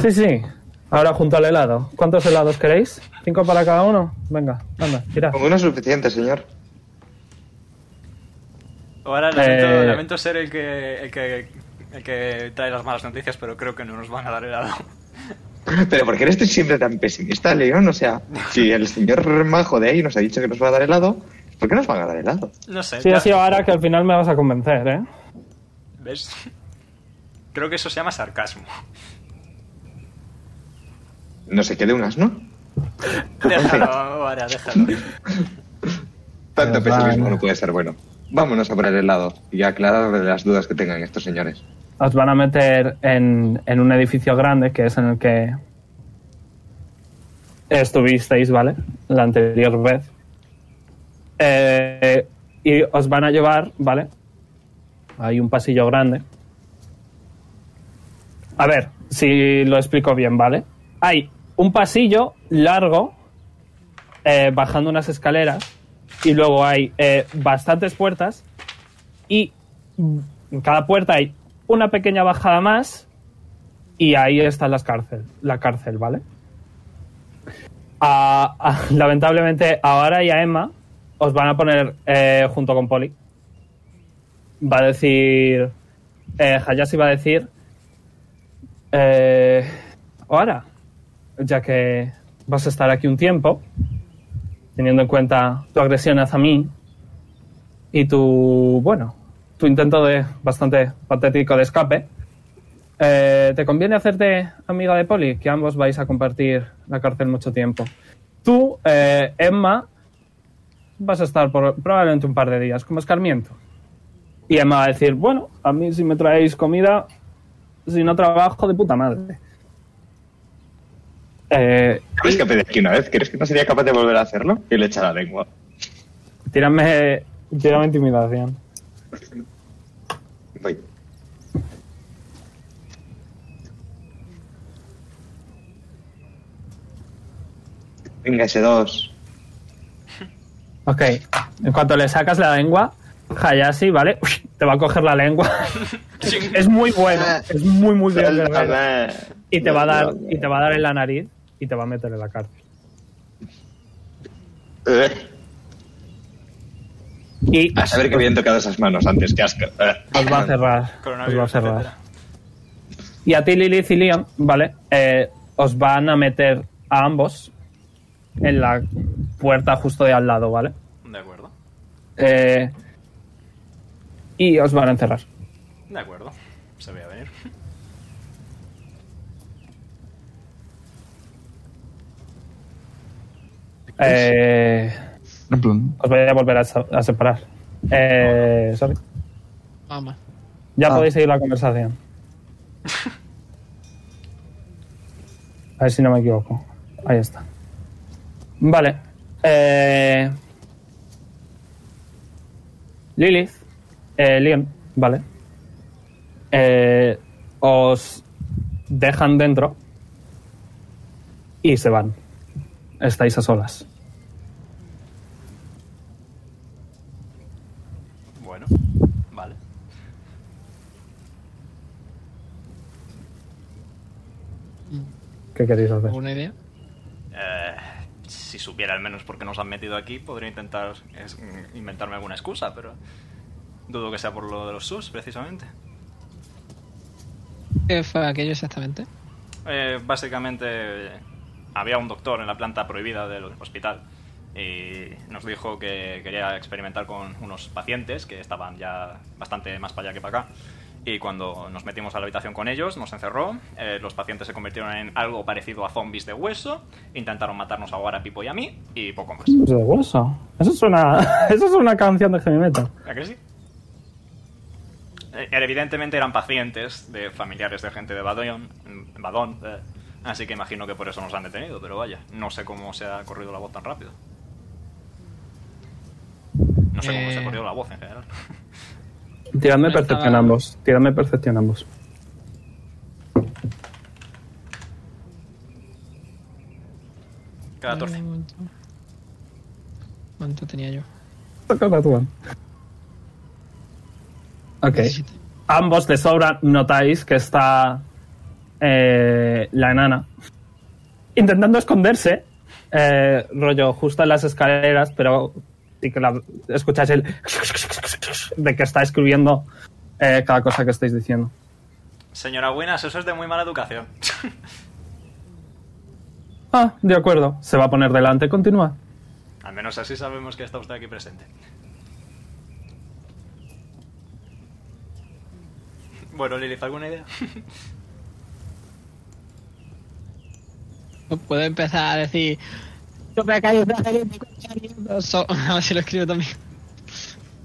Speaker 2: Sí, sí. Ahora junto al helado. ¿Cuántos helados queréis? ¿Cinco para cada uno? Venga, anda, tira.
Speaker 4: Con uno es suficiente, señor.
Speaker 1: Ahora lamento,
Speaker 2: Eh.
Speaker 1: lamento ser el que, el, que, el que trae las malas noticias, pero creo que no nos van a dar helado.
Speaker 4: Pero ¿por qué eres tú siempre tan pesimista, León? O sea, si el señor majo de ahí nos ha dicho que nos va a dar helado, ¿por qué nos van a dar helado?
Speaker 1: No sé.
Speaker 2: Sí,
Speaker 1: ya-
Speaker 2: ha sido ahora que al final me vas a convencer, ¿eh?
Speaker 1: ¿Ves? Creo que eso se llama sarcasmo.
Speaker 4: No se quede unas, ¿no?
Speaker 1: Déjalo, ahora, déjalo.
Speaker 4: Tanto
Speaker 2: Pero
Speaker 4: pesimismo
Speaker 2: vale.
Speaker 4: no puede ser bueno. Vámonos a por el helado y a aclarar las dudas que tengan estos señores.
Speaker 2: os van a meter en, en un edificio grande que es en el que estuvisteis, ¿vale? La anterior vez. Eh, y os van a llevar, ¿vale? Hay un pasillo grande. A ver, si lo explico bien, ¿vale? Hay un pasillo largo eh, bajando unas escaleras y luego hay eh, bastantes puertas y en cada puerta hay una pequeña bajada más y ahí está las cárcel, la cárcel, ¿vale? A- a- lamentablemente ahora y a Emma os van a poner eh, junto con Polly. Va a decir... Eh, Hayashi va a decir... eh, ahora, ya que vas a estar aquí un tiempo, teniendo en cuenta tu agresión hacia mí y tu, bueno, tu intento de bastante patético de escape, eh, te conviene hacerte amiga de Polly, que ambos vais a compartir la cárcel mucho tiempo. Tú, eh, Emma, vas a estar por, probablemente un par de días como escarmiento. Y Emma va a decir, bueno, a mí si me traéis comida, si no trabajo, de puta madre. Eh,
Speaker 4: ¿Sabes que pedí aquí una vez? ¿Crees que no sería capaz de volver a hacerlo? Y le echa la lengua.
Speaker 2: tírame, tírame intimidación.
Speaker 4: Voy. Venga, ese dos.
Speaker 2: Ok, en cuanto le sacas la lengua, Hayashi, ¿vale? Te va a coger la lengua. es muy bueno, es muy, muy bien. guerrero. Y te va a dar, y te va a dar en la nariz y te va a meter en la cárcel.
Speaker 4: Eh,
Speaker 2: Y
Speaker 1: Ah,
Speaker 4: A saber que habían tocado esas manos antes, qué asco. Eh.
Speaker 2: os va a cerrar. Os va a
Speaker 1: Coronavirus,
Speaker 2: cerrar.
Speaker 1: etcétera.
Speaker 2: Y a ti, Lilith y Leon, ¿vale? Eh, os van a meter a ambos en la puerta justo de al lado, ¿vale?
Speaker 1: De acuerdo.
Speaker 2: Eh, y os van a encerrar.
Speaker 1: De acuerdo. Se veía venir.
Speaker 2: Eh,
Speaker 5: En plan,
Speaker 2: os voy a volver a, sa- a separar. Eh, sorry.
Speaker 3: Vamos.
Speaker 2: Ya
Speaker 5: Ah.
Speaker 2: podéis seguir la conversación. A ver si no me equivoco. Ahí está. Vale. Eh... Lilith. Eh, Leon. Vale. Eh, os dejan dentro. Y se van. Estáis a solas.
Speaker 1: Bueno, vale.
Speaker 2: ¿Qué queréis hacer?
Speaker 3: ¿Alguna idea?
Speaker 1: Eh, si supiera al menos por qué nos han metido aquí, podría intentar es- mm, inventarme alguna excusa, pero dudo que sea por lo de los sus, precisamente.
Speaker 3: ¿Qué fue aquello exactamente?
Speaker 1: Eh, básicamente eh, había un doctor en la planta prohibida del hospital y nos dijo que quería experimentar con unos pacientes que estaban ya bastante más para allá que para acá. Y cuando nos metimos a la habitación con ellos, nos encerró. eh, los pacientes se convirtieron en algo parecido a zombies de hueso. Intentaron matarnos a Pipo y a mí y poco más.
Speaker 2: Es Pues de hueso. Eso es una, eso es una canción de heavy metal.
Speaker 1: ¿A que sí? Eh, Evidentemente eran pacientes de familiares de gente de Badón, Badón eh, así que imagino que por eso nos han detenido, pero vaya, no sé cómo se ha corrido la voz tan rápido. No sé cómo se ha
Speaker 3: Eh.
Speaker 1: corrido la voz en general.
Speaker 2: Tiradme
Speaker 3: No estaba-
Speaker 2: percepción ambos. Tiradme percepción ambos.
Speaker 1: Cada 14.
Speaker 3: ¿Cuánto- ¿Cuánto tenía yo?
Speaker 2: Toca la tuya. Ok.
Speaker 3: 17.
Speaker 2: Ambos de sobra notáis que está eh, la enana intentando esconderse, eh, rollo justo en las escaleras, pero sí que la, escucháis el de que está escribiendo eh, cada cosa que estáis diciendo.
Speaker 1: Señora Buenas, eso es de muy mala educación.
Speaker 2: Ah, de acuerdo. Se va a poner delante. Continúa.
Speaker 1: Al menos así sabemos que está usted aquí presente. Bueno, Lilith, ¿alguna idea?
Speaker 3: Pues Puedo empezar a decir. "No me calles, no me calles, me cuesta miedo". So- A ver si lo escribo también.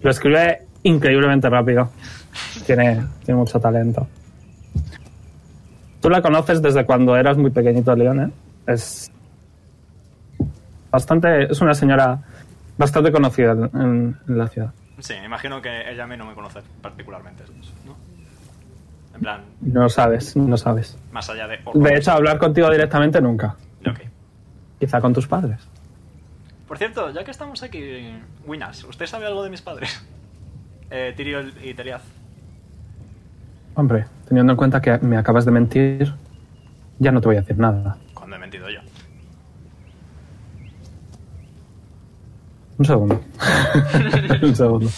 Speaker 2: Lo escribe increíblemente rápido. Tiene, tiene mucho talento. Tú la conoces desde cuando eras muy pequeñito, León, ¿eh? Es bastante. Es una señora bastante conocida en, en- en la ciudad.
Speaker 1: Sí, imagino que ella a mí no me conoce particularmente, ¿no? En plan,
Speaker 2: No sabes, no sabes.
Speaker 1: más allá de...
Speaker 2: De hecho, hablar contigo directamente nunca.
Speaker 1: Ok.
Speaker 2: Quizá con tus padres.
Speaker 1: Por cierto, ya que estamos aquí, Winas, ¿usted sabe algo de mis padres? Eh, Tyrion y Teliaz.
Speaker 2: Hombre, teniendo en cuenta que me acabas de mentir, ya no te voy a decir nada.
Speaker 1: Cuando he mentido yo.
Speaker 2: Un segundo. un segundo.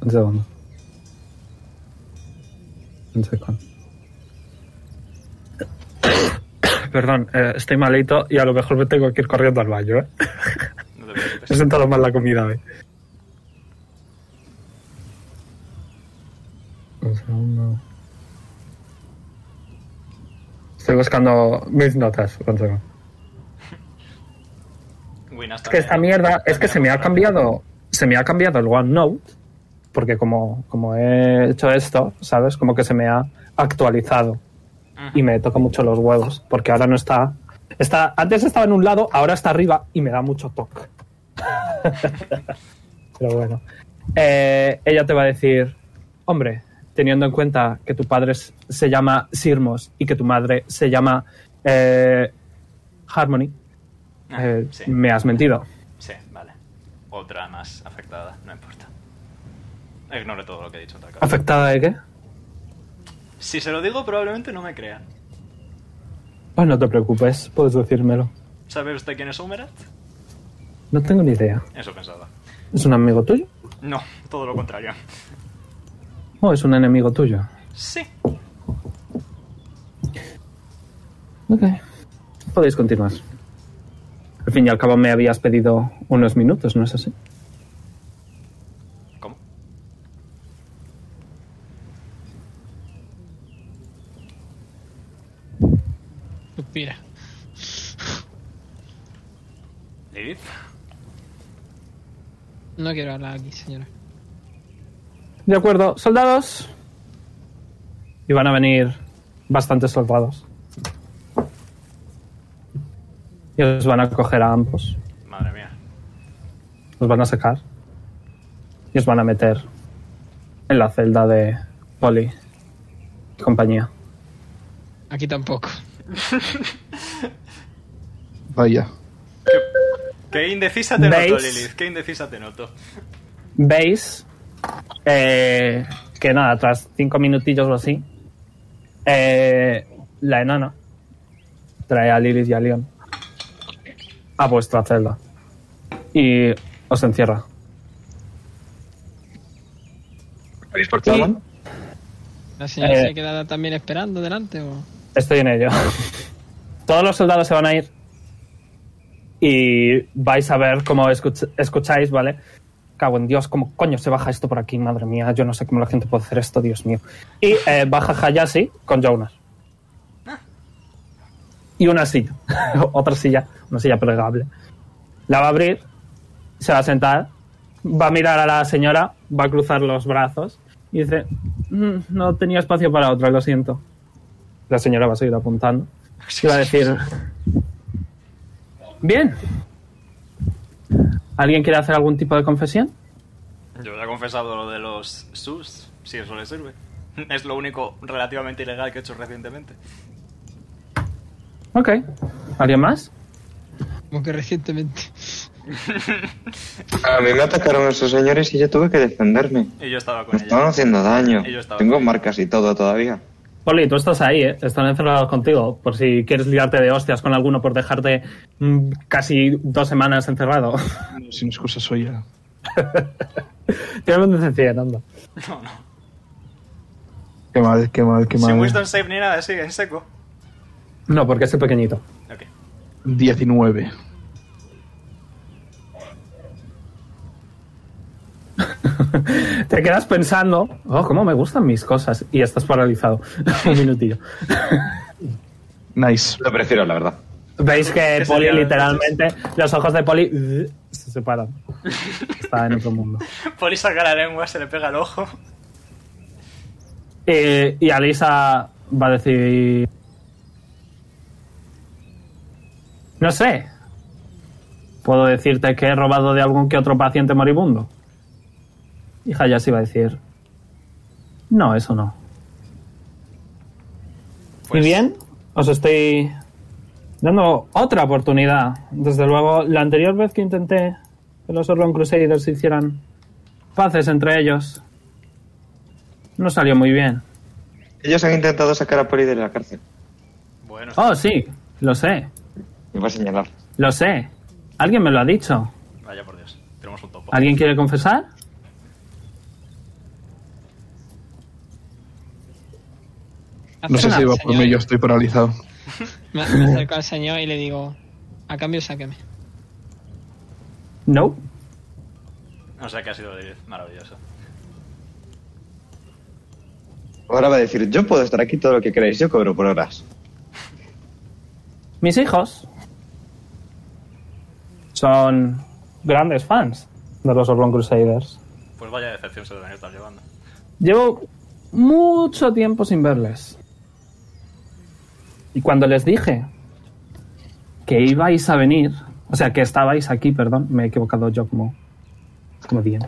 Speaker 2: Un segundo. Un segundo. Perdón, eh, estoy malito y a lo mejor me tengo que ir corriendo al baño. ¿eh?
Speaker 1: No te preocupes.
Speaker 2: He sentado mal la comida hoy. Un segundo. Estoy buscando mis notas. Un segundo.
Speaker 1: Winas, Minas
Speaker 2: Es que esta mierda, es que se me ha cambiado, se me ha cambiado el OneNote, porque como, como he hecho esto, ¿sabes? Como que se me ha actualizado y me toca mucho los huevos, porque ahora no está, está, antes estaba en un lado, ahora está arriba y me da mucho toque. Pero bueno, Eh, ella te va a decir, hombre, teniendo en cuenta que tu padre s- se llama Sirmos y que tu madre se llama eh, Harmony,
Speaker 1: Ah,
Speaker 2: eh,
Speaker 1: sí,
Speaker 2: me has mentido.
Speaker 1: sí, vale. Otra más afectada, no importa. Ignoro todo lo que he dicho. tal cual.
Speaker 2: ¿Afectada de qué?
Speaker 1: Si se lo digo, probablemente no me crean.
Speaker 2: Pues no te preocupes, puedes decírmelo.
Speaker 1: ¿Sabe usted quién es Humerat?
Speaker 2: No tengo ni idea.
Speaker 1: Eso pensaba.
Speaker 2: ¿Es un amigo tuyo?
Speaker 1: No, todo lo contrario.
Speaker 2: ¿O es un enemigo tuyo?
Speaker 1: Sí,
Speaker 2: Ok. Podéis continuar. Al fin y al cabo me habías pedido unos minutos, ¿no es así?
Speaker 1: ¿Cómo?
Speaker 3: Suspira.
Speaker 1: Lilith.
Speaker 3: No quiero hablar aquí, señora.
Speaker 2: De acuerdo, soldados. Y van a venir bastantes soldados. Y os van a coger a ambos.
Speaker 1: Madre mía.
Speaker 2: Los van a sacar. Y os van a meter en la celda de Polly y compañía.
Speaker 3: Aquí tampoco.
Speaker 5: Vaya.
Speaker 1: Qué indecisa te noto,
Speaker 2: ¿Veis?
Speaker 1: Lilith. Qué indecisa te noto.
Speaker 2: veis eh, que nada, tras cinco minutillos o así, eh, la enana trae a Lilith y a Leon a vuestra celda y os encierra.
Speaker 5: ¿Estaban?
Speaker 3: ¿La señora
Speaker 2: Eh.
Speaker 3: se queda también esperando delante o...?
Speaker 2: Estoy en ello. Todos los soldados se van a ir y vais a ver cómo escuch- escucháis, ¿vale? Cago en Dios, ¿cómo coño se baja esto por aquí? Madre mía, yo no sé cómo la gente puede hacer esto, Dios mío. Y eh, baja Hayashi con Jonas. Y una silla, otra silla, una silla plegable. La va a abrir, se va a sentar, va a mirar a la señora, va a cruzar los brazos y dice, "Mm, no tenía espacio para otra, lo siento. La señora va a seguir apuntando. Y va a decir... Bien. ¿Alguien quiere hacer algún tipo de confesión?
Speaker 1: Yo le he confesado lo de los sus, si eso le sirve. Es lo único relativamente ilegal que he hecho recientemente.
Speaker 2: Ok. ¿Alguien más?
Speaker 3: Como que recientemente.
Speaker 4: A mí me atacaron esos señores y yo tuve que defenderme.
Speaker 1: Y yo estaba
Speaker 4: Me
Speaker 1: con
Speaker 4: estaban
Speaker 1: ella.
Speaker 4: haciendo daño.
Speaker 1: Ellos estaban-
Speaker 4: Tengo marcas y todo todavía.
Speaker 2: Poli, tú estás ahí, ¿eh? Están encerrados contigo. Por si quieres liarte de hostias con alguno por dejarte mm, casi dos semanas encerrado.
Speaker 5: Sin excusas soy ya.
Speaker 2: Tienes un decepción, anda.
Speaker 1: No, no.
Speaker 5: Qué mal, qué mal, qué
Speaker 1: Sin
Speaker 5: mal.
Speaker 1: Winston Save ni nada, sí, en seco.
Speaker 2: No, porque es el pequeñito.
Speaker 1: Ok.
Speaker 5: 19.
Speaker 2: Te quedas pensando, oh, cómo me gustan mis cosas. Y estás paralizado. un minutillo.
Speaker 5: Nice.
Speaker 4: Lo prefiero, la verdad.
Speaker 2: Veis que
Speaker 1: Que
Speaker 2: Poli
Speaker 1: sería-
Speaker 2: literalmente, los ojos de Poli uh, se separan. Está en otro mundo.
Speaker 1: Poli saca la lengua, se le pega el ojo.
Speaker 2: Eh, y Alisa va a decir... No sé. Puedo decirte que he robado de algún que otro paciente moribundo. Y Hayashi va a decir... No, eso no. Muy
Speaker 1: Pues-
Speaker 2: bien, os estoy dando otra oportunidad. Desde luego, la anterior vez que intenté que los Orlon Crusaders hicieran paces entre ellos, no salió muy bien.
Speaker 4: Ellos han intentado sacar a Poli de la cárcel.
Speaker 1: Bueno,
Speaker 2: Oh, sí, lo sé,
Speaker 4: Me va a señalar.
Speaker 2: lo sé. Alguien me lo ha dicho.
Speaker 1: vaya por Dios. Tenemos un topo.
Speaker 2: ¿Alguien quiere confesar?
Speaker 5: No sé
Speaker 3: Acerco
Speaker 5: si
Speaker 3: al
Speaker 5: va por
Speaker 3: señor.
Speaker 5: mí, yo estoy paralizado.
Speaker 3: Me me acerco al señor y le digo, a cambio sáqueme.
Speaker 2: No.
Speaker 1: O sea que ha sido Lilith. Maravilloso.
Speaker 4: Ahora va a decir, yo puedo estar aquí todo lo que queráis, yo cobro por horas.
Speaker 2: Mis hijos son grandes fans de los Orlon Crusaders.
Speaker 8: Pues vaya decepción se lo que estar llevando.
Speaker 2: Llevo mucho tiempo sin verles. Y cuando les dije que ibais a venir, o sea, que estabais aquí, perdón, me he equivocado yo como, como bien.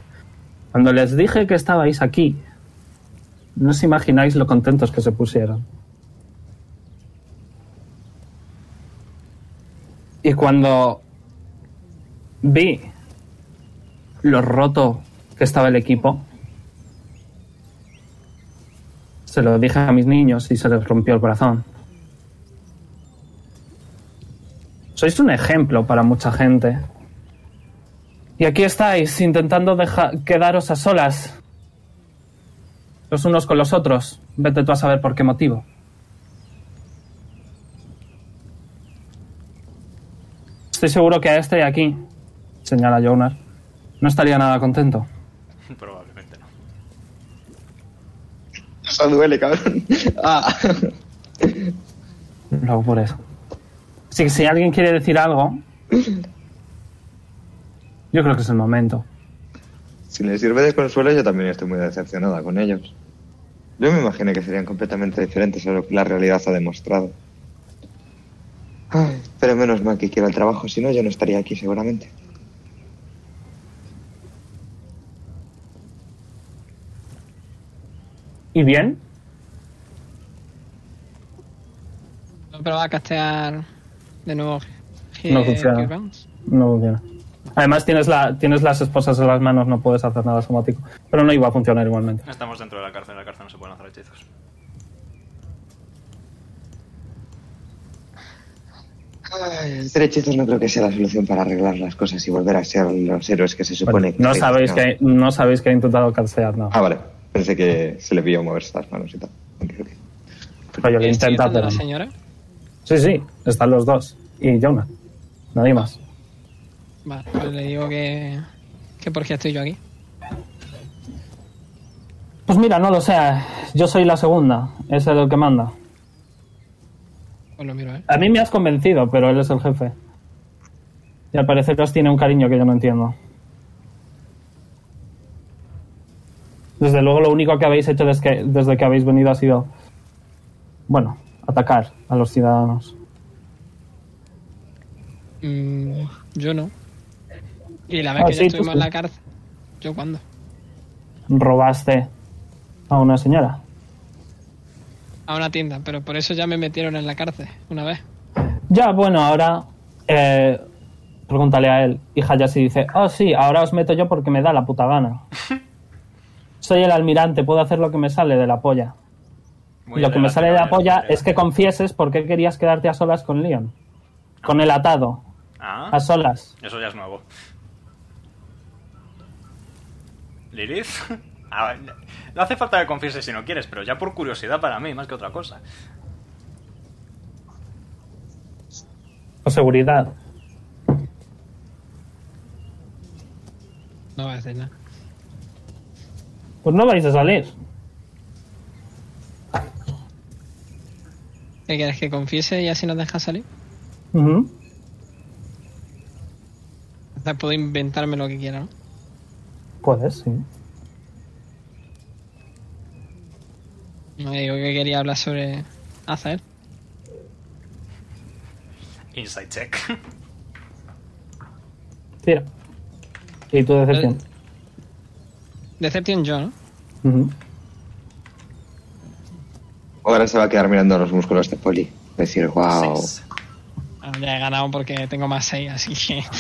Speaker 2: Cuando les dije que estabais aquí, no os imagináis lo contentos que se pusieron. Y cuando vi lo roto que estaba el equipo, se lo dije a mis niños y se les rompió el corazón. Sois un ejemplo para mucha gente. Y aquí estáis intentando deja- quedaros a solas. Los unos con los otros. Vete tú a saber por qué motivo. Estoy seguro que a este de aquí, señala Jonar, no estaría nada contento.
Speaker 8: Probablemente no.
Speaker 4: Eso duele, cabrón. Ah.
Speaker 2: No, por eso. Así que si alguien quiere decir algo, yo creo que es el momento.
Speaker 4: Si les sirve de consuelo, yo también estoy muy decepcionada con ellos. Yo me imaginé que serían completamente diferentes a lo que la realidad ha demostrado. Ay, pero menos mal que quiero el trabajo, si no yo no estaría aquí seguramente.
Speaker 2: ¿Y bien?
Speaker 3: Pero va a castear de nuevo. Eh, Ge-
Speaker 2: No funciona.
Speaker 3: Gearbox.
Speaker 2: No funciona. Además tienes, la, tienes las esposas en las manos, no puedes hacer nada somático. Pero no iba a funcionar igualmente.
Speaker 8: No Estamos dentro de la cárcel, en la cárcel no se pueden hacer hechizos.
Speaker 4: Ay, hacer hechizos no creo que sea la solución para arreglar las cosas y volver a ser los héroes que se supone
Speaker 2: Bueno, no,
Speaker 4: que...
Speaker 2: sabéis que, no sabéis que he intentado cancelar, no.
Speaker 4: Ah, vale. Pensé que se le vio moverse las manos y tal. Ok, ok.
Speaker 2: Pero yo lo he
Speaker 3: ¿Sigue
Speaker 2: intentado,
Speaker 3: estando la
Speaker 2: pero no.
Speaker 3: señora?
Speaker 2: Sí, sí, están los dos. Y Jonah. Nadie más.
Speaker 3: Vale, pues le digo que. que por qué estoy yo aquí.
Speaker 2: Pues mira, no lo sé. Yo soy la segunda. Ese es el que manda.
Speaker 3: Pues lo miro, ¿eh?
Speaker 2: A mí me has convencido, pero él es el jefe. Y al parecer os tiene un cariño que yo no entiendo. Desde luego lo único que habéis hecho desde que, desde que habéis venido ha sido, bueno, atacar a los ciudadanos.
Speaker 3: Mm, yo no. Y la vez
Speaker 2: Ah,
Speaker 3: que
Speaker 2: sí,
Speaker 3: ya
Speaker 2: tú
Speaker 3: estuvimos en
Speaker 2: sí.
Speaker 3: la cárcel. ¿Yo cuándo?
Speaker 2: Robaste a una señora.
Speaker 3: A una tienda, pero por eso ya me metieron en la cárcel una vez.
Speaker 2: Ya, bueno, ahora eh, pregúntale a él. Y Hayashi dice, oh sí, ahora os meto yo porque me da la puta gana. Soy el almirante, puedo hacer lo que me sale de la polla.
Speaker 8: Muy
Speaker 2: lo que me
Speaker 8: elegante,
Speaker 2: sale de la
Speaker 8: caballero, muy
Speaker 2: polla
Speaker 8: elegante.
Speaker 2: es que confieses por qué querías quedarte a solas con Leon. Con el atado.
Speaker 8: Ah,
Speaker 2: A solas.
Speaker 8: eso ya es nuevo. Lilith. A ver, no hace falta que confieses si no quieres, pero ya por curiosidad para mí, más que otra cosa.
Speaker 2: Con seguridad.
Speaker 3: No va a decir nada.
Speaker 2: Pues no vais a salir.
Speaker 3: ¿Qué quieres que confiese y así nos deja salir?
Speaker 2: Ujú.
Speaker 3: O sea, puedo inventarme lo que quiera, ¿no?
Speaker 2: Puedes, sí.
Speaker 3: No le digo que quería hablar sobre hacer.
Speaker 8: Inside check.
Speaker 2: Tira. Y tu decepción.
Speaker 3: Deception yo, ¿no?
Speaker 8: Eh.
Speaker 2: Ujú.
Speaker 4: Ahora se va a quedar mirando los músculos de Poli. Decir, wow.
Speaker 8: Seis.
Speaker 3: Ah, Ya he ganado porque tengo más 6, así que.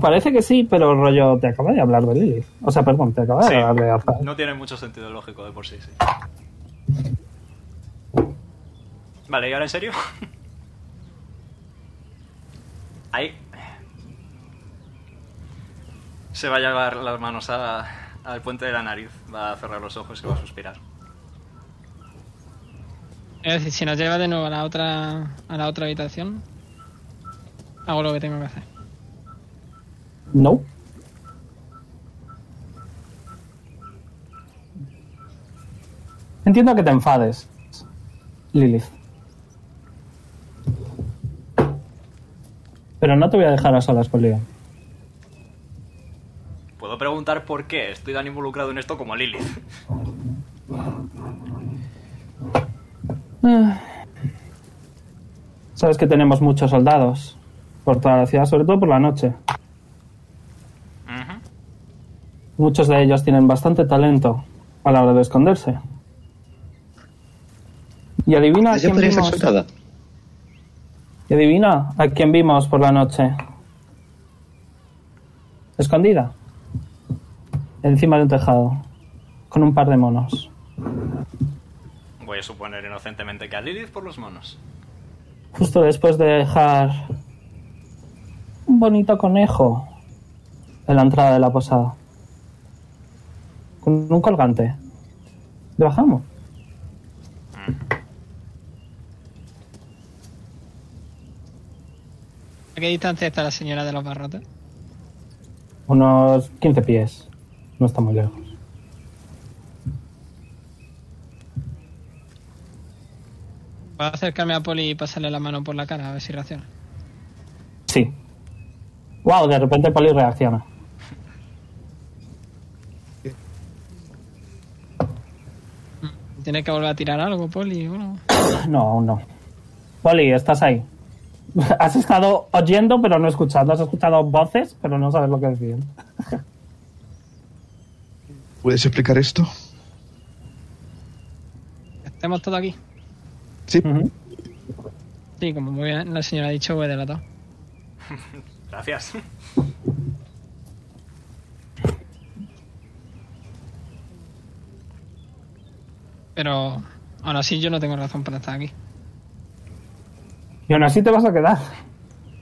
Speaker 2: Parece que sí, pero rollo, te acaba de hablar de Lilith. O sea, perdón, te acaba de
Speaker 8: Sí.
Speaker 2: hablar de Azar.
Speaker 8: No tiene mucho sentido lógico de por sí, sí. Vale, ¿y ahora en serio? Ahí. Se va a llevar las manos a- al puente de la nariz, va a cerrar los ojos y va a suspirar.
Speaker 3: Es decir, si nos lleva de nuevo a la otra, a la otra habitación, hago lo que tengo que hacer.
Speaker 2: No. Entiendo que te enfades, Lilith. Pero no te voy a dejar a solas con Leon.
Speaker 1: Puedo preguntar por qué estoy tan involucrado en esto como Lilith.
Speaker 2: Ah. Sabes que tenemos muchos soldados por toda la ciudad, sobre todo por la noche.
Speaker 1: Uh -huh.
Speaker 2: Muchos de ellos tienen bastante talento a la hora de esconderse. Y adivina a
Speaker 4: Yo
Speaker 2: quién
Speaker 4: podría ser
Speaker 2: Ah, vimos.
Speaker 4: soldado.
Speaker 2: Y adivina a quién vimos por la noche. Escondida. Encima de un tejado. Con un par de monos.
Speaker 1: Voy a suponer inocentemente que a Lilith por los monos.
Speaker 2: Justo después de dejar un bonito conejo en la entrada de la posada. Con un colgante. Le bajamos.
Speaker 3: ¿A qué distancia está la señora de los barrotes?
Speaker 2: Unos 15 pies. No está muy lejos.
Speaker 3: Voy a acercarme a Poli y pasarle la mano por la cara a ver si reacciona.
Speaker 2: Sí. Wow, de repente Poli reacciona.
Speaker 3: ¿Tiene que volver a tirar algo, Poli? o no?
Speaker 2: No, aún no. Poli, estás ahí. Has estado oyendo, pero no escuchando. Has escuchado voces, pero no sabes lo que decían.
Speaker 5: ¿Puedes explicar esto?
Speaker 3: ¿Estamos todos aquí?
Speaker 5: Sí.
Speaker 2: Ujú.
Speaker 3: Sí, como muy bien la señora ha dicho, voy delatado.
Speaker 1: Gracias.
Speaker 3: Pero aún así yo no tengo razón para estar aquí.
Speaker 2: Y aún así te vas a quedar.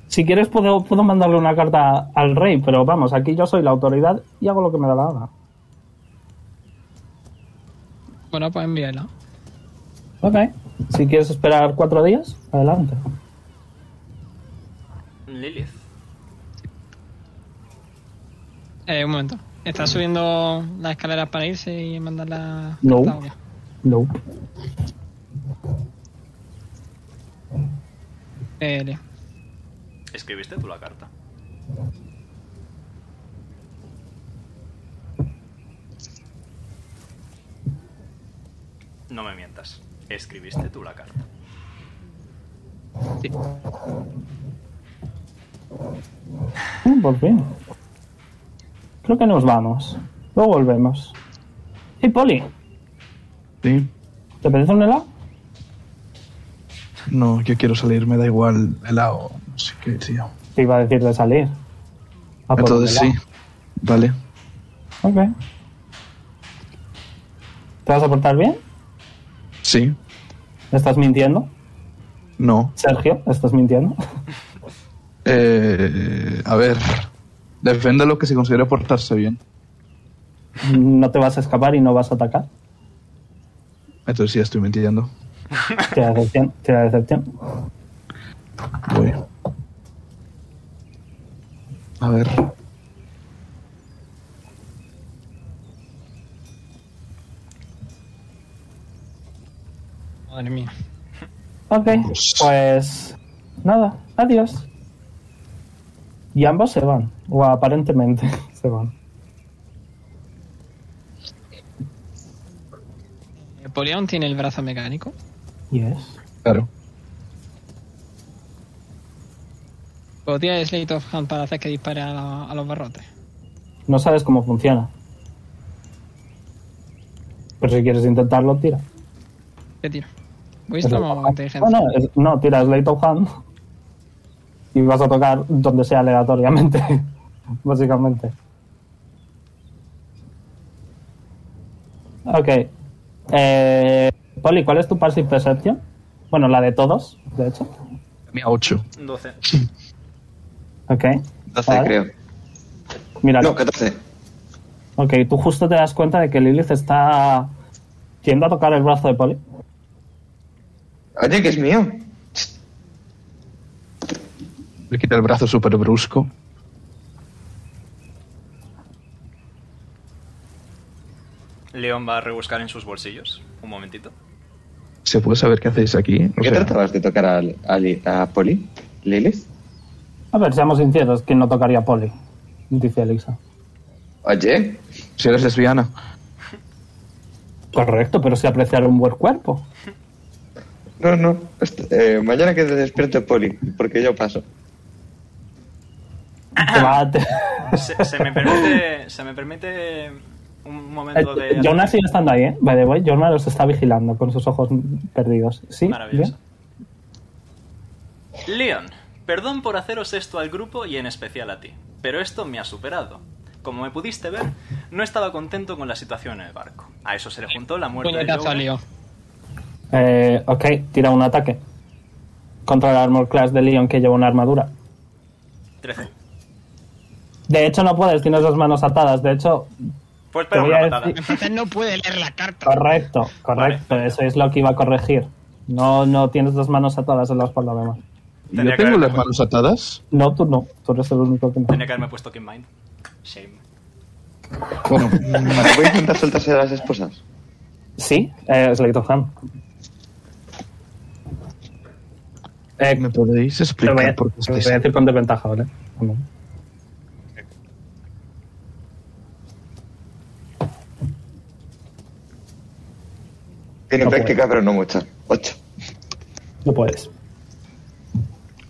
Speaker 2: Si quieres, puedo, puedo mandarle una carta al rey, pero vamos, aquí yo soy la autoridad y hago lo que me da la gana.
Speaker 3: Bueno, pues envíala.
Speaker 2: Ok. Si quieres esperar cuatro días, adelante.
Speaker 1: Lilith.
Speaker 3: Eh, un momento. ¿Está subiendo las escaleras para irse y mandarla
Speaker 2: No.
Speaker 3: carta o qué?
Speaker 2: No.
Speaker 3: Eh, Leo.
Speaker 1: ¿Escribiste tú la carta? No me mientas. ¿Escribiste tú la carta?
Speaker 3: Sí.
Speaker 2: Mm, Por fin. Creo que nos vamos. Luego volvemos. Sí, Poli,
Speaker 5: Sí.
Speaker 2: ¿te apetece un helado?
Speaker 5: No, yo quiero salir, me da igual helado. Así que, tío.
Speaker 2: Te iba a decir de salir. A Ah, por un
Speaker 5: Entonces sí.
Speaker 2: helado.
Speaker 5: Vale.
Speaker 2: Ok. ¿Te vas a portar bien?
Speaker 5: Sí.
Speaker 2: ¿Estás mintiendo?
Speaker 5: No.
Speaker 2: Sergio, ¿estás mintiendo?
Speaker 5: Eh, a ver. Defiende lo que se considera portarse bien.
Speaker 2: No te vas a escapar y no vas a atacar.
Speaker 5: Entonces sí, estoy mintiendo.
Speaker 2: Tira decepción. Tira decepción.
Speaker 5: Voy. A ver.
Speaker 3: Madre mía.
Speaker 2: Ok, pues nada, adiós. Y ambos se van, o aparentemente se van.
Speaker 3: Eh, Poli aún tiene el brazo mecánico.
Speaker 2: Yes.
Speaker 5: Claro.
Speaker 3: ¿Puedo tirar Pues Slate of Hand para hacer que dispare a, la- a los barrotes?
Speaker 2: No sabes cómo funciona. Pero si quieres intentarlo, tira.
Speaker 3: ¿Qué tiro? ¿Wisdom o
Speaker 2: No,
Speaker 3: inteligencia?
Speaker 2: no, es- no, tira Slate of Hand. Y vas a tocar donde sea aleatoriamente, básicamente. Ok. Eh, Poli, ¿cuál es tu passive perception? Bueno, la de todos, de hecho.
Speaker 5: Tenía 8.
Speaker 1: 12.
Speaker 2: Ok.
Speaker 4: 12,
Speaker 2: Vale.
Speaker 4: creo.
Speaker 2: Mira,
Speaker 4: No, 14.
Speaker 2: ok, tú justo te das cuenta de que Lilith está tiende a tocar el brazo de Poli.
Speaker 4: Oye, que es mío.
Speaker 5: Le quita el brazo súper brusco.
Speaker 1: León va a rebuscar en sus bolsillos. Un momentito.
Speaker 5: ¿Se puede saber qué hacéis aquí? O
Speaker 4: ¿Qué
Speaker 5: sea,
Speaker 4: tratabas de tocar a, a, Li- a Poli? ¿Lilith?
Speaker 2: A ver, seamos sinceros, ¿quién no tocaría Polly? Dice Alexa.
Speaker 4: Oye,
Speaker 5: Si eres lesbiana.
Speaker 2: Correcto, pero si apreciar un buen cuerpo.
Speaker 4: no, no. este- eh, mañana que te despierte Poli, porque yo paso.
Speaker 2: Te va a- te-
Speaker 1: Se, se me permite. Se me permite. Un momento de.
Speaker 2: Jonah sigue estando ahí, ¿eh? By the way, Jonah los está vigilando con sus ojos perdidos. ¿Sí?
Speaker 1: Maravilloso.
Speaker 2: ¿Bien?
Speaker 1: Leon, perdón por haceros esto al grupo y en especial a ti, pero esto me ha superado. Como me pudiste ver, no estaba contento con la situación en el barco. A eso se le juntó la muerte de
Speaker 3: Puñetazo al
Speaker 1: Joe.
Speaker 3: lío.
Speaker 2: Eh, ok, tira un ataque. Contra el armor class de Leon que lleva una armadura.
Speaker 1: 13.
Speaker 2: De hecho, no puedes, tienes las manos atadas. De hecho,
Speaker 1: Pues espera
Speaker 2: Te
Speaker 1: una
Speaker 2: voy a
Speaker 1: patada.
Speaker 2: decir-
Speaker 3: Entonces no puede leer la carta.
Speaker 2: correcto, correcto. Eso es lo que iba a corregir. No, no tienes las manos atadas en la espalda, además.
Speaker 1: Tendría
Speaker 5: ¿Yo
Speaker 1: que
Speaker 5: tengo
Speaker 1: haber-
Speaker 5: las manos atadas?
Speaker 2: No, tú no. Tú eres el único que no.
Speaker 1: Tenía que haberme puesto que Mind. Shame.
Speaker 5: Bueno,
Speaker 4: Vale, voy a intentar soltarse a las esposas.
Speaker 2: Sí, eh, Slate of Hand.
Speaker 9: Eh,
Speaker 5: ¿me podéis
Speaker 2: Te voy
Speaker 5: explicar
Speaker 2: a,
Speaker 5: por qué
Speaker 2: te voy
Speaker 5: estáis
Speaker 2: a decir con desventaja, ¿vale?
Speaker 4: Tiene
Speaker 2: No
Speaker 4: práctica, pero no mucha. Ocho.
Speaker 2: No puedes.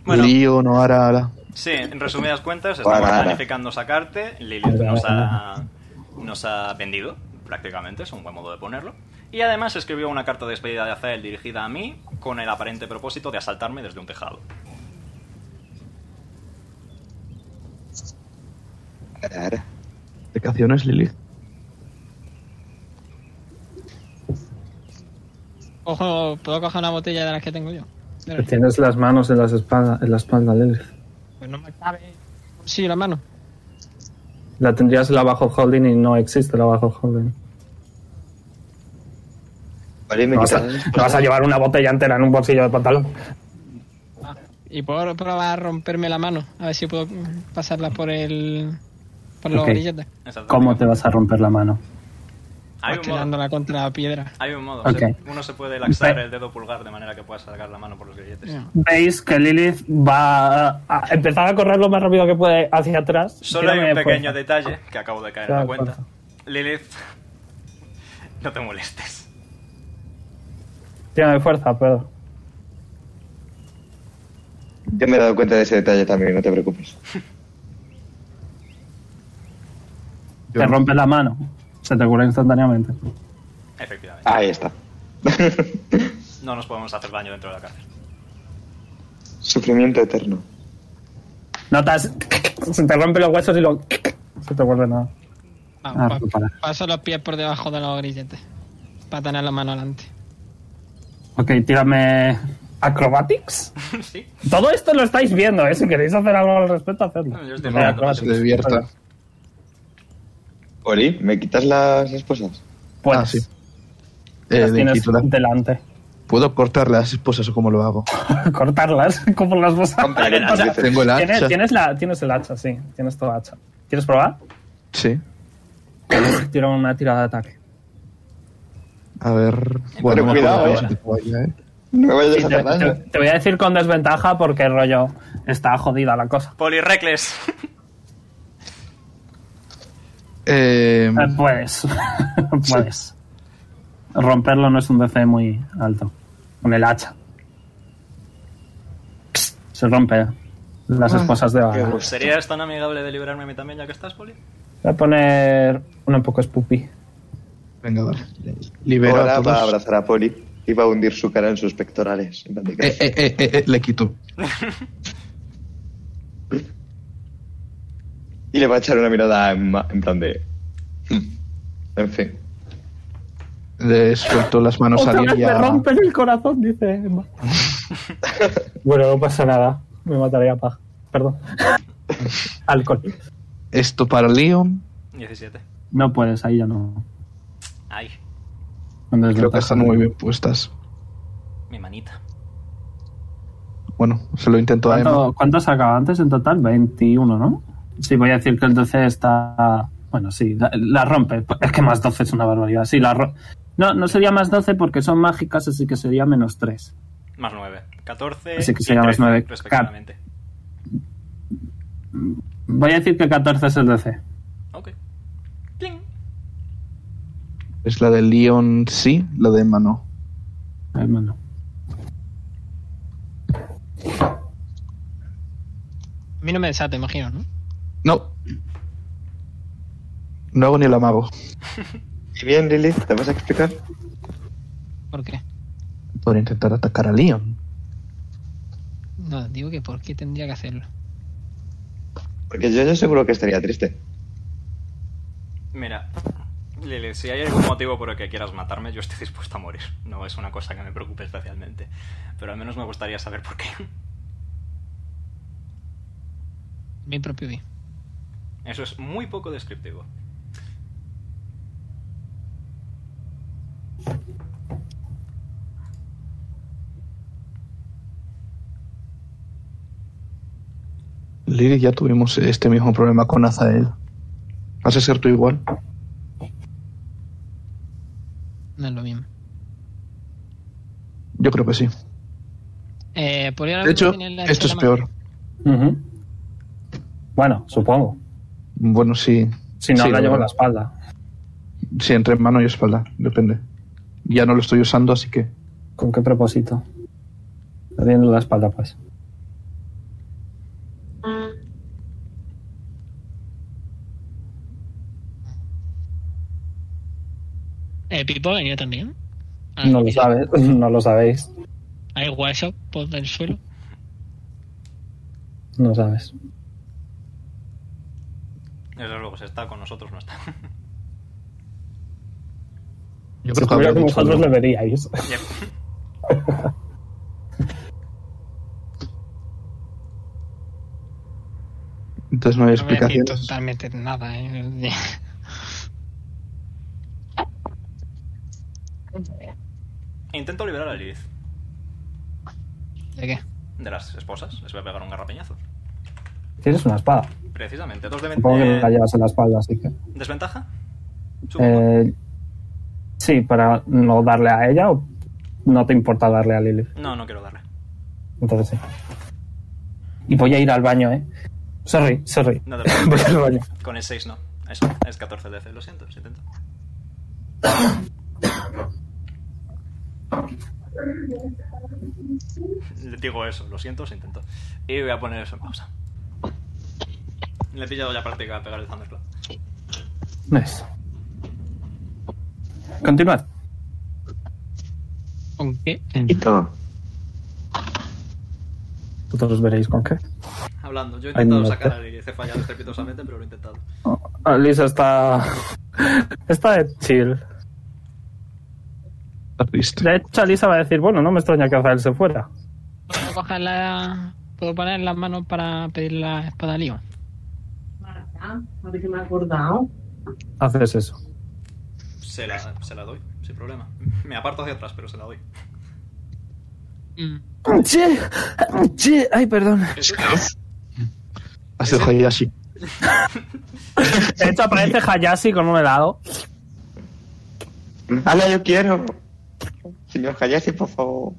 Speaker 1: Bueno.
Speaker 5: Lío, no, ahora, ahora.
Speaker 1: Sí, en resumidas cuentas, estamos
Speaker 4: Para, para.
Speaker 1: planificando sacarte. Lilith nos ha, nos ha vendido, prácticamente, es un buen modo de ponerlo. Y además escribió una carta de despedida de Azael dirigida a mí con el aparente propósito de asaltarme desde un tejado.
Speaker 4: Ahora, ahora.
Speaker 5: Explicaciones, Lilith.
Speaker 3: Ojo, ¿puedo coger una botella de las que tengo yo? De las-
Speaker 9: tienes las manos en, las espalda, en la espalda, Lilith.
Speaker 3: Pues no me cabe. Sí, la mano.
Speaker 9: La tendrías en la bajo holding y no existe la bajo holding.
Speaker 4: Poli me
Speaker 2: No vas, a,
Speaker 4: quita las
Speaker 2: no vas a llevar una botella entera en un bolsillo de pantalón.
Speaker 3: Ah, y puedo probar a romperme la mano. A ver si puedo mm, pasarla por el. por los
Speaker 2: Ok.
Speaker 3: grilletes.
Speaker 1: Exactamente.
Speaker 2: ¿Cómo te vas a romper la mano?
Speaker 1: Hay un modo.
Speaker 3: Pues Tirándola contra la piedra.
Speaker 1: Hay un modo.
Speaker 2: Ok.
Speaker 1: se- Uno se puede laxar
Speaker 2: Ve-
Speaker 1: el dedo pulgar de manera que pueda sacar la mano por los grilletes.
Speaker 3: Ya.
Speaker 2: Veis que Lilith va a empezar a correr lo más rápido que puede hacia atrás.
Speaker 1: Solo hay
Speaker 2: Tírame
Speaker 1: un
Speaker 2: de
Speaker 1: pequeño
Speaker 2: fuerza.
Speaker 1: detalle que acabo de caer en
Speaker 2: Tírame
Speaker 1: la
Speaker 2: de
Speaker 1: cuenta.
Speaker 2: fuerza.
Speaker 1: Lilith, no te molestes.
Speaker 2: Tírame de fuerza, perdón.
Speaker 4: Yo me he dado cuenta de ese detalle también, no te preocupes.
Speaker 2: Te rompe la mano. Se te cura instantáneamente.
Speaker 1: Efectivamente.
Speaker 4: Ahí está.
Speaker 1: No nos podemos hacer daño dentro de la cárcel.
Speaker 4: Sufrimiento eterno.
Speaker 2: Notas. Se te rompen los huesos y lo. Se te vuelve nada.
Speaker 3: Ah,
Speaker 2: Ah,
Speaker 3: pa-
Speaker 2: para.
Speaker 3: paso los pies por debajo de los grilletes. Para tener la mano adelante.
Speaker 2: Ok, tírame. Acrobatics.
Speaker 1: sí.
Speaker 2: Todo esto lo estáis viendo, ¿eh? Si queréis hacer algo al respecto, hacedlo. Eh,
Speaker 1: Yo estoy
Speaker 5: No,
Speaker 1: mirando.
Speaker 2: claro,
Speaker 5: se Ah, divierta.
Speaker 4: Poli, ¿me quitas las esposas?
Speaker 2: Puedes.
Speaker 5: Ah, sí.
Speaker 2: Pues, Las
Speaker 5: Eh, le
Speaker 2: tienes
Speaker 5: quito la-
Speaker 2: delante.
Speaker 5: ¿Puedo cortar las esposas o cómo lo hago?
Speaker 2: Cortarlas como las vas a
Speaker 4: Hombre,
Speaker 1: Vale,
Speaker 4: las
Speaker 1: o sea,
Speaker 4: veces.
Speaker 5: Tengo el
Speaker 2: ¿Tienes,
Speaker 5: hacha.
Speaker 2: tienes la, tienes el hacha, sí. Tienes toda hacha. ¿Quieres probar?
Speaker 5: Sí.
Speaker 2: Tira una tirada de ataque.
Speaker 5: A ver. Bueno, me
Speaker 4: cuidado,
Speaker 5: acuerdo
Speaker 4: eh.
Speaker 5: de esa toalla, eh.
Speaker 4: No me vayas
Speaker 2: Sí,
Speaker 4: a
Speaker 2: te,
Speaker 4: hacer daño.
Speaker 2: te- te voy a decir con desventaja porque rollo está jodida la cosa.
Speaker 1: Polirrecles.
Speaker 5: Eh,
Speaker 2: Eh, puedes. puedes. Romperlo no es un DC muy alto. Con el hacha. Se rompe las esposas de Vaga. Voy
Speaker 1: ¿Serías tan amigable de liberarme a mí también ya que estás, Poli?
Speaker 2: a poner un poco spoopy.
Speaker 5: Venga, vale. Libero a
Speaker 4: Ahora
Speaker 5: todos.
Speaker 4: va a abrazar a Poli y va a hundir su cara en sus pectorales. En plan de
Speaker 5: Eh,
Speaker 4: que-
Speaker 5: eh, eh, eh, eh, le quito.
Speaker 4: Y le va a echar una mirada en, ma- en plan de. "Hmm". En fin.
Speaker 5: Le suelto las manos a
Speaker 2: Otra vez
Speaker 5: Lily.
Speaker 2: me
Speaker 5: a-
Speaker 2: rompen el corazón, dice Emma. bueno, no pasa nada. Me mataría a paja. Perdón. Alcohol.
Speaker 5: Esto para Leon.
Speaker 1: 17.
Speaker 2: No puedes, ahí ya no.
Speaker 1: Ay,
Speaker 2: Con
Speaker 5: Creo que
Speaker 2: desventaja.
Speaker 5: están muy bien puestas.
Speaker 1: mi manita.
Speaker 5: Bueno, se lo intento a Emma.
Speaker 2: ¿Cuánto, ¿Cuánto sacaba antes en total? 21, ¿no? Sí, voy a decir que el 12 está... Bueno, sí, la, la rompe. Es que más 12 es una barbaridad. Sí, la ro- No, no sería más 12 porque son mágicas, así que sería menos 3.
Speaker 1: Más 9. 14
Speaker 2: Así que
Speaker 1: y
Speaker 2: sería más
Speaker 1: 13,
Speaker 2: nueve.
Speaker 1: respectivamente.
Speaker 2: Voy a decir que 14 es el DC.
Speaker 1: Ok. Pling.
Speaker 5: Es la de Leon sí, la de Emma no.
Speaker 2: Emma no.
Speaker 3: A mí no me desato, imagino, ¿no?
Speaker 5: No. No hago ni el amago.
Speaker 4: Y bien, Lilith, ¿te vas a explicar?
Speaker 3: ¿Por qué?
Speaker 5: Por intentar atacar a Leon.
Speaker 3: No, digo que por qué tendría que hacerlo.
Speaker 4: Porque yo, yo seguro que estaría triste.
Speaker 1: Mira, Lilith, si hay algún motivo por el que quieras matarme, yo estoy dispuesto a morir. No es una cosa que me preocupe especialmente. Pero al menos me gustaría saber por qué.
Speaker 3: Mi propio bien.
Speaker 1: Eso es muy poco descriptivo.
Speaker 5: Liri, ya tuvimos este mismo problema con Azael. ¿Vas a ser tú igual?
Speaker 3: No es lo mismo.
Speaker 5: Yo creo que sí.
Speaker 3: Eh, por
Speaker 5: De hecho, esto es peor.
Speaker 2: Ujú. Bueno, supongo.
Speaker 5: Bueno, sí.
Speaker 2: Si no,
Speaker 5: Sí,
Speaker 2: la
Speaker 5: no,
Speaker 2: llevo en
Speaker 5: no.
Speaker 2: la espalda.
Speaker 5: Sí, entre mano y espalda, depende. Ya no lo estoy usando, así que.
Speaker 2: ¿Con qué propósito? Perdiendo la espalda, pues.
Speaker 3: Eh, Pipo ha venido también. Ah,
Speaker 2: No lo
Speaker 3: mira,
Speaker 2: sabes, no lo sabéis.
Speaker 3: Hay WhatsApp por el suelo.
Speaker 2: No sabes.
Speaker 1: Desde luego, si está con nosotros, no está.
Speaker 2: Yo
Speaker 5: creo que habría
Speaker 2: que
Speaker 5: dicho
Speaker 2: vosotros
Speaker 5: no.
Speaker 2: le veríais.
Speaker 1: Yep.
Speaker 5: Entonces no hay
Speaker 3: No voy a decir
Speaker 5: explicaciones.
Speaker 3: totalmente nada, ¿eh?
Speaker 1: Intento liberar a Lilith
Speaker 3: ¿De qué?
Speaker 1: de las esposas. Les voy a pegar un garrapeñazo.
Speaker 2: Tienes una espada.
Speaker 1: Precisamente. Dos de
Speaker 2: Supongo que no la
Speaker 1: veinte.
Speaker 2: llevas en la espalda, así que.
Speaker 1: ¿Desventaja? Supongo.
Speaker 2: Eh, sí, para no darle a ella o no te importa darle a Lilith.
Speaker 1: No, no quiero darle.
Speaker 2: Entonces sí. Y voy a ir al baño, ¿eh? Sorry, sorry.
Speaker 1: No te
Speaker 2: Voy
Speaker 1: preocupes.
Speaker 2: al baño.
Speaker 1: Con el 6 no. Eso, es 14 DC. Lo siento, se intenta. Le digo eso, lo siento, se intentó. Y voy a poner eso en pausa. Le he pillado ya práctica a pegar el Thunderclap.
Speaker 2: Nice. Continuad.
Speaker 3: ¿Con qué?
Speaker 4: Y todo.
Speaker 2: Vosotros veréis con qué.
Speaker 1: Hablando, yo he
Speaker 2: Ay,
Speaker 1: intentado
Speaker 2: no.
Speaker 1: sacar a Lilith, he fallado estrepitosamente, pero lo he intentado.
Speaker 2: Ah, Lisa está. Está de chill.
Speaker 5: Está triste.
Speaker 2: De hecho, Lisa va a decir: Bueno, no me extraña que Azael se fuera.
Speaker 3: ¿Puedo, coger la- ¿Puedo poner las manos para pedir la espada a Leon?
Speaker 10: Marta, ahora que me he acordado.
Speaker 2: Haces eso.
Speaker 1: Se la, se la doy, sin problema. Me aparto hacia atrás, pero se la doy.
Speaker 3: Mm.
Speaker 11: Che, che, ay, perdón.
Speaker 5: Hace Hayashi.
Speaker 2: De hecho, aparece Hayashi con un helado.
Speaker 4: ¡Hala, yo quiero! Señor Hayashi, por favor.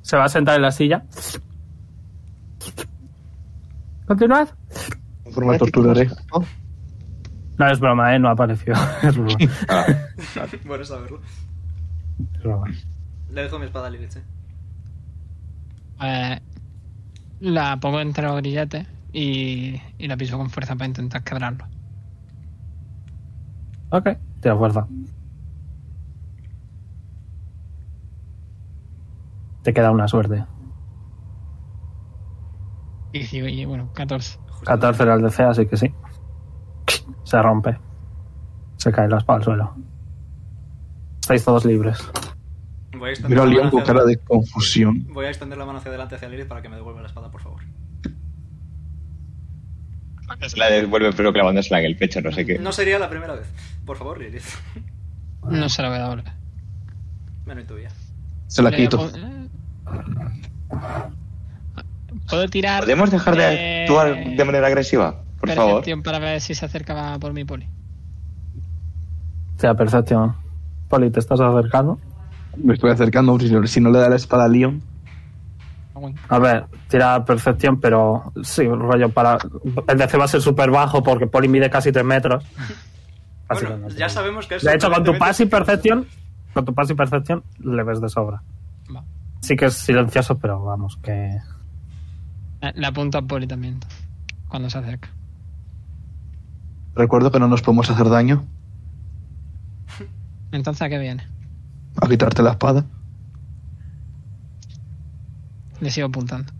Speaker 2: Se va a sentar en la silla. Continuad.
Speaker 5: En forma torturaré.
Speaker 4: Oh,
Speaker 2: No es broma, ¿eh? No apareció. Es broma.
Speaker 1: bueno saberlo.
Speaker 2: Es broma.
Speaker 1: Le dejo mi espada a Lilith, ¿eh?
Speaker 3: Eh, la pongo entre los grilletes y, y la piso con fuerza para intentar quebrarlo.
Speaker 2: Ok, tira fuerza. Te queda una suerte.
Speaker 3: Y, digo, y bueno, 14.
Speaker 2: 14 era el DC, así que sí. Se rompe. Se cae la espada al suelo. Estáis todos libres.
Speaker 1: Voy a extender
Speaker 5: Miro a
Speaker 1: la
Speaker 5: Leon
Speaker 1: mano
Speaker 5: con
Speaker 1: hacia
Speaker 5: cara de confusión.
Speaker 1: Voy a extender la mano hacia adelante hacia Lilith para que me devuelva la espada, por favor.
Speaker 4: Se la devuelve, pero clavándosela en el pecho, no sé qué.
Speaker 1: No sería la primera vez. Por favor, Lilith.
Speaker 3: No se la voy a dar.
Speaker 1: Menos tuya.
Speaker 5: Se la quito.
Speaker 3: Puedo tirar.
Speaker 4: ¿Podemos dejar de
Speaker 3: eh,
Speaker 4: actuar de manera agresiva? Por favor.
Speaker 3: percepción para ver si se acercaba por mi poli.
Speaker 2: Tira percepción. Poli, ¿te estás acercando?
Speaker 5: Me estoy acercando. Si no, si no le da la espada a Leon,
Speaker 2: A ver, tira percepción, pero sí, rollo para. El DC va a ser súper bajo porque Poli mide casi 3 metros.
Speaker 1: Así bueno, que no, ya no. sabemos que es.
Speaker 2: De hecho, con tu pass y percepción, con tu pass y percepción, le ves de sobra. Va. Sí que es silencioso, pero vamos, que.
Speaker 3: Le apunta a Poli también cuando se acerca.
Speaker 5: Recuerdo que no nos podemos hacer daño.
Speaker 3: Entonces, ¿a qué viene?
Speaker 5: A quitarte la espada.
Speaker 3: Le sigo apuntando.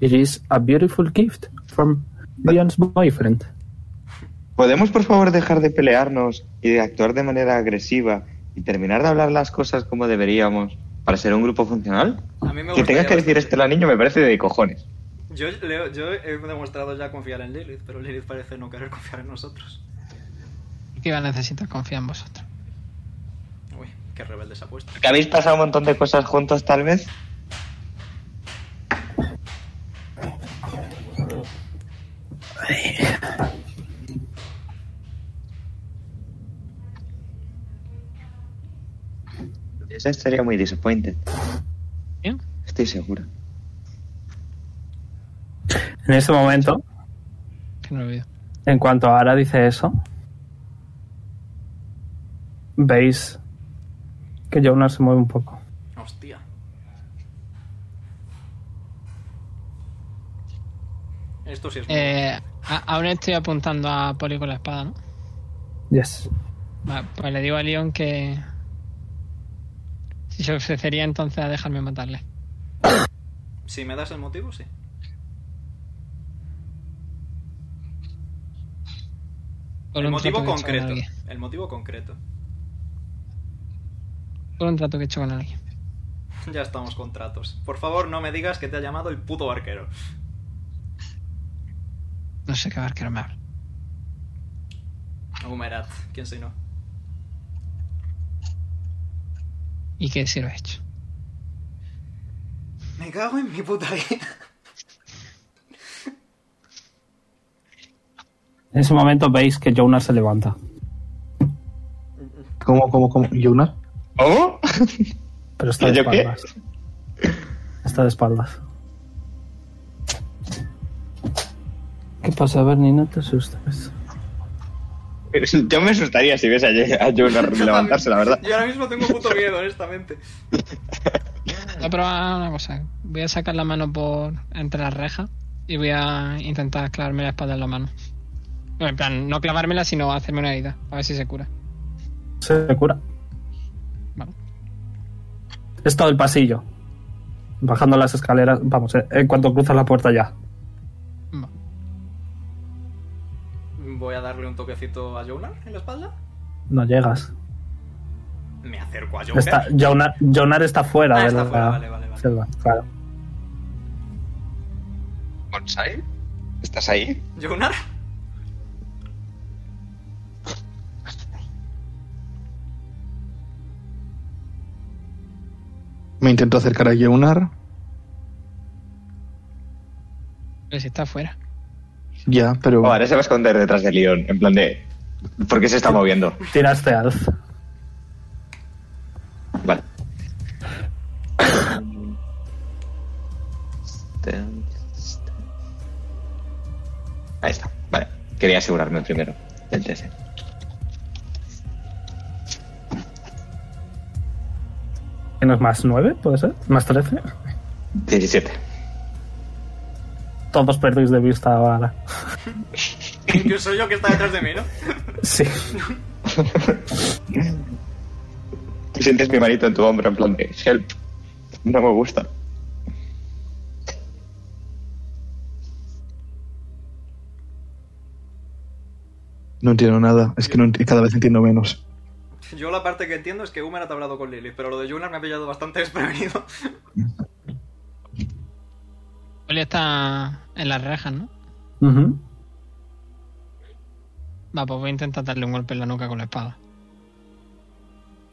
Speaker 2: It is a beautiful gift from Leon's boyfriend.
Speaker 4: ¿Podemos, por favor, dejar de pelearnos y de actuar de manera agresiva y terminar de hablar las cosas como deberíamos para ser un grupo funcional?
Speaker 1: A mí me
Speaker 4: que tengas que decir este, esto al niño me parece de cojones.
Speaker 1: Yo, Leo, yo he demostrado ya confiar en Lilith, pero Lilith parece no querer confiar en nosotros.
Speaker 3: Que iba a necesitar confiar en vosotros.
Speaker 1: Uy, qué rebelde se ha puesto.
Speaker 4: Que habéis pasado un montón de cosas juntos, tal vez. Esa estaría muy disappointed.
Speaker 3: ¿Bien?
Speaker 4: Estoy segura.
Speaker 2: En este momento,
Speaker 3: Que no lo veo.
Speaker 2: en cuanto Ara dice eso, veis que Jonas se mueve un poco.
Speaker 1: Hostia. Esto sí es. muy-
Speaker 3: Eh, a- ahora estoy apuntando a Poli con la espada, ¿no?
Speaker 2: Yes.
Speaker 3: Va, pues le digo a Leon que. Si se ofrecería entonces a dejarme matarle.
Speaker 1: Si me das el motivo, sí.
Speaker 3: Por
Speaker 1: El
Speaker 3: un
Speaker 1: motivo
Speaker 3: trato que he hecho con
Speaker 1: concreto.
Speaker 3: alguien.
Speaker 1: El motivo concreto.
Speaker 3: Por un trato que he hecho con alguien.
Speaker 1: Ya estamos con tratos. Por favor, no me digas que te ha llamado el puto barquero.
Speaker 3: No sé qué barquero me habla.
Speaker 1: Humerat, quién soy no.
Speaker 3: ¿Y qué si lo he hecho?
Speaker 1: Me cago en mi puta vida.
Speaker 2: En ese momento veis que Jonas se levanta.
Speaker 5: ¿Cómo, cómo, cómo? ¿Yuna?
Speaker 4: ¿Cómo?
Speaker 2: Pero está de
Speaker 4: ¿Yo qué?
Speaker 2: espaldas. Está de espaldas. ¿Qué pasa, Bernie? No te asustes.
Speaker 4: Yo me asustaría si ves a, Ye- a Jonas levantarse, la verdad.
Speaker 1: Yo ahora mismo tengo puto miedo, honestamente.
Speaker 3: Voy a probar una cosa. Voy a sacar la mano por entre las rejas y voy a intentar clavarme la espada en la mano. No, en plan, no clavármela, sino hacerme una herida. A ver si se cura.
Speaker 2: Se cura.
Speaker 3: Vale.
Speaker 2: Es todo el pasillo. Bajando las escaleras. Vamos, eh, en cuanto cruzas la puerta ya.
Speaker 3: Va.
Speaker 1: Voy a darle un toquecito a Jonar en la espalda.
Speaker 2: No llegas.
Speaker 1: Me acerco a Jonar.
Speaker 2: Está, Jonar, Jonar está fuera
Speaker 1: Ah,
Speaker 2: de
Speaker 1: está
Speaker 2: la
Speaker 1: fuera, vale, vale, vale.
Speaker 2: selva, claro.
Speaker 4: ¿Bonsai? ¿Estás ahí?
Speaker 1: ¿Jonar?
Speaker 5: Me intento acercar a Yeunar.
Speaker 3: Pero si está afuera.
Speaker 5: Ya, pero.
Speaker 4: Oh, ahora se va a esconder detrás de Leon, en plan de... ¿Por qué se está moviendo?
Speaker 2: Tiraste alf.
Speaker 4: Vale. Ahí está. Vale. Quería asegurarme primero eh. del TC.
Speaker 2: Tienes más 9, puede ser. Más 13.
Speaker 4: 17.
Speaker 2: Todos perdéis de vista ahora.
Speaker 1: Incluso yo que está detrás de mí, ¿no?
Speaker 2: Sí.
Speaker 4: Sientes mi manito en tu hombro en plan de help. No me gusta.
Speaker 5: No entiendo nada. Es que no enti- cada vez entiendo menos.
Speaker 1: Yo la parte que entiendo es que Humerat ha hablado con Lilith, pero lo de Jonar me ha pillado bastante desprevenido.
Speaker 3: Poli está en las rejas, ¿no?
Speaker 2: Ujú.
Speaker 3: Va, pues voy a intentar darle un golpe en la nuca con la espada.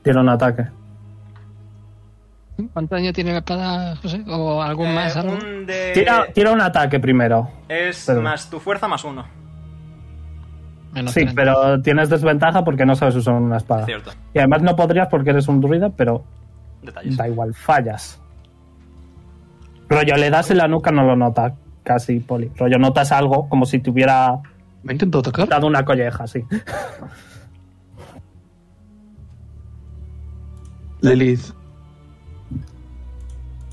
Speaker 2: Tira un ataque.
Speaker 3: ¿Cuántos años tiene la espada, José? ¿O algún
Speaker 1: Eh,
Speaker 3: más? algo?
Speaker 1: un de-
Speaker 2: Tira, tira un ataque primero.
Speaker 1: Es
Speaker 2: Perdón.
Speaker 1: más tu fuerza más uno.
Speaker 3: Menos
Speaker 2: Sí,
Speaker 3: 30.
Speaker 2: pero tienes desventaja porque no sabes usar una espada.
Speaker 1: Cierto.
Speaker 2: Y además no podrías porque eres un druida, pero
Speaker 1: Detalles.
Speaker 2: da igual, fallas. Rollo, le das en la nuca, no lo nota casi, Poli. Rollo, notas algo como si te hubiera
Speaker 5: ¿Me ha intentado atacar?
Speaker 2: dado una colleja, sí.
Speaker 5: Lilith.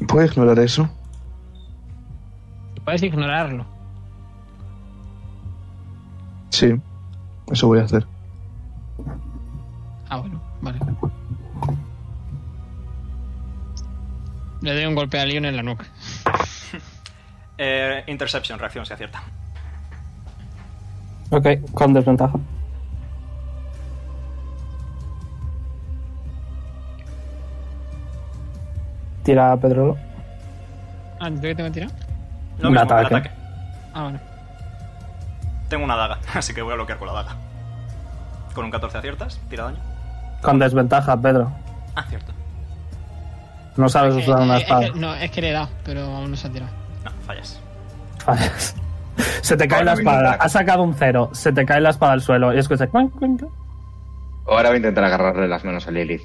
Speaker 5: ¿Puedo ignorar eso?
Speaker 3: Puedes ignorarlo.
Speaker 5: Sí, eso voy a hacer.
Speaker 3: Ah, bueno, vale. Le doy un golpe a Leon en la nuca.
Speaker 1: Eh, interception, reacción, si acierta.
Speaker 2: Ok, con desventaja. Tira Pedrolo.
Speaker 3: Ah, ¿yo qué tengo que tirar?
Speaker 1: Lo
Speaker 2: Un
Speaker 1: mismo,
Speaker 2: ataque.
Speaker 1: un ataque.
Speaker 3: Ah, vale.
Speaker 1: Tengo una daga, así que voy a bloquear con la daga. Con un 14 aciertas, tira daño.
Speaker 2: Con desventaja, Pedro.
Speaker 1: Ah, cierto.
Speaker 2: No sabes
Speaker 3: Eh,
Speaker 2: usar una
Speaker 3: eh,
Speaker 2: espada.
Speaker 3: es que- no, es que le he dado, pero aún no se ha tirado.
Speaker 1: No, fallas.
Speaker 2: Fallas. Se te cae
Speaker 4: Ahora
Speaker 2: la
Speaker 4: mismo
Speaker 2: espada.
Speaker 4: ataca.
Speaker 2: Has sacado un cero. Se te cae la espada al suelo. Y escuchas. cuin, cuin, cuin.
Speaker 4: Ahora voy a intentar agarrarle las manos a Lilith.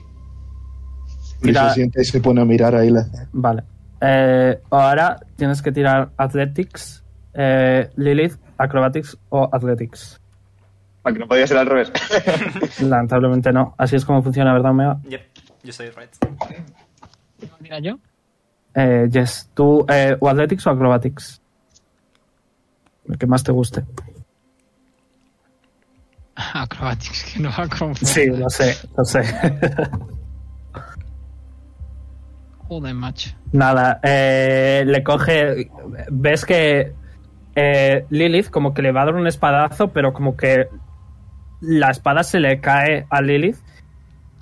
Speaker 5: Y
Speaker 2: Mira-
Speaker 5: se siente y se pone a mirar ahí la...
Speaker 2: Vale. Eh, ahora tienes que tirar Athletics, eh, Lilith, Acrobatics o Athletics.
Speaker 4: Aunque no podía ser al revés.
Speaker 2: Lamentablemente no. Así es como funciona, ¿verdad, Omega?
Speaker 1: Yep, you say it right.
Speaker 3: ¿Tengo que tirar yo?
Speaker 2: Eh, yes. ¿Tú eh, o Athletics o Acrobatics? El que más te guste.
Speaker 3: Acrobatics, que no va a confundir.
Speaker 2: Sí, lo sé, lo sé.
Speaker 3: Joder, macho.
Speaker 2: Nada, eh, le coge. Ves que eh, Lilith como que le va a dar un espadazo, pero como que la espada se le cae a Lilith.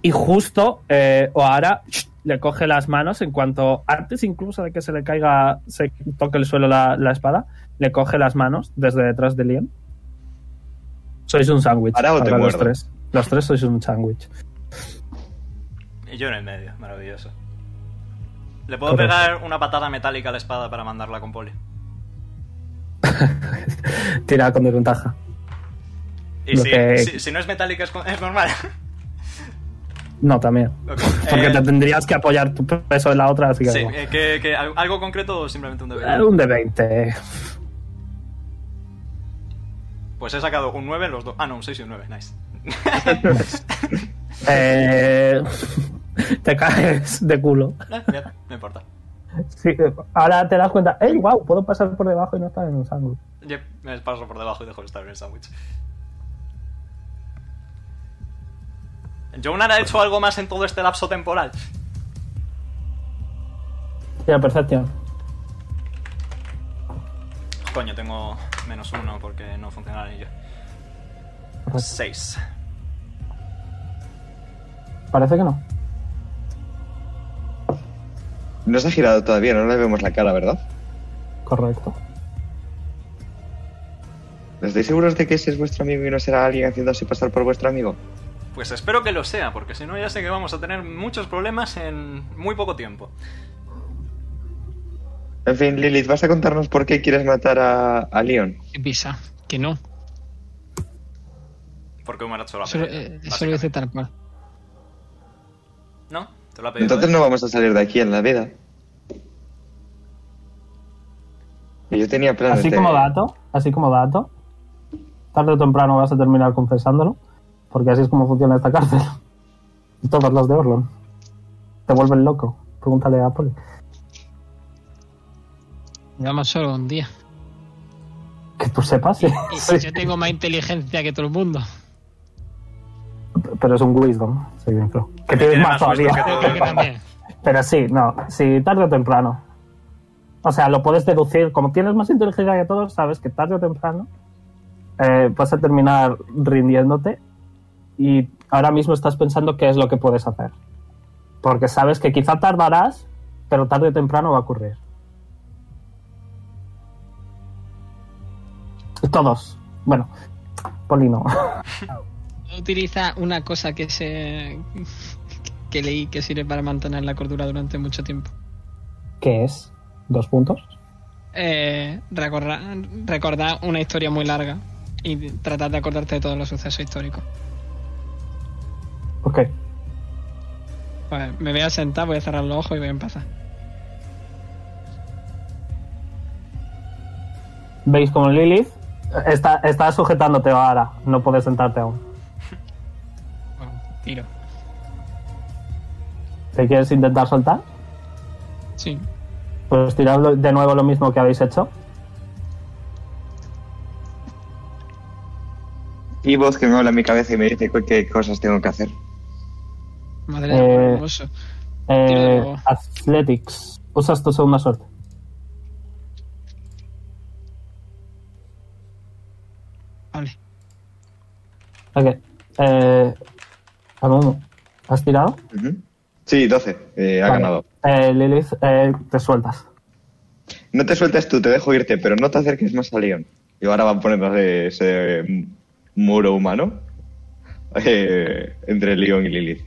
Speaker 2: Y justo eh, O'Hara ¡sh! le coge las manos en cuanto. Antes incluso de que se le caiga, se toque el suelo la, la espada, le coge las manos desde detrás de Liam. Sois un sándwich.
Speaker 4: Ahora o te
Speaker 2: ahora los
Speaker 4: muerdo.
Speaker 2: tres. Los tres sois un sándwich.
Speaker 1: Y yo en el medio, maravilloso. ¿Le puedo
Speaker 2: Correcto.
Speaker 1: pegar una patada metálica a la espada para mandarla con poli?
Speaker 2: Tira con desventaja.
Speaker 1: Y
Speaker 2: Lo
Speaker 1: si,
Speaker 2: que-
Speaker 1: si- si no es metálica es, con- es normal.
Speaker 2: No, también.
Speaker 1: Ok,
Speaker 2: Porque
Speaker 1: eh,
Speaker 2: te tendrías que apoyar tu peso en la otra, así que.
Speaker 1: Sí,
Speaker 2: bueno.
Speaker 1: eh, que, que al- ¿algo concreto o simplemente un
Speaker 2: Eh,
Speaker 1: deber?
Speaker 2: Un de 20.
Speaker 1: Pues he sacado un 9 los dos. Ah, no, un 6 y un 9, nice.
Speaker 2: Eh, te caes de culo.
Speaker 1: Eh, ya está, no importa.
Speaker 2: Sí, eh, ahora te das cuenta, ¡Ey, wow! Puedo pasar por debajo y no estar en un sándwich.
Speaker 1: Yep, me paso por debajo y dejo de estar en el sándwich. ¿Jonan ha hecho algo más en todo este lapso temporal?
Speaker 2: Tira percepción.
Speaker 1: Coño, tengo menos uno porque no funciona el anillo. Seis.
Speaker 2: Parece que no.
Speaker 4: No se ha girado todavía, no le vemos la cara, ¿verdad?
Speaker 2: Correcto.
Speaker 4: ¿Estáis seguros de que ese es vuestro amigo y no será alguien haciéndose pasar por vuestro amigo?
Speaker 1: Pues espero que lo sea, porque si no ya sé que vamos a tener muchos problemas en muy poco tiempo.
Speaker 4: En fin, Lilith, ¿vas a contarnos por qué quieres matar a, a Leon?
Speaker 3: Qué pisa. Que no.
Speaker 1: Porque Omar ha hecho la
Speaker 3: Eso,
Speaker 1: pedida,
Speaker 3: eh, eso lo dice
Speaker 1: básicamente.
Speaker 3: tal cual.
Speaker 1: ¿No? ¿Te lo ha pedido?
Speaker 4: Entonces
Speaker 1: él?
Speaker 4: no vamos a salir de aquí en la vida. Y Yo tenía planes
Speaker 2: Así
Speaker 4: de-
Speaker 2: como dato, así como dato, tarde o temprano vas a terminar confesándolo, porque así es como funciona esta cárcel. Y todas las de Orlon. Te vuelven loco. Pregúntale a Poli.
Speaker 3: Llevamos solo un día.
Speaker 2: Que tú sepas. sí.
Speaker 3: Y yo tengo más inteligencia que todo el mundo.
Speaker 2: Pero es un wisdom, sí, dentro. Que tienes
Speaker 1: tiene
Speaker 2: más
Speaker 1: más
Speaker 2: todavía.
Speaker 1: wisdom que todo
Speaker 3: Creo que también.
Speaker 2: Pero sí, no, sí, tarde o temprano. O sea, lo puedes deducir. Como tienes más inteligencia que todos, sabes que tarde o temprano eh, vas a terminar rindiéndote y ahora mismo estás pensando qué es lo que puedes hacer. Porque sabes que quizá tardarás, pero tarde o temprano va a ocurrir. Todos. Bueno, Poli no.
Speaker 3: Utiliza una cosa que se. que leí que sirve para mantener la cordura durante mucho tiempo.
Speaker 2: ¿Qué es? ¿Dos puntos?
Speaker 3: Eh, recorra- recordar, una historia muy larga y tratar de acordarte de todos los sucesos históricos.
Speaker 2: Ok.
Speaker 3: Pues me voy a sentar, voy a cerrar los ojos y voy a empezar.
Speaker 2: Veis como Lilith está, está sujetándote ahora. No puedes sentarte aún.
Speaker 3: Bueno, tiro.
Speaker 2: ¿Te quieres intentar soltar?
Speaker 3: Sí.
Speaker 2: Pues tirad lo- de nuevo lo mismo que habéis hecho.
Speaker 4: Y voz que me habla en mi cabeza y me dice cu- qué cosas tengo que hacer.
Speaker 3: Madre
Speaker 2: Eh,
Speaker 3: de hermoso. Tira de
Speaker 2: Eh,
Speaker 3: nuevo.
Speaker 2: athletics. Usas tu segunda suerte.
Speaker 3: Vale.
Speaker 2: Ok. Eh, Amumu, ¿Has tirado?
Speaker 4: Ujú. Sí, 12. eh, ha
Speaker 2: Vale.
Speaker 4: ganado.
Speaker 2: Eh, Lilith, eh, te sueltas.
Speaker 4: No te sueltes tú, te dejo irte, pero no te acerques más a León. Y ahora van a poner ese, ese mu- muro humano eh, entre León y Lilith.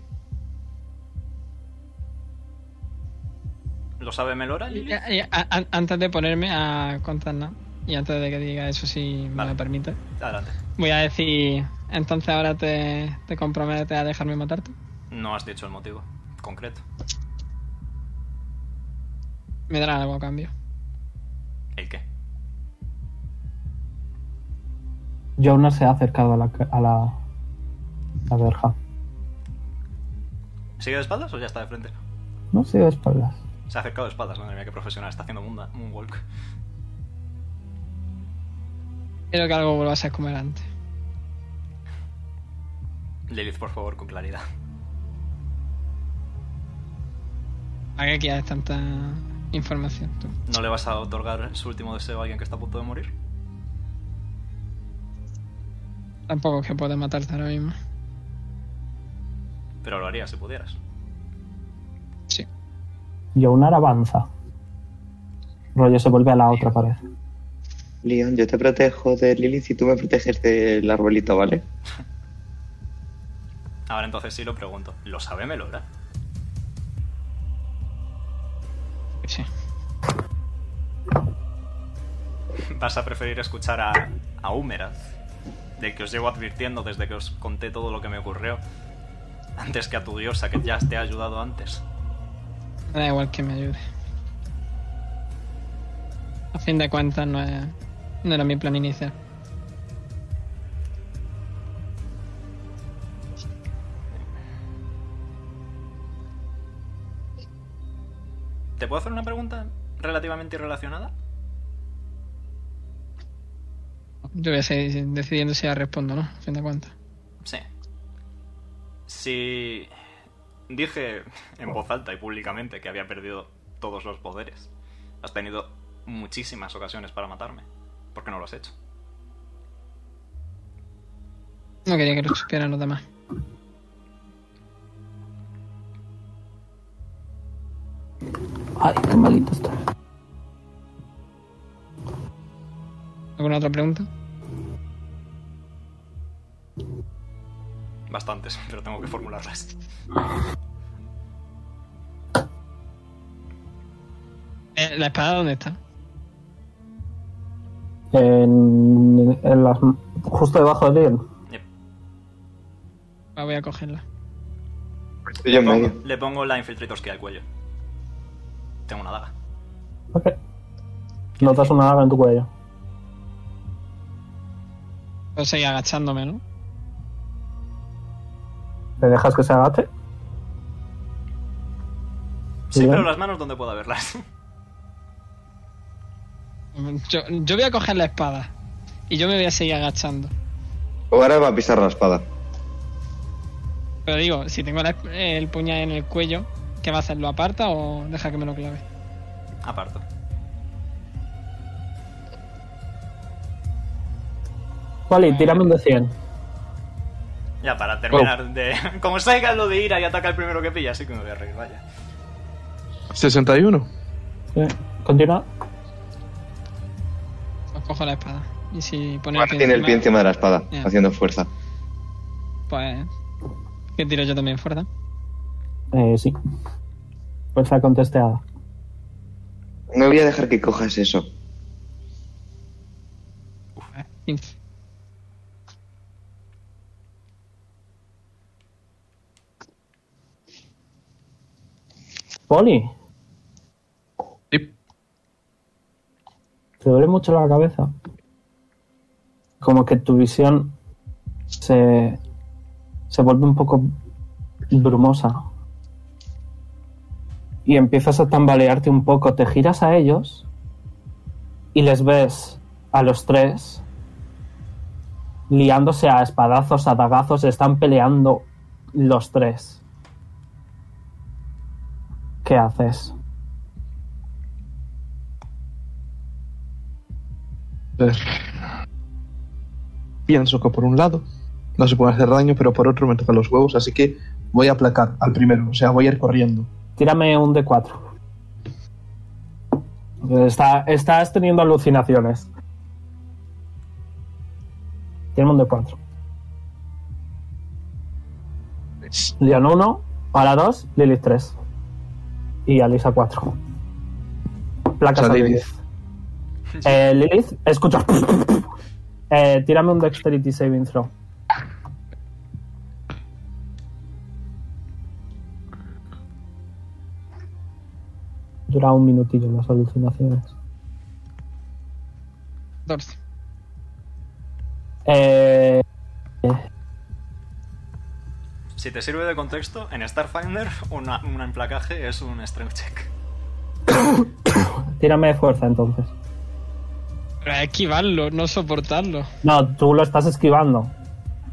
Speaker 1: ¿Lo sabe Melora, Lilith?
Speaker 3: Ya- ya, eh, a- a- antes de ponerme a contar nada, y antes de que diga eso, si me
Speaker 1: Vale.
Speaker 3: lo permite,
Speaker 1: Adelante.
Speaker 3: voy a decir: Entonces ahora te, te comprometes a dejarme matarte.
Speaker 1: No has dicho el motivo concreto.
Speaker 3: Me darán algo a cambio.
Speaker 1: ¿El qué?
Speaker 2: Jonah se ha acercado a la, ca- a la, la verja.
Speaker 1: ¿Sigue de espaldas o ya está de frente?
Speaker 2: No sigue de espaldas.
Speaker 1: Se ha acercado de espaldas, madre mía, qué profesional. Está haciendo moonda- moonwalk.
Speaker 3: Quiero que algo vuelva a ser como era antes.
Speaker 1: Lilith, por favor, con claridad.
Speaker 3: ¿Para qué quieres tanta información tú?
Speaker 1: ¿No le vas a otorgar su último deseo a alguien que está a punto de morir?
Speaker 3: Tampoco es que pueda matarte ahora mismo.
Speaker 1: Pero lo haría si pudieras.
Speaker 3: Sí.
Speaker 2: Jonar avanza. Rollo se vuelve a la otra pared.
Speaker 4: León, yo te protejo de Lilith y tú me proteges del arbolito, ¿vale?
Speaker 1: Ahora entonces sí lo pregunto. ¿Lo sabe Melora?
Speaker 3: Sí.
Speaker 1: ¿Vas a preferir escuchar a, a Húmera, del que os llevo advirtiendo desde que os conté todo lo que me ocurrió, antes que a tu diosa que ya te ha ayudado antes?
Speaker 3: Me da igual que me ayude. A fin de cuentas, no, es- no era mi plan inicial.
Speaker 1: ¿Te puedo hacer una pregunta relativamente irrelacionada?
Speaker 3: Yo voy a seguir decidiendo si la respondo o no, a fin de cuentas.
Speaker 1: Sí. Si dije en voz alta y públicamente que había perdido todos los poderes, has tenido muchísimas ocasiones para matarme. ¿Por qué no lo has hecho?
Speaker 3: No quería que lo supieran los demás.
Speaker 2: Ay, qué malito estoy.
Speaker 3: ¿Alguna otra pregunta?
Speaker 1: Bastantes, pero tengo que formularlas.
Speaker 3: Eh, ¿La espada dónde está?
Speaker 2: En, en las, justo debajo de él.
Speaker 1: Yep.
Speaker 3: Ah, voy a cogerla.
Speaker 4: Estoy yo en
Speaker 1: Pongo-
Speaker 4: medio.
Speaker 1: le pongo la infiltrator que al cuello. Tengo una daga.
Speaker 2: Ok. Notas una daga en tu cuello.
Speaker 3: Puedo seguir Pues agachándome, ¿no?
Speaker 2: ¿Te dejas que se agache?
Speaker 1: Sí,
Speaker 2: Bien.
Speaker 1: pero las manos donde pueda verlas.
Speaker 3: Yo, yo voy a coger la espada. Y yo me voy a seguir agachando.
Speaker 4: Ahora va a pisar la espada.
Speaker 3: Pero digo, si tengo la- el puñal en el cuello, ¿qué va a hacer? ¿Lo aparta o deja que me lo clave?
Speaker 1: Aparto.
Speaker 2: Wally, tírame un de 100.
Speaker 1: Ya para terminar de. Como salga lo de ira y ataca el primero que pilla, así que me voy a reír, vaya.
Speaker 5: 61.
Speaker 2: Eh, Continúa.
Speaker 3: Pues cojo la espada. Y si pone
Speaker 4: Ahora tiene el pie encima de la espada,
Speaker 3: Ya.
Speaker 4: haciendo fuerza.
Speaker 3: Pues. ¿Qué tiro yo también fuerza?
Speaker 2: Eh, sí. Fuerza contesteada.
Speaker 4: No voy a dejar que cojas eso.
Speaker 3: Eh, 15.
Speaker 2: Poli,
Speaker 5: Sí.
Speaker 2: ¿te duele mucho la cabeza? como que tu visión se, se vuelve un poco brumosa. Y empiezas a tambalearte un poco, te giras a ellos y les ves a los tres liándose a espadazos, a dagazos, están peleando los tres. ¿Qué haces?
Speaker 5: Pues, pienso que por un lado no se puede hacer daño, pero por otro me tocan los huevos, así que voy a aplacar al primero, o sea, voy a ir corriendo.
Speaker 2: Tírame un D4. Está, estás teniendo alucinaciones. Tírame un D4. Leon 1, Ala 2, Lilith 3. Y Alisa 4. Placas
Speaker 5: O sea,
Speaker 2: a
Speaker 5: Lilith.
Speaker 2: Lilith. Eh, Lilith, escucha. Eh, tírame un Dexterity Saving Throw. Dura un minutillo las alucinaciones.
Speaker 3: 14.
Speaker 2: Eh,
Speaker 8: Si te sirve de contexto, en Starfinder una- un emplacaje es un strength check.
Speaker 2: tírame de fuerza entonces.
Speaker 3: Pero hay que esquivarlo, no soportarlo.
Speaker 2: No, tú lo estás esquivando.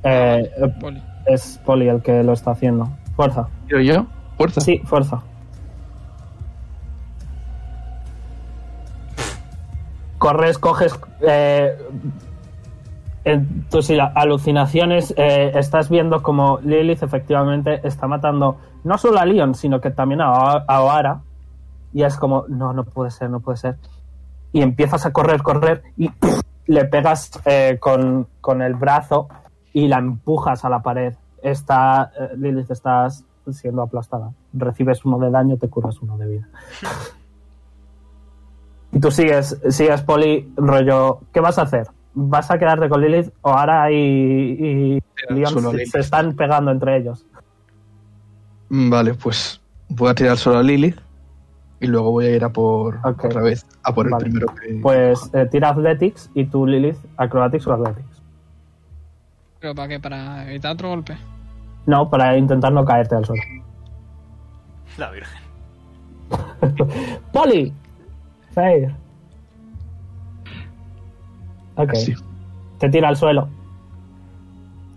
Speaker 2: Eh, eh,
Speaker 3: Poli.
Speaker 2: es Poli el que lo está haciendo. Fuerza.
Speaker 5: ¿Tiro yo? Fuerza.
Speaker 2: Sí, fuerza. Corres, coges. eh, en tus ila- alucinaciones eh, estás viendo como Lilith efectivamente está matando no solo a Leon, sino que también a, O- a Oara. Y es como, no, no puede ser, no puede ser. Y empiezas a correr, correr y le pegas eh, con, con el brazo y la empujas a la pared. Está, eh, Lilith, estás siendo aplastada. Recibes uno de daño, te curas uno de vida. Y tú sigues, sigues, Poli, rollo, ¿qué vas a hacer? ¿Vas a quedarte con Lilith o Ara y, y Leon
Speaker 5: solo a
Speaker 2: se,
Speaker 5: Lilith.
Speaker 2: se están pegando entre ellos?
Speaker 5: Mm, Vale, pues voy a tirar solo a Lilith y luego voy a ir a por
Speaker 2: Ok.
Speaker 5: otra vez, a por el
Speaker 2: Vale.
Speaker 5: primero que...
Speaker 2: Pues eh, tira Athletics y tú, Lilith, Acrobatics o Athletics.
Speaker 3: ¿Pero para qué? ¿Para evitar otro golpe?
Speaker 2: No, para intentar no caerte al suelo.
Speaker 8: La Virgen.
Speaker 2: ¡Poli! Fair. Ok.
Speaker 5: Sí.
Speaker 2: Te tira al suelo.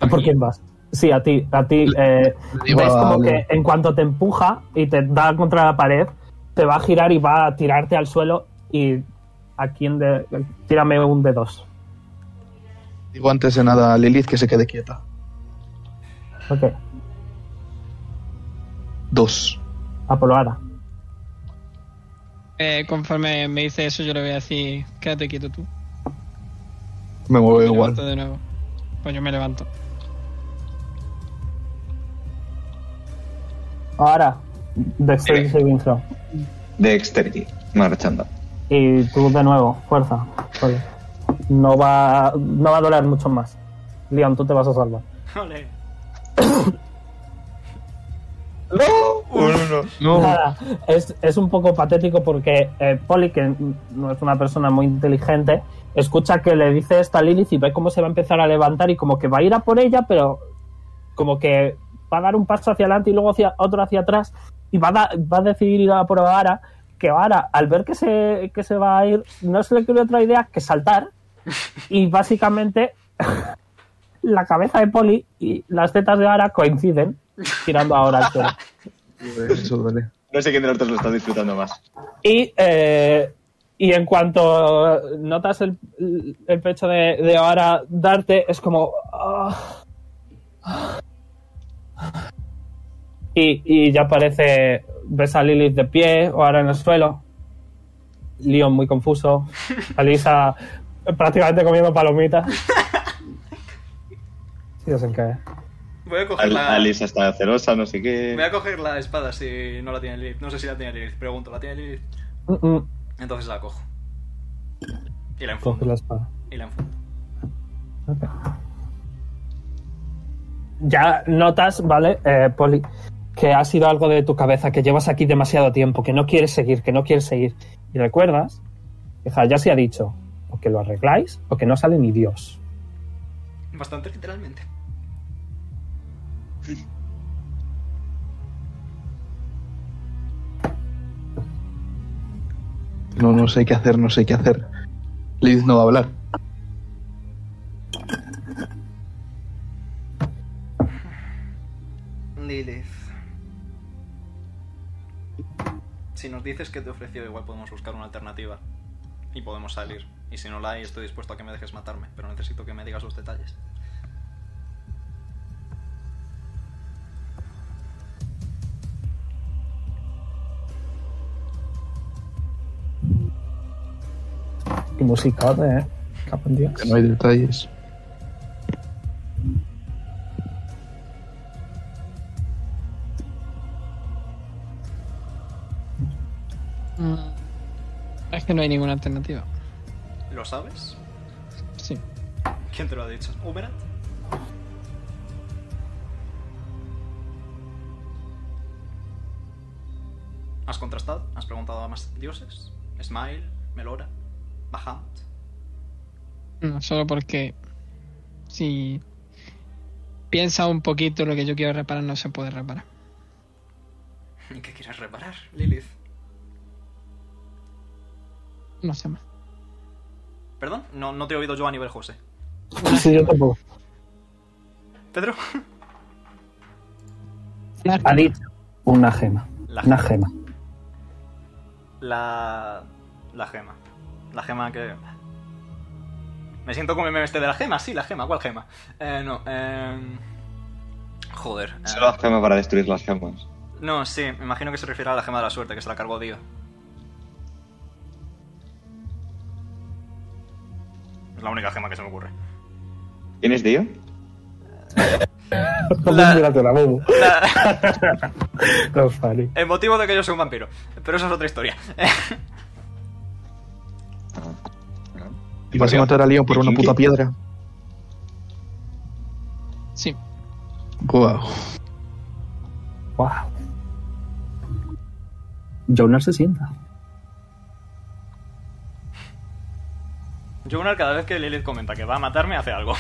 Speaker 5: ¿A
Speaker 2: ¿Por
Speaker 5: mí?
Speaker 2: quién vas? Sí, a ti. A ti eh,
Speaker 5: digo
Speaker 2: ves
Speaker 5: a
Speaker 2: como
Speaker 5: Leo.
Speaker 2: que en cuanto te empuja y te da contra la pared, te va a girar y va a tirarte al suelo y a quién de... Tírame un de dos.
Speaker 5: Digo antes de nada a Lilith que se quede quieta.
Speaker 2: Ok.
Speaker 5: Dos.
Speaker 2: Apolo Ara.
Speaker 3: Eh, conforme me dice eso, yo le voy a decir, quédate quieto tú.
Speaker 5: Me muevo
Speaker 3: Me
Speaker 5: igual.
Speaker 3: levanto de nuevo. Pues yo me levanto.
Speaker 2: Ahora, Dexterity
Speaker 5: Eh.
Speaker 4: Sí.
Speaker 2: Saving Throw.
Speaker 4: Dexterity, marchando.
Speaker 2: Y tú de nuevo, fuerza. Poli. No va, no va a doler mucho más. Leon, tú te vas a salvar.
Speaker 8: Ole.
Speaker 2: Nada, es, es un poco patético porque eh, Polly, que n- no es una persona muy inteligente, escucha que le dice esto a Lilith y ve cómo se va a empezar a levantar y como que va a ir a por ella, pero como que va a dar un paso hacia adelante y luego hacia otro hacia atrás y va a, da- va a decidir ir a por Ahara, que Ahara, al ver que se, que se va a ir, no se le ocurre otra idea que saltar y básicamente la cabeza de Polly y las tetas de Ahara coinciden tirando ahora al suelo.
Speaker 5: Pues Eso duele.
Speaker 4: No sé quién de los dos lo está disfrutando más.
Speaker 2: Y, eh, y en cuanto notas el, el pecho de, de ahora darte, es como. ah. Y, y ya parece. Ves a Lilith de pie o ahora en el suelo. Leon muy confuso. Alisa prácticamente comiendo palomitas. Sí, no sé en qué.
Speaker 8: Voy a coger
Speaker 4: Al-
Speaker 1: Ah.
Speaker 8: la.
Speaker 4: Alisa está celosa, no sé
Speaker 8: Voy
Speaker 4: qué.
Speaker 8: a coger la espada si no la tiene Lilith. No sé si la tiene Lilith. Pregunto, ¿la tiene Lilith?
Speaker 2: Mm, mm.
Speaker 8: Entonces la cojo. Y la
Speaker 2: Coge
Speaker 8: enfundo.
Speaker 2: la espada.
Speaker 8: Y la enfundo.
Speaker 2: ya notas, ¿vale, eh, Poli? Que ha sido algo de tu cabeza, que llevas aquí demasiado tiempo, que no quieres seguir, que no quieres seguir. Y recuerdas que ya se ha dicho, o que lo arregláis, o que no sale ni Dios.
Speaker 1: Bastante literalmente.
Speaker 5: No, no sé qué hacer, no sé qué hacer. Lilith no va a hablar.
Speaker 1: Lilith. Si nos dices que te ofreció, igual podemos buscar una alternativa. Y podemos salir. Y si no la hay, estoy dispuesto a que me dejes matarme. Pero necesito que me digas los detalles.
Speaker 2: Y música, ¿eh? Capo en Dios.
Speaker 5: Que no hay detalles.
Speaker 3: Es que no hay ninguna alternativa.
Speaker 1: ¿Lo sabes?
Speaker 3: Sí.
Speaker 1: ¿Quién te lo ha dicho? ¿Uberat? ¿Has contrastado? ¿Has preguntado a más dioses? ¿Smile? ¿Melora? ¿Bahamut?
Speaker 3: No, Mm, solo porque si piensa un poquito lo que yo quiero reparar no se puede reparar.
Speaker 1: ¿Y qué quieres reparar, Lilith?
Speaker 3: No sé más.
Speaker 1: ¿Perdón? No, no te he oído yo a nivel José.
Speaker 2: Sí, yo tampoco.
Speaker 1: ¿Pedro?
Speaker 3: Ah,
Speaker 12: Ha dicho una gema.
Speaker 1: La
Speaker 12: Una gema.
Speaker 1: La... La gema. La gema que... Me siento como me veste de la gema, sí, la gema, ¿cuál gema? Eh, no, eh... Joder. eh,
Speaker 4: Solo las gemas para destruir las gemas.
Speaker 1: No, sí, me imagino que se refiere a la gema de la suerte, que se la cargó Dio. Es la única gema que se me ocurre.
Speaker 4: ¿Quién es Dio?
Speaker 1: La-
Speaker 2: Mírate la bobo. No, funny.
Speaker 1: El motivo de que yo soy un vampiro. Pero eso es otra historia.
Speaker 5: Y vas a matar a Leon por una puta piedra.
Speaker 3: Sí.
Speaker 5: Wow.
Speaker 12: Wow. Jonar se sienta.
Speaker 1: Jonar, cada vez que Lilith comenta que va a matarme, hace algo.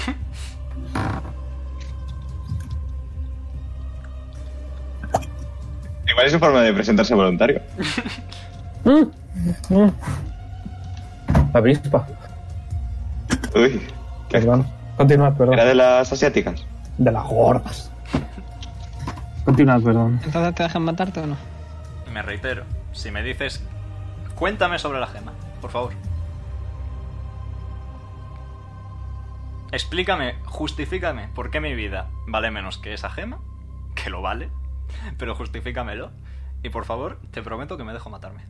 Speaker 4: Igual es su forma de presentarse voluntario.
Speaker 2: La avispa.
Speaker 4: Uy,
Speaker 2: Perdón. Continúa,
Speaker 4: era
Speaker 2: perdón.
Speaker 4: de las asiáticas.
Speaker 2: De las gordas.
Speaker 12: Continúa, perdón.
Speaker 3: Entonces te dejan matarte o no.
Speaker 1: Me reitero, si me dices, cuéntame sobre la gema, por favor. Explícame, justifícame por qué mi vida vale menos que esa gema, que lo vale, pero justifícamelo. Y por favor, te prometo que me dejo matarme.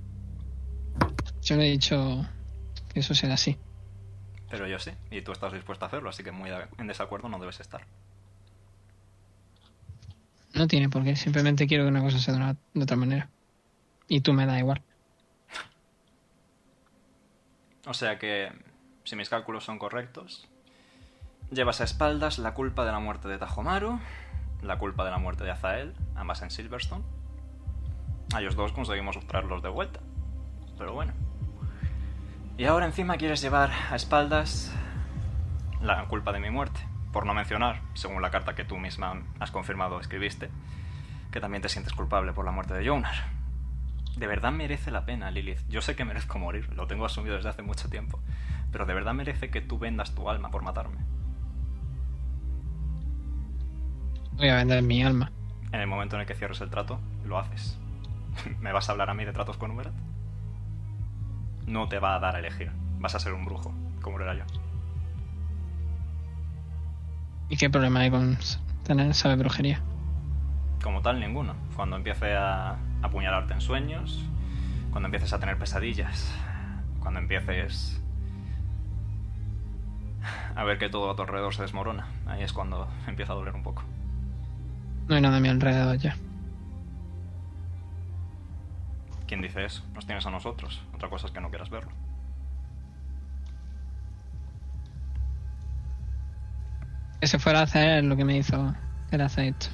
Speaker 3: Yo no he dicho que eso sea así.
Speaker 1: Pero yo sí, y tú estás dispuesto a hacerlo, así que muy de- en desacuerdo no debes estar.
Speaker 3: No tiene por qué. Simplemente quiero que una cosa sea de, una- de otra manera. Y tú me da igual.
Speaker 1: O sea que, si mis cálculos son correctos, llevas a espaldas la culpa de la muerte de Tajomaru, la culpa de la muerte de Azael, ambas en Silverstone. A ellos dos conseguimos traerlos de vuelta. Pero bueno. Y ahora encima quieres llevar a espaldas la culpa de mi muerte. Por no mencionar, según la carta que tú misma has confirmado, escribiste, que también te sientes culpable por la muerte de Jonar. De verdad merece la pena, Lilith. Yo sé que merezco morir, lo tengo asumido desde hace mucho tiempo. Pero de verdad merece que tú vendas tu alma por matarme.
Speaker 3: Voy a vender mi alma.
Speaker 1: En el momento en el que cierres el trato, lo haces. ¿Me vas a hablar a mí de tratos con Uberat? No te va a dar a elegir. Vas a ser un brujo, como lo era yo.
Speaker 3: ¿Y qué problema hay con s- tener sabe brujería?
Speaker 1: Como tal, ninguno. Cuando empiece a apuñalarte en sueños, cuando empieces a tener pesadillas, cuando empieces a ver que todo a tu alrededor se desmorona, ahí es cuando empieza a doler un poco.
Speaker 3: No hay nada a mi alrededor ya.
Speaker 1: ¿Quién dice eso? Nos tienes a nosotros. Otra cosa es que no quieras verlo.
Speaker 3: Que se fuera a hacer lo que me hizo él hacer esto.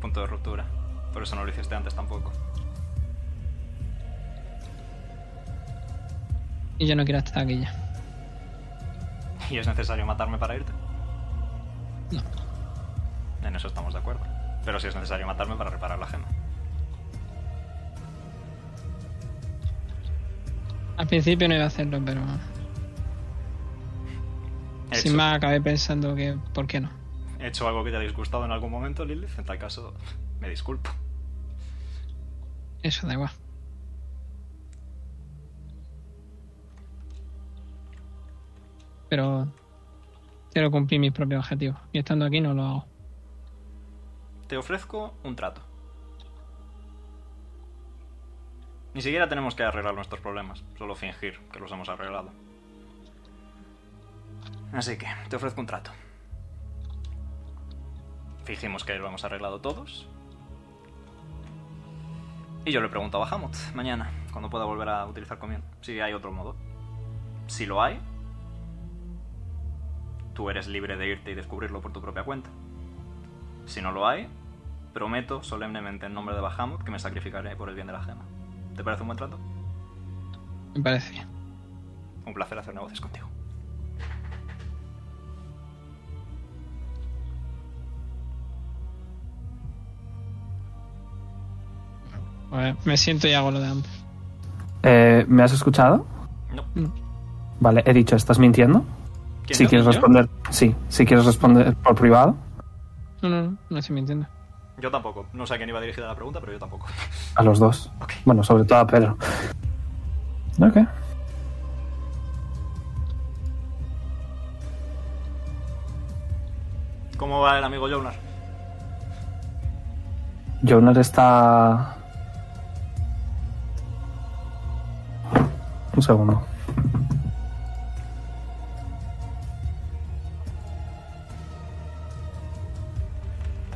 Speaker 1: Punto de ruptura. Por eso no lo hiciste antes tampoco.
Speaker 3: Y yo no quiero estar aquí ya.
Speaker 1: ¿Y es necesario matarme para irte?
Speaker 3: No.
Speaker 1: En eso estamos de acuerdo. Pero si sí es necesario matarme para reparar la gema.
Speaker 3: Al principio no iba a hacerlo, pero.
Speaker 1: He
Speaker 3: Sin
Speaker 1: hecho-
Speaker 3: más, acabé pensando que. ¿Por qué no?
Speaker 1: ¿He hecho algo que te ha disgustado en algún momento, Lilith? En tal caso, me disculpo.
Speaker 3: Eso da igual. Pero. Quiero cumplir mis propios objetivos. Y estando aquí no lo hago.
Speaker 1: Te ofrezco un trato. Ni siquiera tenemos que arreglar nuestros problemas, solo fingir que los hemos arreglado. Así que, te ofrezco un trato. Fingimos que lo hemos arreglado todos. Y yo le pregunto a Bahamut mañana, cuando pueda volver a utilizar comión, si hay otro modo. Si lo hay, tú eres libre de irte y descubrirlo por tu propia cuenta. Si no lo hay, prometo solemnemente en nombre de Bahamut que me sacrificaré por el bien de la gema. ¿Te parece un buen trato?
Speaker 3: Me parece bien.
Speaker 1: Un placer hacer negocios contigo.
Speaker 3: Pues me siento y hago lo de antes.
Speaker 2: Eh, ¿Me has escuchado?
Speaker 1: No.
Speaker 2: Vale, he dicho, ¿estás mintiendo?
Speaker 1: ¿Quién
Speaker 2: Si
Speaker 1: no?
Speaker 2: quieres
Speaker 3: ¿Yo?
Speaker 2: responder, sí, si quieres responder por privado.
Speaker 3: No, no, no, no estoy mintiendo.
Speaker 1: Yo tampoco. No sé a quién iba dirigida la pregunta, pero yo tampoco.
Speaker 2: A los dos.
Speaker 1: Ok.
Speaker 2: Bueno, sobre todo a Pedro. Ok.
Speaker 1: ¿Cómo va el amigo Jonar?
Speaker 2: Jonar está. Un segundo.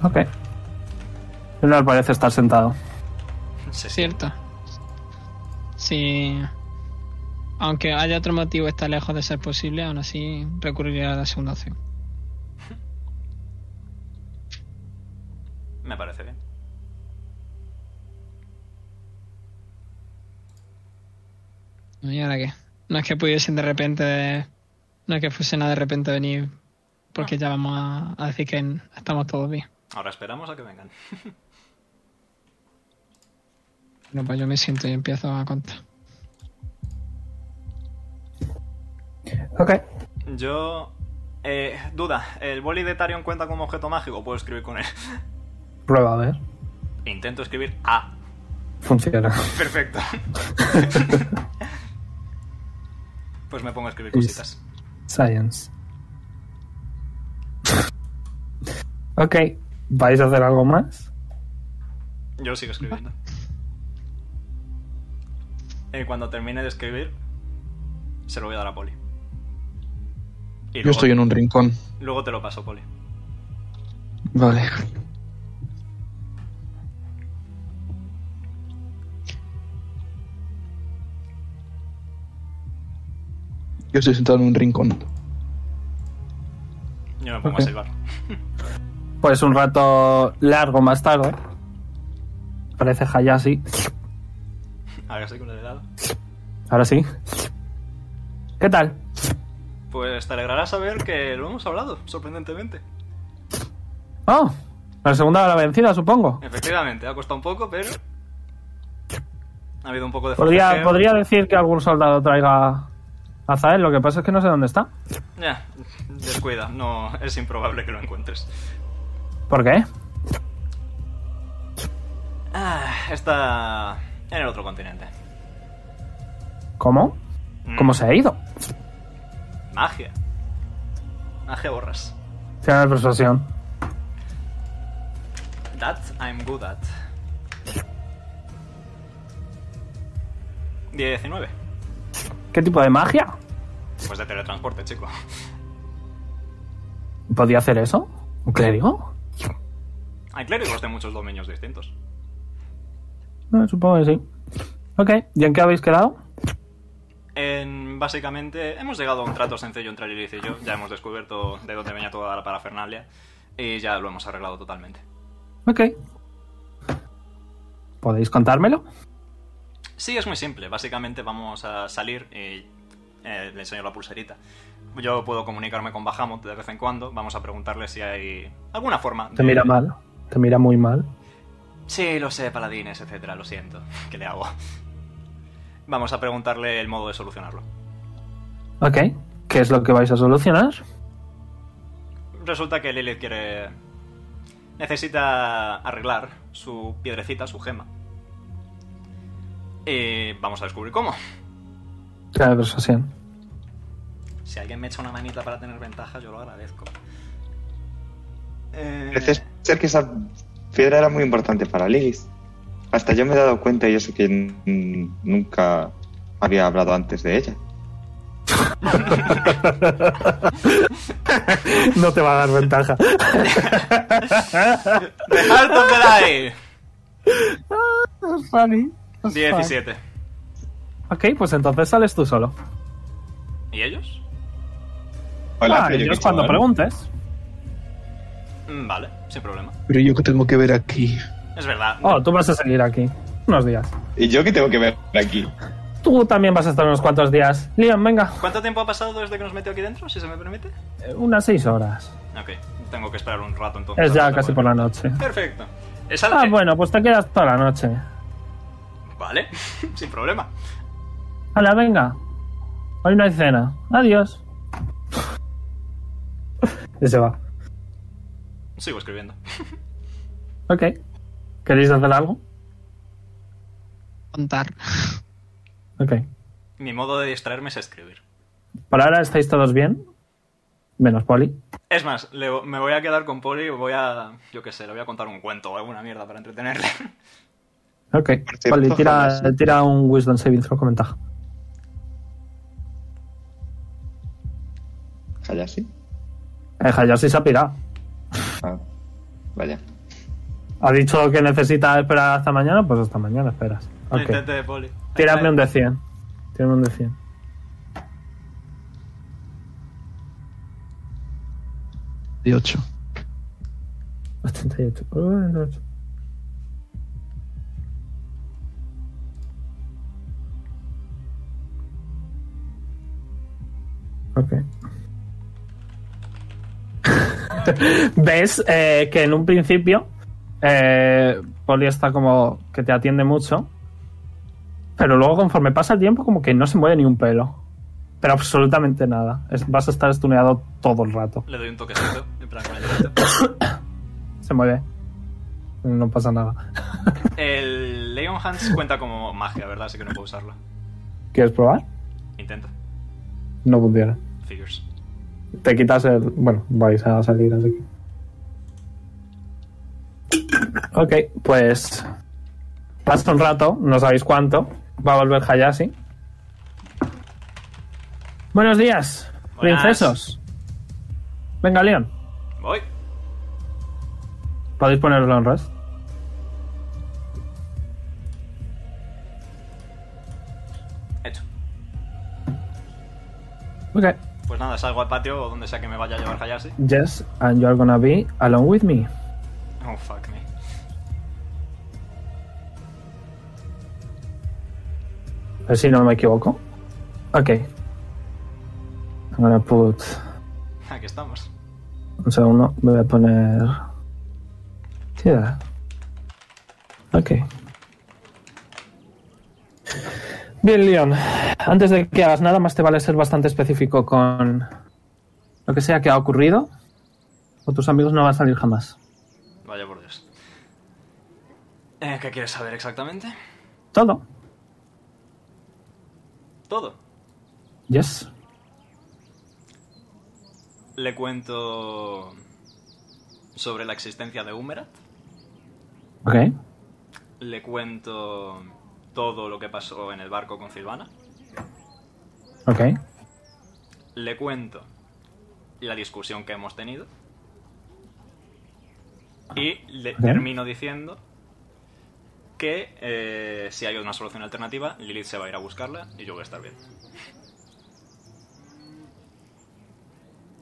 Speaker 2: Ok. Jonar parece estar sentado.
Speaker 1: Se
Speaker 3: Cierto. Si. Aunque haya otro motivo, está lejos de ser posible, aún así recurriré a la segunda opción.
Speaker 1: Me parece bien.
Speaker 3: ¿Y ahora qué? No es que pudiesen de repente. No es que fuesen a de repente venir, porque ya vamos a, a decir que en- estamos todos bien.
Speaker 1: Ahora esperamos a que vengan.
Speaker 3: Bueno, pues yo me siento y empiezo a contar.
Speaker 2: Ok.
Speaker 1: Yo... Eh, duda, ¿el boli de Tarion cuenta como objeto mágico? ¿Puedo escribir con él?
Speaker 2: Prueba a ver.
Speaker 1: Intento escribir A.
Speaker 2: Funciona.
Speaker 1: Perfecto. pues me pongo a escribir
Speaker 2: Yes.
Speaker 1: cositas.
Speaker 2: Science. ok. ¿Vais a hacer algo más?
Speaker 1: Yo sigo escribiendo. Y cuando termine de escribir, se lo voy a dar a Poli. Y
Speaker 5: Yo estoy en un rincón.
Speaker 1: Luego te lo paso, Poli.
Speaker 5: Vale. Yo estoy sentado en un rincón.
Speaker 1: Yo me pongo
Speaker 2: Ok.
Speaker 1: a silbar.
Speaker 2: Pues un rato largo más tarde. Parece Hayashi.
Speaker 1: Ahora sí con el helado.
Speaker 2: Ahora sí. ¿Qué tal?
Speaker 1: Pues te alegrará saber que lo hemos hablado, sorprendentemente.
Speaker 2: Oh, la segunda de la vencida, supongo.
Speaker 1: Efectivamente, ha costado un poco, pero. Ha habido un poco de
Speaker 2: Podría,
Speaker 1: forcejeo.
Speaker 2: podría decir que algún soldado traiga a Zael, lo que pasa es que no sé dónde está.
Speaker 1: Ya, descuida, no, es improbable que lo encuentres.
Speaker 2: ¿Por qué?
Speaker 1: Ah, está. en el otro continente.
Speaker 2: ¿Cómo?
Speaker 1: Mm,
Speaker 2: ¿Cómo se ha ido?
Speaker 1: Magia. Magia borras.
Speaker 2: Tiene de persuasión.
Speaker 1: That I'm good at. 19.
Speaker 2: ¿Qué tipo de magia?
Speaker 1: Pues de teletransporte, chico.
Speaker 2: ¿Podía hacer eso? ¿Un clérigo?
Speaker 1: Hay clérigos de muchos dominios distintos.
Speaker 2: Eh, supongo que sí. Ok, ¿y en qué habéis quedado?
Speaker 1: En, básicamente, hemos llegado a un trato sencillo entre Lilith y yo. Ya hemos descubierto de dónde venía toda la parafernalia. Y ya lo hemos arreglado totalmente.
Speaker 2: Ok. ¿Podéis contármelo?
Speaker 1: Sí, es muy simple. Básicamente vamos a salir y eh, le enseño la pulserita. Yo puedo comunicarme con Bahamut de vez en cuando. Vamos a preguntarle si hay alguna forma.
Speaker 2: Te mira mal, te mira muy mal.
Speaker 1: Sí, lo sé, paladines, etcétera, lo siento. ¿Qué le hago? Vamos a preguntarle el modo de solucionarlo.
Speaker 2: Ok, ¿qué es lo que vais a solucionar?
Speaker 1: Resulta que Lilith quiere. Necesita arreglar su piedrecita, su gema. Y vamos a descubrir cómo.
Speaker 2: Claro, persuasión.
Speaker 1: Si alguien me echa una manita para tener ventaja, yo lo agradezco. Eh,
Speaker 4: Parece ser que esa piedra era muy importante para Lilith. Hasta yo me he dado cuenta y eso que mm, nunca había hablado antes de ella.
Speaker 2: no te va a dar ventaja.
Speaker 1: Dejar donde
Speaker 2: Es funny.
Speaker 1: la 17.
Speaker 2: Ok, pues entonces sales tú solo.
Speaker 1: ¿Y ellos?
Speaker 2: ah,
Speaker 4: pero yo
Speaker 2: ellos
Speaker 4: qué
Speaker 2: cuando
Speaker 4: chaval.
Speaker 2: preguntes.
Speaker 1: Mm, Vale, sin problema.
Speaker 5: Pero yo que tengo que ver aquí.
Speaker 1: Es verdad.
Speaker 2: Oh, tú vas a seguir aquí. Unos días.
Speaker 4: ¿Y yo qué tengo que ver aquí?
Speaker 2: Tú también vas a estar unos cuantos días. Leon, venga.
Speaker 1: ¿Cuánto tiempo ha pasado desde que nos metió aquí dentro, si se me permite?
Speaker 2: Eh, Unas seis horas.
Speaker 1: Ok, tengo que esperar un rato entonces.
Speaker 2: Es ya
Speaker 1: Ahora
Speaker 2: casi
Speaker 1: vuelvo.
Speaker 2: por la noche.
Speaker 1: Perfecto. Es a la
Speaker 2: Ah,
Speaker 1: que-
Speaker 2: bueno, pues te quedas toda la noche.
Speaker 1: Vale, sin problema.
Speaker 2: Hola, venga. Hoy no hay cena. Adiós. y se va.
Speaker 1: Sigo escribiendo.
Speaker 2: Ok. ¿Queréis hacer algo?
Speaker 3: Contar.
Speaker 2: Ok.
Speaker 1: Mi modo de distraerme es escribir.
Speaker 2: Por ahora estáis todos bien. Menos Poli.
Speaker 1: Es más, le- me voy a quedar con Poli y voy a. Yo qué sé, le voy a contar un cuento o alguna mierda para entretenerle.
Speaker 2: Ok.
Speaker 4: cierto,
Speaker 2: Poli, tira,
Speaker 4: jamás-
Speaker 2: tira un Wisdom Saving Throw con ventaja.
Speaker 4: ¿Hayashi?
Speaker 2: Eh, Hayashi se ha pirado.
Speaker 4: Ah, vaya.
Speaker 2: Ha dicho que necesita esperar hasta mañana, pues hasta mañana esperas. Ok.
Speaker 1: Entete, Poli.
Speaker 2: Tírame un de 100. Tírame un de 100.
Speaker 5: De 8.
Speaker 2: 88. Uy, no. Ok. Ves eh, que en un principio eh, Poli está como que te atiende mucho, pero luego conforme pasa el tiempo como que no se mueve ni un pelo, pero absolutamente nada. Es- vas a estar estuneado todo el rato.
Speaker 1: Le doy un toquecito, en plan con el dedito.
Speaker 2: Se mueve. No pasa nada.
Speaker 1: El Leon Hands cuenta como magia, ¿verdad? Así que no puedo usarlo.
Speaker 2: ¿Quieres probar?
Speaker 1: Intento.
Speaker 2: No funciona.
Speaker 1: Figures.
Speaker 2: Te quitas el. Bueno, vais a salir así. Ok, pues. Pasa un rato, no sabéis cuánto. Va a volver Hayashi. Buenos días,
Speaker 1: Buenas.
Speaker 2: princesos. Venga, Leon.
Speaker 1: Voy.
Speaker 2: Podéis ponerlo en rest.
Speaker 1: Hecho.
Speaker 2: Ok.
Speaker 1: Pues nada, salgo al patio o donde sea que me vaya a llevar Hayashi.
Speaker 2: Yes, and you're gonna be along with me.
Speaker 1: Oh, fuck me.
Speaker 2: A ver si no me equivoco. Ok. I'm gonna put.
Speaker 1: Aquí estamos.
Speaker 2: Un segundo, me voy a poner. Tira. Ok. Bien, Leon. Antes de que hagas nada, más te vale ser bastante específico con lo que sea que ha ocurrido. O tus amigos no van a salir jamás.
Speaker 1: Vaya por Dios. Eh, ¿Qué quieres saber exactamente?
Speaker 2: Todo.
Speaker 1: Todo.
Speaker 2: Yes.
Speaker 1: Le cuento sobre la existencia de Humerat.
Speaker 2: Ok.
Speaker 1: Le cuento todo lo que pasó en el barco con Silvana.
Speaker 2: Ok.
Speaker 1: Le cuento la discusión que hemos tenido. Y le
Speaker 2: Bien.
Speaker 1: termino diciendo que eh, si hay una solución alternativa, Lilith se va a ir a buscarla y yo voy a estar bien.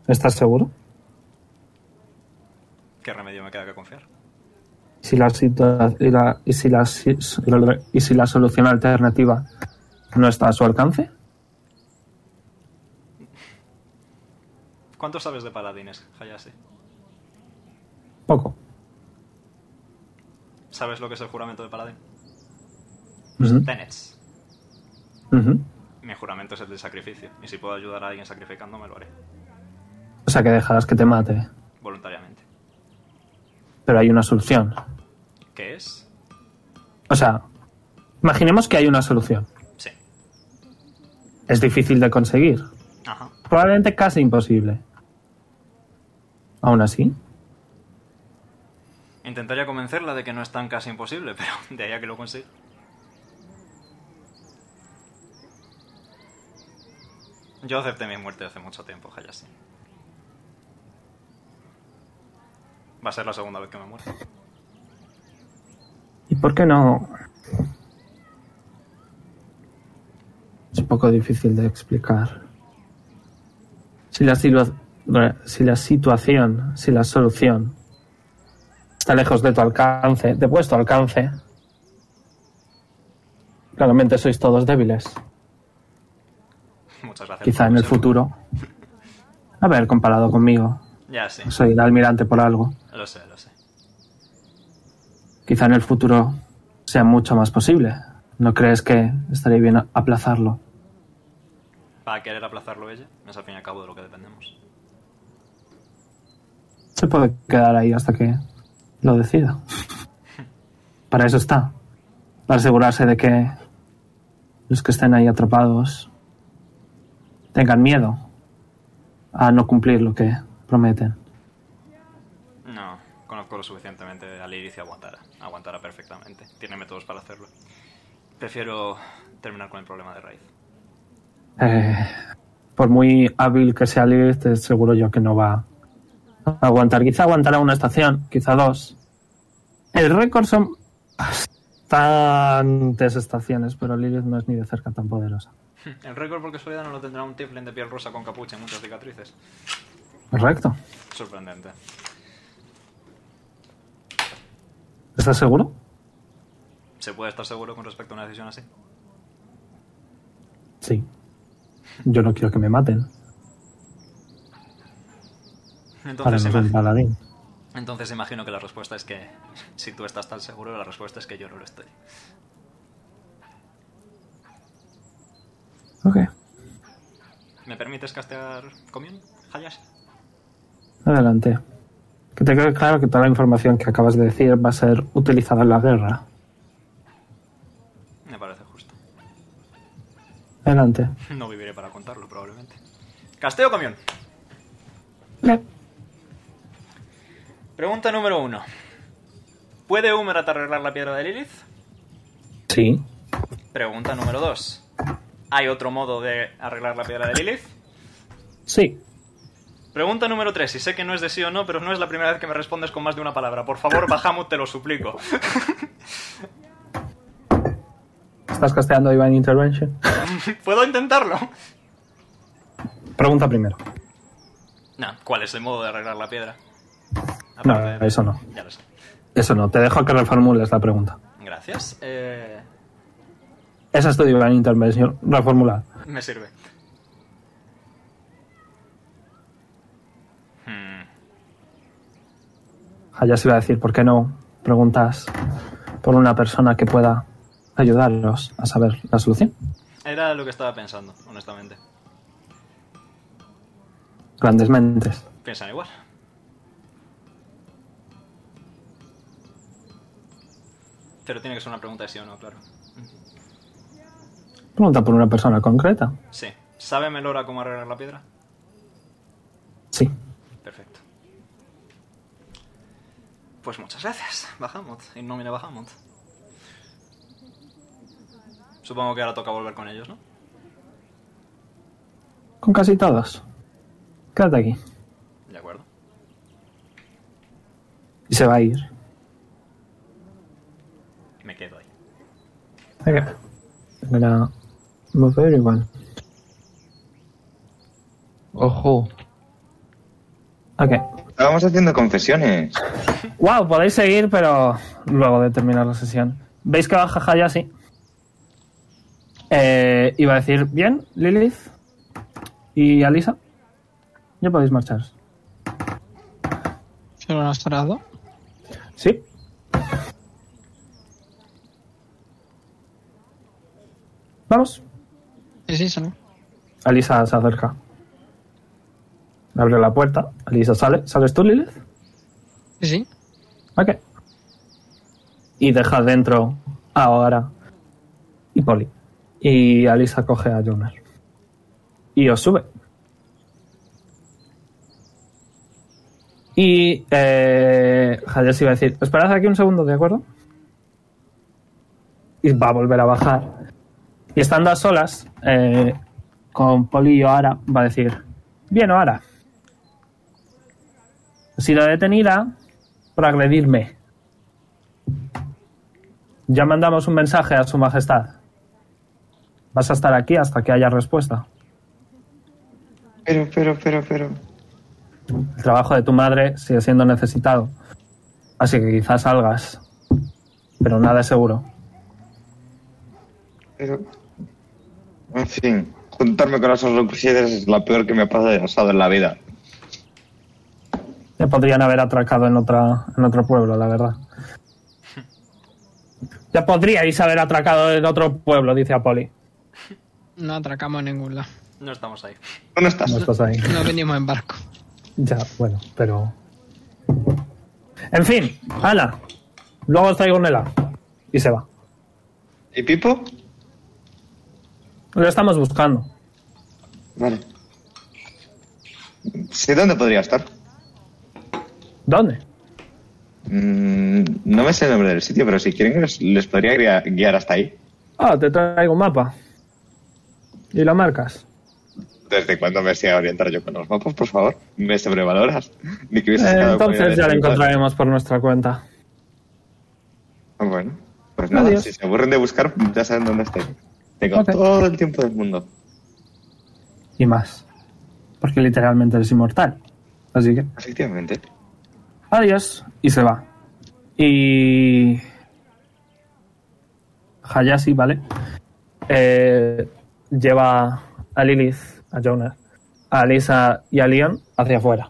Speaker 2: ¿Estás seguro?
Speaker 1: ¿Qué remedio me queda que confiar?
Speaker 2: Si la situa- y, la- y si la si- y si la solución alternativa no está a su alcance.
Speaker 1: ¿Cuánto sabes de paladines, Hayashi?
Speaker 2: Poco.
Speaker 1: ¿Sabes lo que es el juramento de paladín?
Speaker 2: Ujú.
Speaker 1: Tenets.
Speaker 2: Ujú.
Speaker 1: Mi juramento es el del sacrificio. Y si puedo ayudar a alguien sacrificando, me lo haré.
Speaker 2: O sea que dejarás que te mate.
Speaker 1: Voluntariamente.
Speaker 2: Pero hay una solución.
Speaker 1: ¿Qué es?
Speaker 2: O sea, imaginemos que hay una solución.
Speaker 1: Sí.
Speaker 2: Es difícil de conseguir.
Speaker 1: Ajá.
Speaker 2: Probablemente casi imposible. Aún así,
Speaker 1: Intentaría convencerla de que no es tan casi imposible, pero de ahí a que lo consiga. Yo acepté mi muerte hace mucho tiempo, Hayashi. Va a ser la segunda vez que me muero.
Speaker 2: ¿y por qué no? Es un poco difícil de explicar. Si la, situa- si la situación, si la solución está lejos de tu alcance, de vuestro alcance, claramente sois todos débiles.
Speaker 1: Muchas gracias.
Speaker 2: Quizá
Speaker 1: por
Speaker 2: en el
Speaker 1: consejo.
Speaker 2: futuro. A ver, comparado conmigo,
Speaker 1: Ya, sí.
Speaker 2: soy el almirante por algo.
Speaker 1: Lo sé, lo sé.
Speaker 2: Quizá en el futuro sea mucho más posible. ¿No crees que estaría bien aplazarlo?
Speaker 1: ¿Va a querer aplazarlo ella? Es al fin y al cabo de lo que dependemos.
Speaker 2: Se puede quedar ahí hasta que lo decida. Para eso está. Para asegurarse de que los que estén ahí atrapados tengan miedo a no cumplir lo que prometen.
Speaker 1: No, conozco lo suficientemente a Lilith y aguantará. Aguantará perfectamente. Tiene métodos para hacerlo. Prefiero terminar con el problema de raíz.
Speaker 2: Eh, por muy hábil que sea Lilith, te seguro yo que no va a aguantar. Quizá aguantará una estación, quizá dos. El récord son bastantes estaciones, pero Lilith no es ni de cerca tan poderosa.
Speaker 1: Hmm. El récord por casualidad no lo tendrá un tiflin de piel rosa con capucha y muchas cicatrices.
Speaker 2: Correcto.
Speaker 1: Sorprendente.
Speaker 2: ¿Estás seguro?
Speaker 1: ¿Se puede estar seguro con respecto a una decisión así?
Speaker 2: Sí. Yo no quiero que me maten. Para
Speaker 1: Entonces,
Speaker 2: no soy
Speaker 1: imag-
Speaker 2: paladín.
Speaker 1: Entonces imagino que la respuesta es que si tú estás tan seguro, la respuesta es que yo no lo estoy.
Speaker 2: Ok,
Speaker 1: ¿Me permites castear Commune, Hayashi?
Speaker 2: adelante. Que te quede claro que toda la información que acabas de decir va a ser utilizada en la guerra.
Speaker 1: Me parece justo.
Speaker 2: Adelante.
Speaker 1: No viviré para contarlo, probablemente. Casteo Commune. Pregunta número uno. ¿Puede Humerat arreglar la piedra de Lilith?
Speaker 2: Sí.
Speaker 1: Pregunta número dos. ¿Hay otro modo de arreglar la piedra de Lilith?
Speaker 2: Sí.
Speaker 1: Pregunta número 3, y sé que no es de sí o no, pero no es la primera vez que me respondes con más de una palabra. Por favor, Bahamut, te lo suplico.
Speaker 2: ¿Estás casteando Divine Intervention?
Speaker 1: ¿Puedo intentarlo?
Speaker 2: Pregunta primero.
Speaker 1: No, ¿cuál es el modo de arreglar la piedra?
Speaker 2: No,
Speaker 1: Aparte de-
Speaker 2: eso no.
Speaker 1: Ya lo sé.
Speaker 2: Eso no. Te dejo que reformules la pregunta.
Speaker 1: Gracias. Eh,
Speaker 2: Esa es tu Divine Intervention. Reformular.
Speaker 1: me sirve. Hmm,
Speaker 2: Allá Ah, se iba a decir, ¿por qué no preguntas por una persona que pueda ayudarlos a saber la solución?
Speaker 1: Era lo que estaba pensando, honestamente.
Speaker 2: Grandes mentes.
Speaker 1: Piensan igual. Pero tiene que ser una pregunta de sí o no, claro.
Speaker 2: Pregunta por una persona concreta.
Speaker 1: Sí. ¿Sabe Melora cómo arreglar la piedra?
Speaker 2: Sí.
Speaker 1: Perfecto. Pues muchas gracias, Bahamut. Innumine Bahamut. Supongo que ahora toca volver con ellos, ¿no?
Speaker 2: Con casi todos. Quédate aquí.
Speaker 1: De acuerdo.
Speaker 2: Y se va a ir.
Speaker 1: Me quedo ahí.
Speaker 2: Venga. Venga. mover igual.
Speaker 5: Ojo.
Speaker 2: Ok.
Speaker 4: Estábamos haciendo confesiones.
Speaker 2: Wow, podéis seguir, pero luego de terminar la sesión. ¿Veis que baja Hayashi? Eh, iba a decir, bien, Lilith y Alisa.
Speaker 12: Ya podéis marchar.
Speaker 3: ¿Solo nos trasladó?
Speaker 2: Sí. Vamos.
Speaker 3: Sí, sí, solo.
Speaker 2: Alisa se acerca. Abre la puerta. Alisa sale. ¿Sales tú, Lilith?
Speaker 3: Sí, sí.
Speaker 2: Ok. Y deja dentro ahora y Polly. Y Alisa coge a Jonas. Y os sube. Y eh, Hades iba a decir, esperad aquí un segundo, ¿de acuerdo? Y va a volver a bajar. Y estando a solas, eh, con Poli y Oara, va a decir, bien Oara, he sido detenida por agredirme. Ya mandamos un mensaje a su majestad. Vas a estar aquí hasta que haya respuesta.
Speaker 6: Pero, pero, pero, pero.
Speaker 2: El trabajo de tu madre sigue siendo necesitado. Así que quizás salgas. Pero nada es seguro.
Speaker 4: Pero... En fin, juntarme con las Crusaders es la peor que me ha pasado en la vida.
Speaker 2: Te podrían haber atracado en, otra, en otro pueblo, la verdad. Ya podríais haber atracado en otro pueblo, dice Apoli.
Speaker 3: No atracamos en ningún lado.
Speaker 1: No estamos ahí.
Speaker 4: ¿Dónde estás?
Speaker 2: No estás ahí.
Speaker 3: No venimos en barco.
Speaker 2: Ya, bueno, pero. En fin, ala. Luego os traigo un helado. Y se va.
Speaker 4: ¿Y Pipo?
Speaker 2: Lo estamos buscando.
Speaker 4: Vale. ¿Sí, ¿Dónde podría estar?
Speaker 2: ¿Dónde?
Speaker 4: Mm, no me sé el nombre del sitio, pero si quieren les, les podría guia- guiar hasta ahí.
Speaker 2: Ah, te traigo un mapa. Y lo marcas.
Speaker 4: ¿Desde cuándo me sé orientar yo con los mapas, por favor? Me sobrevaloras. Ni que hubieses
Speaker 2: Eh,
Speaker 4: quedado con
Speaker 2: entonces
Speaker 4: ella
Speaker 2: ya
Speaker 4: de
Speaker 2: lo
Speaker 4: chico.
Speaker 2: encontraremos por nuestra cuenta.
Speaker 4: Ah, Bueno, pues nada,
Speaker 2: Adiós.
Speaker 4: si se aburren de buscar, ya saben dónde estoy. Tengo
Speaker 2: Ok.
Speaker 4: todo el tiempo del mundo.
Speaker 2: Y más.
Speaker 12: Porque literalmente eres inmortal. Así que,
Speaker 4: Efectivamente.
Speaker 12: adiós.
Speaker 2: Y se va. Y. Hayashi, ¿vale? Eh, lleva a Lilith, a Jonas, a Lisa y a Leon hacia afuera.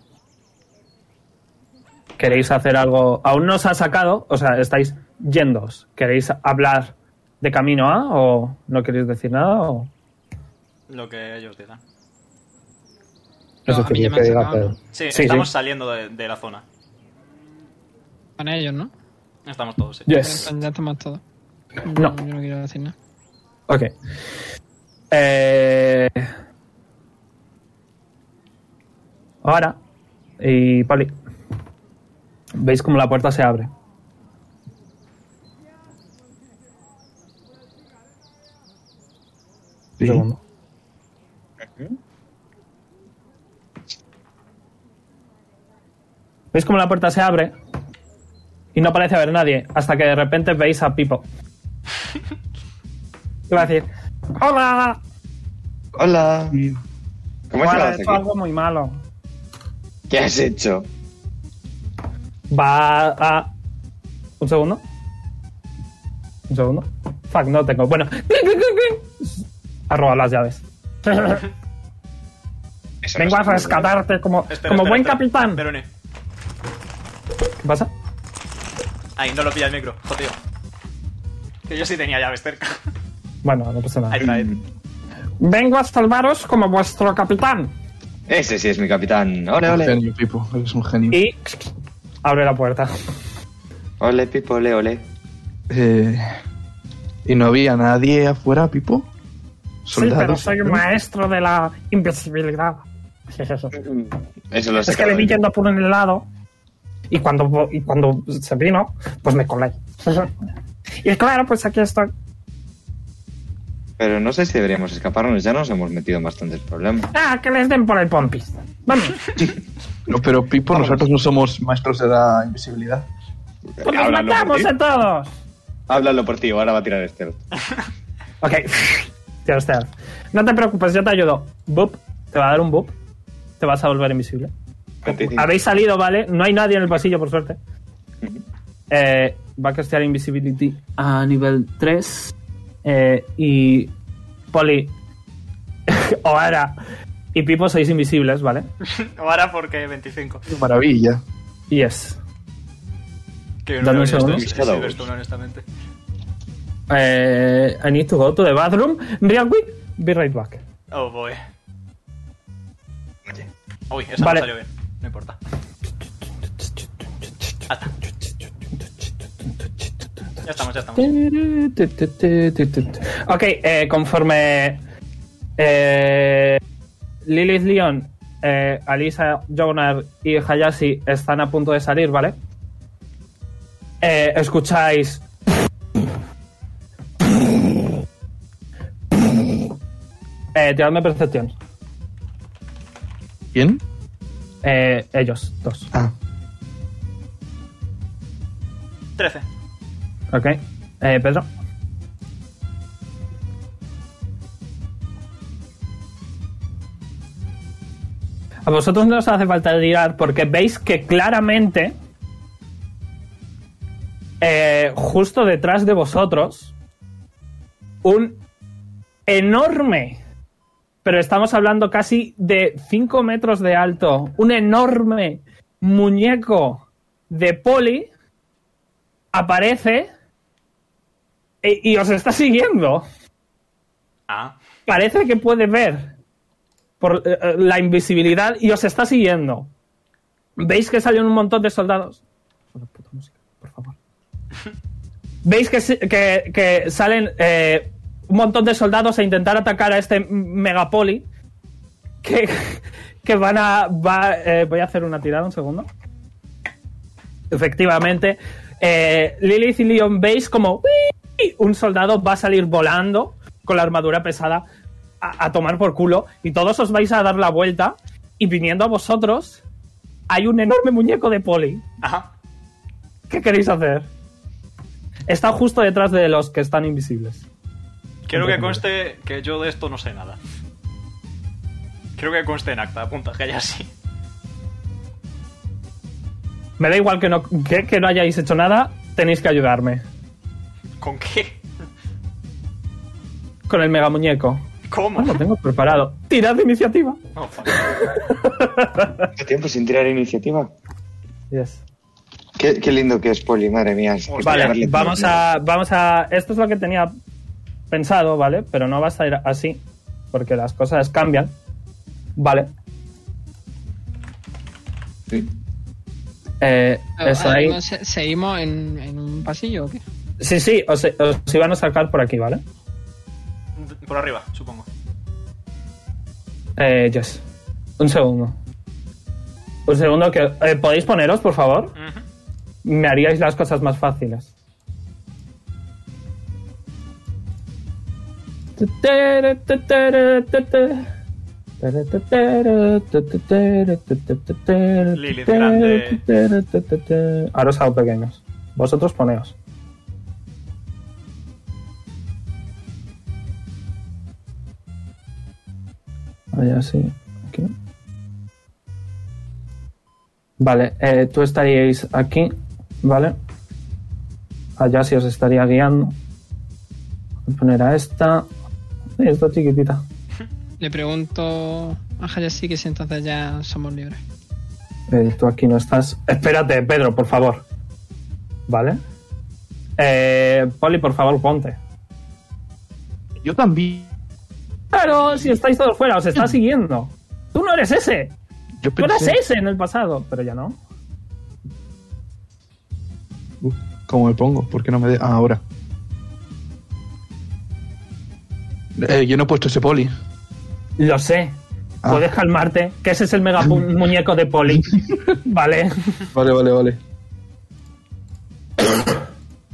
Speaker 2: ¿Queréis hacer algo? Aún no os ha sacado, o sea, estáis yendos. ¿Queréis hablar de camino a o no queréis decir nada? O...
Speaker 1: Lo que ellos digan.
Speaker 3: No,
Speaker 2: Eso
Speaker 3: a mí ya
Speaker 2: queréis
Speaker 3: me han
Speaker 2: que diga
Speaker 3: sacado
Speaker 2: Pedro.
Speaker 3: ¿no?
Speaker 1: Sí,
Speaker 2: Sí,
Speaker 1: estamos
Speaker 2: sí.
Speaker 1: saliendo de, de la zona.
Speaker 3: con ellos, ¿no?
Speaker 1: Estamos todos, sí.
Speaker 2: Yes.
Speaker 3: Ya estamos todos.
Speaker 2: No.
Speaker 3: Yo no quiero decir nada.
Speaker 2: Ok. Eh, Ahora, y Poli, veis como la puerta se abre. Un segundo. Veis como la puerta se abre y no parece haber nadie, hasta que de repente veis a Pipo. Iba a decir, ¡Hola!
Speaker 4: Hola. ¿Cómo
Speaker 2: Hola,
Speaker 4: estás
Speaker 2: he
Speaker 4: aquí?
Speaker 2: hecho algo muy malo.
Speaker 4: ¿Qué has hecho?
Speaker 2: Va a. Un segundo. Un segundo. Fuck, no tengo. Bueno. Ha robado las llaves.
Speaker 4: Eso no
Speaker 2: Vengo a
Speaker 4: es-
Speaker 2: rescatarte como,
Speaker 1: Espera, espera,
Speaker 2: como buen
Speaker 1: espera.
Speaker 2: capitán.
Speaker 1: Verone.
Speaker 2: ¿Qué pasa?
Speaker 1: Ahí, no lo pilla el micro, jodido. Que yo sí tenía llaves cerca.
Speaker 2: Bueno, no pasa nada.
Speaker 1: Ahí está, eh. Ed.
Speaker 2: Vengo a salvaros como vuestro capitán.
Speaker 4: Ese sí es mi capitán. Ole,
Speaker 5: Un
Speaker 4: ole.
Speaker 5: genio, Pipo. Eres un genio.
Speaker 1: Mm.
Speaker 2: Y. Abre la puerta.
Speaker 4: Ole, Pipo, ole, ole.
Speaker 5: Eh, ¿Y no había nadie afuera, Pipo?
Speaker 2: Sí, pero
Speaker 5: ¿Soldados?
Speaker 2: soy un maestro de la invisibilidad.
Speaker 4: Eso lo sé.
Speaker 2: Es que le vi yendo por un helado y cuando, y cuando se vino, pues me colé. Y claro, pues aquí estoy.
Speaker 4: Pero no sé si deberíamos escaparnos, ya nos hemos metido en bastantes problemas.
Speaker 2: Ah, que les den por el pompis. Vamos,
Speaker 5: No, pero Pipo, nosotros no somos maestros de la invisibilidad.
Speaker 2: pues los
Speaker 4: Háblalo por,
Speaker 2: matamos
Speaker 4: ti.
Speaker 2: a todos.
Speaker 4: Háblalo por ti, ahora va a tirar este.
Speaker 2: Ok, Tira stealth. No te preocupes, yo te ayudo. Boop, te va a dar un boop. Te vas a volver invisible.
Speaker 4: 25.
Speaker 2: Habéis salido, ¿vale? No hay nadie en el pasillo, por suerte. Eh, va a castear Invisibility a nivel 3. eh, y. Poli. Oara. Y Pipo sois invisibles, ¿vale?
Speaker 1: Ahora porque 25.
Speaker 5: Maravilla.
Speaker 2: Yes.
Speaker 1: Que
Speaker 2: Dame
Speaker 1: no
Speaker 2: un
Speaker 1: lo
Speaker 2: segundo.
Speaker 1: había visto, sí, ves tú, honestamente.
Speaker 2: Eh, I need to go to the bathroom. Real quick. Be right back.
Speaker 1: Oh boy. Uy, esa
Speaker 2: Vale.
Speaker 1: no salió bien. No importa. Ah, está. Ya estamos, ya estamos.
Speaker 2: Ok, eh, conforme eh, Lilith Leon, eh, Alisa Jonar y Hayashi están a punto de salir, ¿vale? Eh, escucháis. Eh, tiradme percepción.
Speaker 5: ¿Quién?
Speaker 2: Eh, ellos, dos.
Speaker 5: Ah,
Speaker 1: 13.
Speaker 2: Ok. Eh, Pedro. A vosotros no os hace falta tirar porque veis que claramente eh, justo detrás de vosotros un enorme, pero estamos hablando casi de 5 metros de alto, un enorme muñeco de poli aparece e- y os está siguiendo.
Speaker 1: Ah,
Speaker 2: Parece que puede ver por eh, eh, la invisibilidad y os está siguiendo. ¿Veis que salen un montón de soldados? Por la puta música, por favor. ¿Veis que, se- que- que salen eh, un montón de soldados a intentar atacar a este m- megapoli? Que, que van a... va- eh, voy a hacer una tirada, un segundo. Efectivamente. Eh, Lilith y Leon veis como ¡uii! un soldado va a salir volando con la armadura pesada a, a tomar por culo y todos os vais a dar la vuelta y viniendo a vosotros hay un enorme muñeco de poli.
Speaker 1: ajá.
Speaker 2: ¿Qué queréis hacer? Está justo detrás de los que están invisibles.
Speaker 1: Quiero que conste que yo de esto no sé nada. Quiero que conste en acta, apunta que haya así.
Speaker 2: Me da igual que no, que, que no hayáis hecho nada, tenéis que ayudarme
Speaker 1: ¿Con qué?
Speaker 2: con el mega muñeco. Ah,
Speaker 1: ¿Cómo?
Speaker 2: Lo tengo preparado. Tirad de iniciativa.
Speaker 1: Oh, fuck.
Speaker 4: Hace tiempo sin tirar iniciativa.
Speaker 2: Yes.
Speaker 4: Qué, qué lindo que es Poli, madre mía. Es-
Speaker 1: Vale,
Speaker 2: Vale,
Speaker 4: darle
Speaker 2: vamos
Speaker 4: tiempo.
Speaker 2: a, vamos a. Esto es lo que tenía pensado, ¿vale? Pero no va a salir así, porque las cosas cambian. Vale.
Speaker 4: Sí.
Speaker 2: Eh,
Speaker 3: Ah,
Speaker 2: eso ahí.
Speaker 3: Además, ¿se- ¿Seguimos en, en un pasillo o qué?
Speaker 2: Sí, sí, os, os iban a sacar por aquí, ¿vale?
Speaker 1: Por arriba, supongo.
Speaker 2: Eh, yes. Un segundo. Un segundo que. eh, ¿Podéis poneros, por favor?
Speaker 1: Ujú.
Speaker 2: Me haríais las cosas más fáciles.
Speaker 1: Lilith grande.
Speaker 2: Ahora os hago pequeños. Vosotros poneos. Ahí así. Aquí. Vale, eh, tú estaríais aquí, ¿vale? Allá sí os estaría guiando. Voy a poner a esta. Ay, Esta chiquitita.
Speaker 3: Le pregunto a Hayashi que si entonces ya somos libres.
Speaker 2: Eh, tú aquí no estás. Espérate, Pedro, por favor. ¿Vale? Eh, Poli, por favor, ponte.
Speaker 5: yo también.
Speaker 2: Claro, si estáis todos fuera, os está siguiendo. Tú no eres ese.
Speaker 5: Yo
Speaker 2: Tú eras
Speaker 5: pensé,
Speaker 2: ese en el pasado, pero ya no.
Speaker 5: Uf, ¿Cómo me pongo? ¿Por qué no me de... ah, ahora? Eh, yo no he puesto ese poli.
Speaker 2: Lo sé.
Speaker 5: Ah.
Speaker 2: Puedes calmarte, que ese es el mega pu- muñeco de Poli. vale.
Speaker 5: Vale, vale, vale.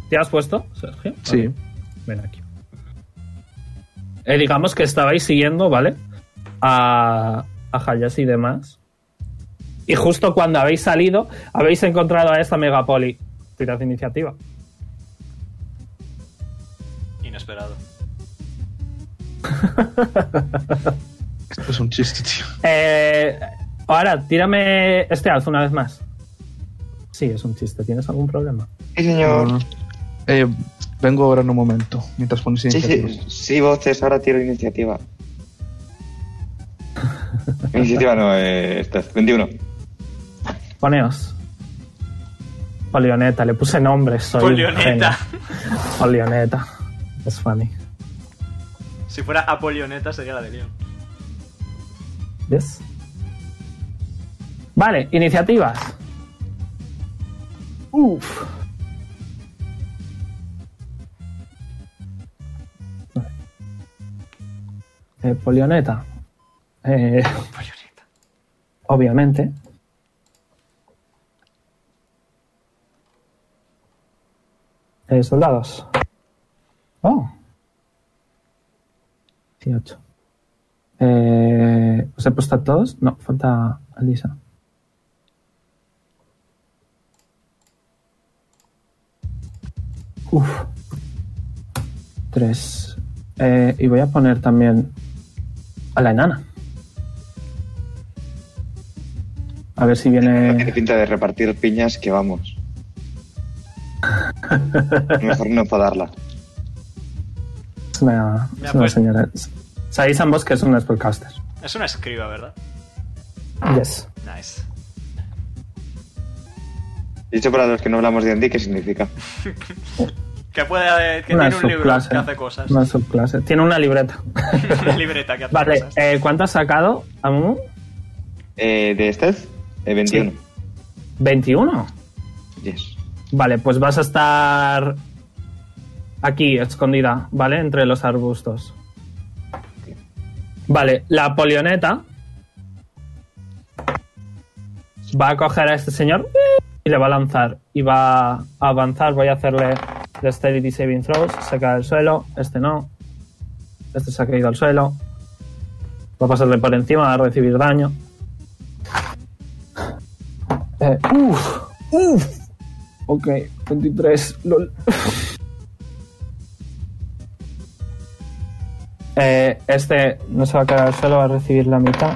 Speaker 2: ¿Te has puesto, Sergio?
Speaker 5: Sí.
Speaker 2: Ven aquí. Eh, digamos que estabais siguiendo, ¿vale? A, a Hayashi y demás. Y justo cuando habéis salido, habéis encontrado a esta megapoli. Tirad iniciativa.
Speaker 1: Inesperado.
Speaker 5: Esto es un chiste, tío.
Speaker 2: Eh, ahora, tírame este alzo una vez más. Sí, es un chiste. ¿Tienes algún problema?
Speaker 6: Sí, señor.
Speaker 5: No, no. Eh, vengo ahora en un momento, mientras pones
Speaker 4: Sí,
Speaker 5: iniciativas.
Speaker 4: sí, sí, voces, ahora tiro iniciativa. Iniciativa no, eh, esta es 21.
Speaker 2: Poneos. Polioneta, le puse nombre, soy.
Speaker 8: Polioneta.
Speaker 2: genio. Polioneta. Es funny.
Speaker 8: Si fuera Apolioneta sería la de Leon.
Speaker 2: ¿Ves? Vale, iniciativas. Uf. Eh, polioneta. Eh,
Speaker 8: Polioneta.
Speaker 2: obviamente. Eh, soldados. Oh. 18. Eh, ¿Os he puesto a todos? No, falta Alisa. Uf. Tres. Eh, y voy a poner también a la enana. A ver si
Speaker 4: No tiene
Speaker 2: viene.
Speaker 4: pinta de repartir piñas que vamos. Mejor no enfadarla.
Speaker 2: Es una,
Speaker 8: Me
Speaker 2: es una
Speaker 8: apuesto.
Speaker 2: señora. Sabéis ambos que es una spellcaster.
Speaker 8: Es una escriba, ¿verdad? Ah,
Speaker 2: Yes.
Speaker 8: Nice.
Speaker 4: Dicho para los que no hablamos de Andy, ¿qué significa?
Speaker 8: Que puede que
Speaker 2: una
Speaker 8: tiene un libro
Speaker 2: subclase.
Speaker 8: que hace cosas.
Speaker 2: Una subclase. Tiene una libreta.
Speaker 8: una libreta que hace
Speaker 2: Vale,
Speaker 8: cosas.
Speaker 2: eh, ¿cuánto has sacado, Amumu?
Speaker 4: Eh, de Steph, eh, 21.
Speaker 2: 21.
Speaker 4: Yes.
Speaker 2: Vale, pues vas a estar aquí, escondida, ¿vale? Entre los arbustos. Vale, la polioneta va a coger a este señor y le va a lanzar. Y va a avanzar, voy a hacerle dexterity saving throws. Se cae al suelo, este no. Este se ha caído al suelo. Va a pasarle por encima, va a recibir daño. Eh, uf, uf. Ok, 23, lol. Eh, este no se va a quedar al suelo, va a recibir la mitad.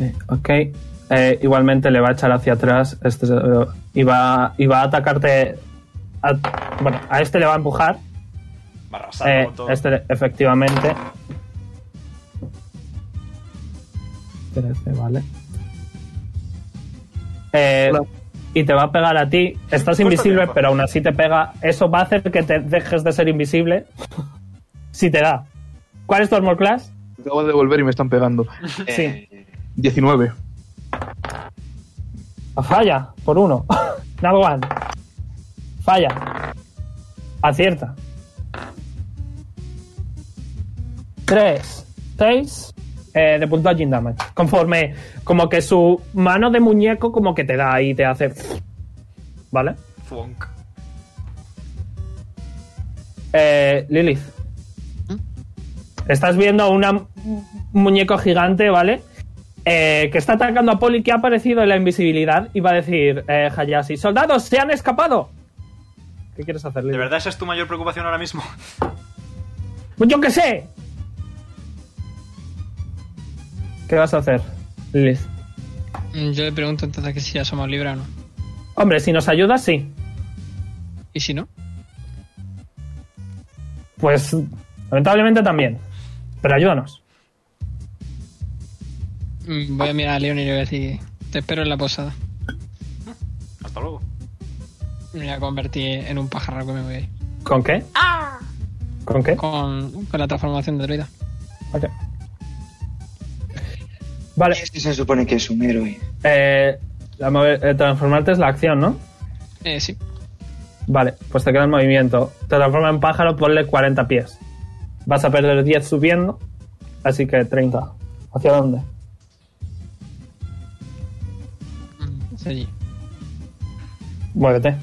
Speaker 2: Eh, ok. Eh, igualmente le va a echar hacia atrás. Este, se- eh, y, va, y va a atacarte. a- bueno, a este le va a empujar.
Speaker 8: Va arrasando
Speaker 2: Eh,
Speaker 8: con todo.
Speaker 2: este, efectivamente. 13, vale. Eh,
Speaker 5: Hola.
Speaker 2: y te va a pegar a ti. Estás
Speaker 8: ¿Cuánto
Speaker 2: invisible,
Speaker 8: tiempo?
Speaker 2: pero aún así te pega. Eso va a hacer que te dejes de ser invisible. si te da. ¿Cuál es tu armor class?
Speaker 5: Acabo de volver y me están pegando.
Speaker 2: Sí.
Speaker 5: 19.
Speaker 2: Falla, por uno. Nada one. Falla. Acierta. 3, 6 eh, de punto de damage. Conforme, como que su mano de muñeco como que te da y te hace... ¿Vale?
Speaker 8: Funk.
Speaker 2: Eh, Lilith. Estás viendo a una- un muñeco gigante, ¿vale? Eh, que está atacando a Poli, que ha aparecido en la invisibilidad y va a decir eh, Hayashi, ¡Soldados, se han escapado! ¿Qué quieres hacer,
Speaker 8: ¿De
Speaker 2: Lilith?
Speaker 8: verdad esa es tu mayor preocupación ahora mismo?
Speaker 2: Pues ¡Yo qué sé! ¿Qué vas a hacer, Lilith?
Speaker 3: Mm, Yo le pregunto entonces que si ya somos libres o no.
Speaker 2: Hombre, si nos ayudas, sí.
Speaker 3: ¿Y si no?
Speaker 2: Pues, lamentablemente también. Pero ayúdanos.
Speaker 3: Mm, Voy a mirar a Leon y le voy a decir, te espero en la posada.
Speaker 8: Hasta luego.
Speaker 3: Me voy a convertir en un pajarraco y me voy a ir.
Speaker 2: ¿Con qué? ¿Con qué?
Speaker 3: Con, con la transformación de druida.
Speaker 2: Ok. Vale.
Speaker 4: Este se supone que es un héroe.
Speaker 2: Eh, la move- eh, transformarte es la acción, ¿no?
Speaker 3: Eh, sí.
Speaker 2: Vale, pues te queda el movimiento. Te transforma en pájaro, ponle 40 pies. Vas a perder 10 subiendo, así que 30. ¿Hacia dónde?
Speaker 3: Mm, es allí.
Speaker 2: Muévete.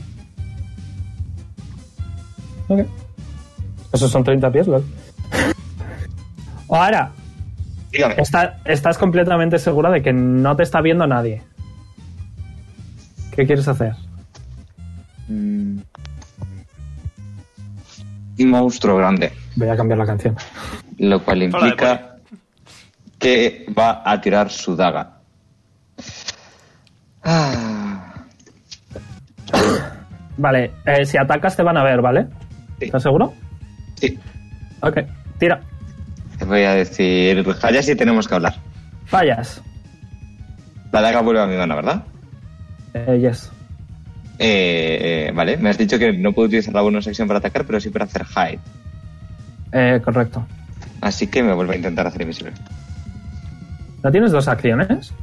Speaker 2: Ok. Esos son 30 pies, lol. Ahora,
Speaker 4: Dígame.
Speaker 2: está- estás completamente segura de que no te está viendo nadie. ¿Qué quieres hacer?
Speaker 4: Mm. Un monstruo grande.
Speaker 2: Voy a cambiar la canción.
Speaker 4: Lo cual
Speaker 8: Hola,
Speaker 4: implica que va a tirar su daga. Ah,
Speaker 2: Vale, eh, si atacas te van a ver, ¿vale?
Speaker 4: Sí.
Speaker 2: ¿Estás seguro?
Speaker 4: sí.
Speaker 2: Ok, tira.
Speaker 4: Te voy a decir. Fallas y tenemos que hablar.
Speaker 2: Fallas.
Speaker 4: La daga vuelve a mi mano, ¿verdad?
Speaker 2: Eh, yes.
Speaker 4: Eh, eh, vale, me has dicho que no puedo utilizar la bonus sección para atacar, pero sí para hacer hide.
Speaker 2: Eh, correcto.
Speaker 4: Así que me vuelvo a intentar hacer invisible.
Speaker 2: ¿No tienes dos acciones?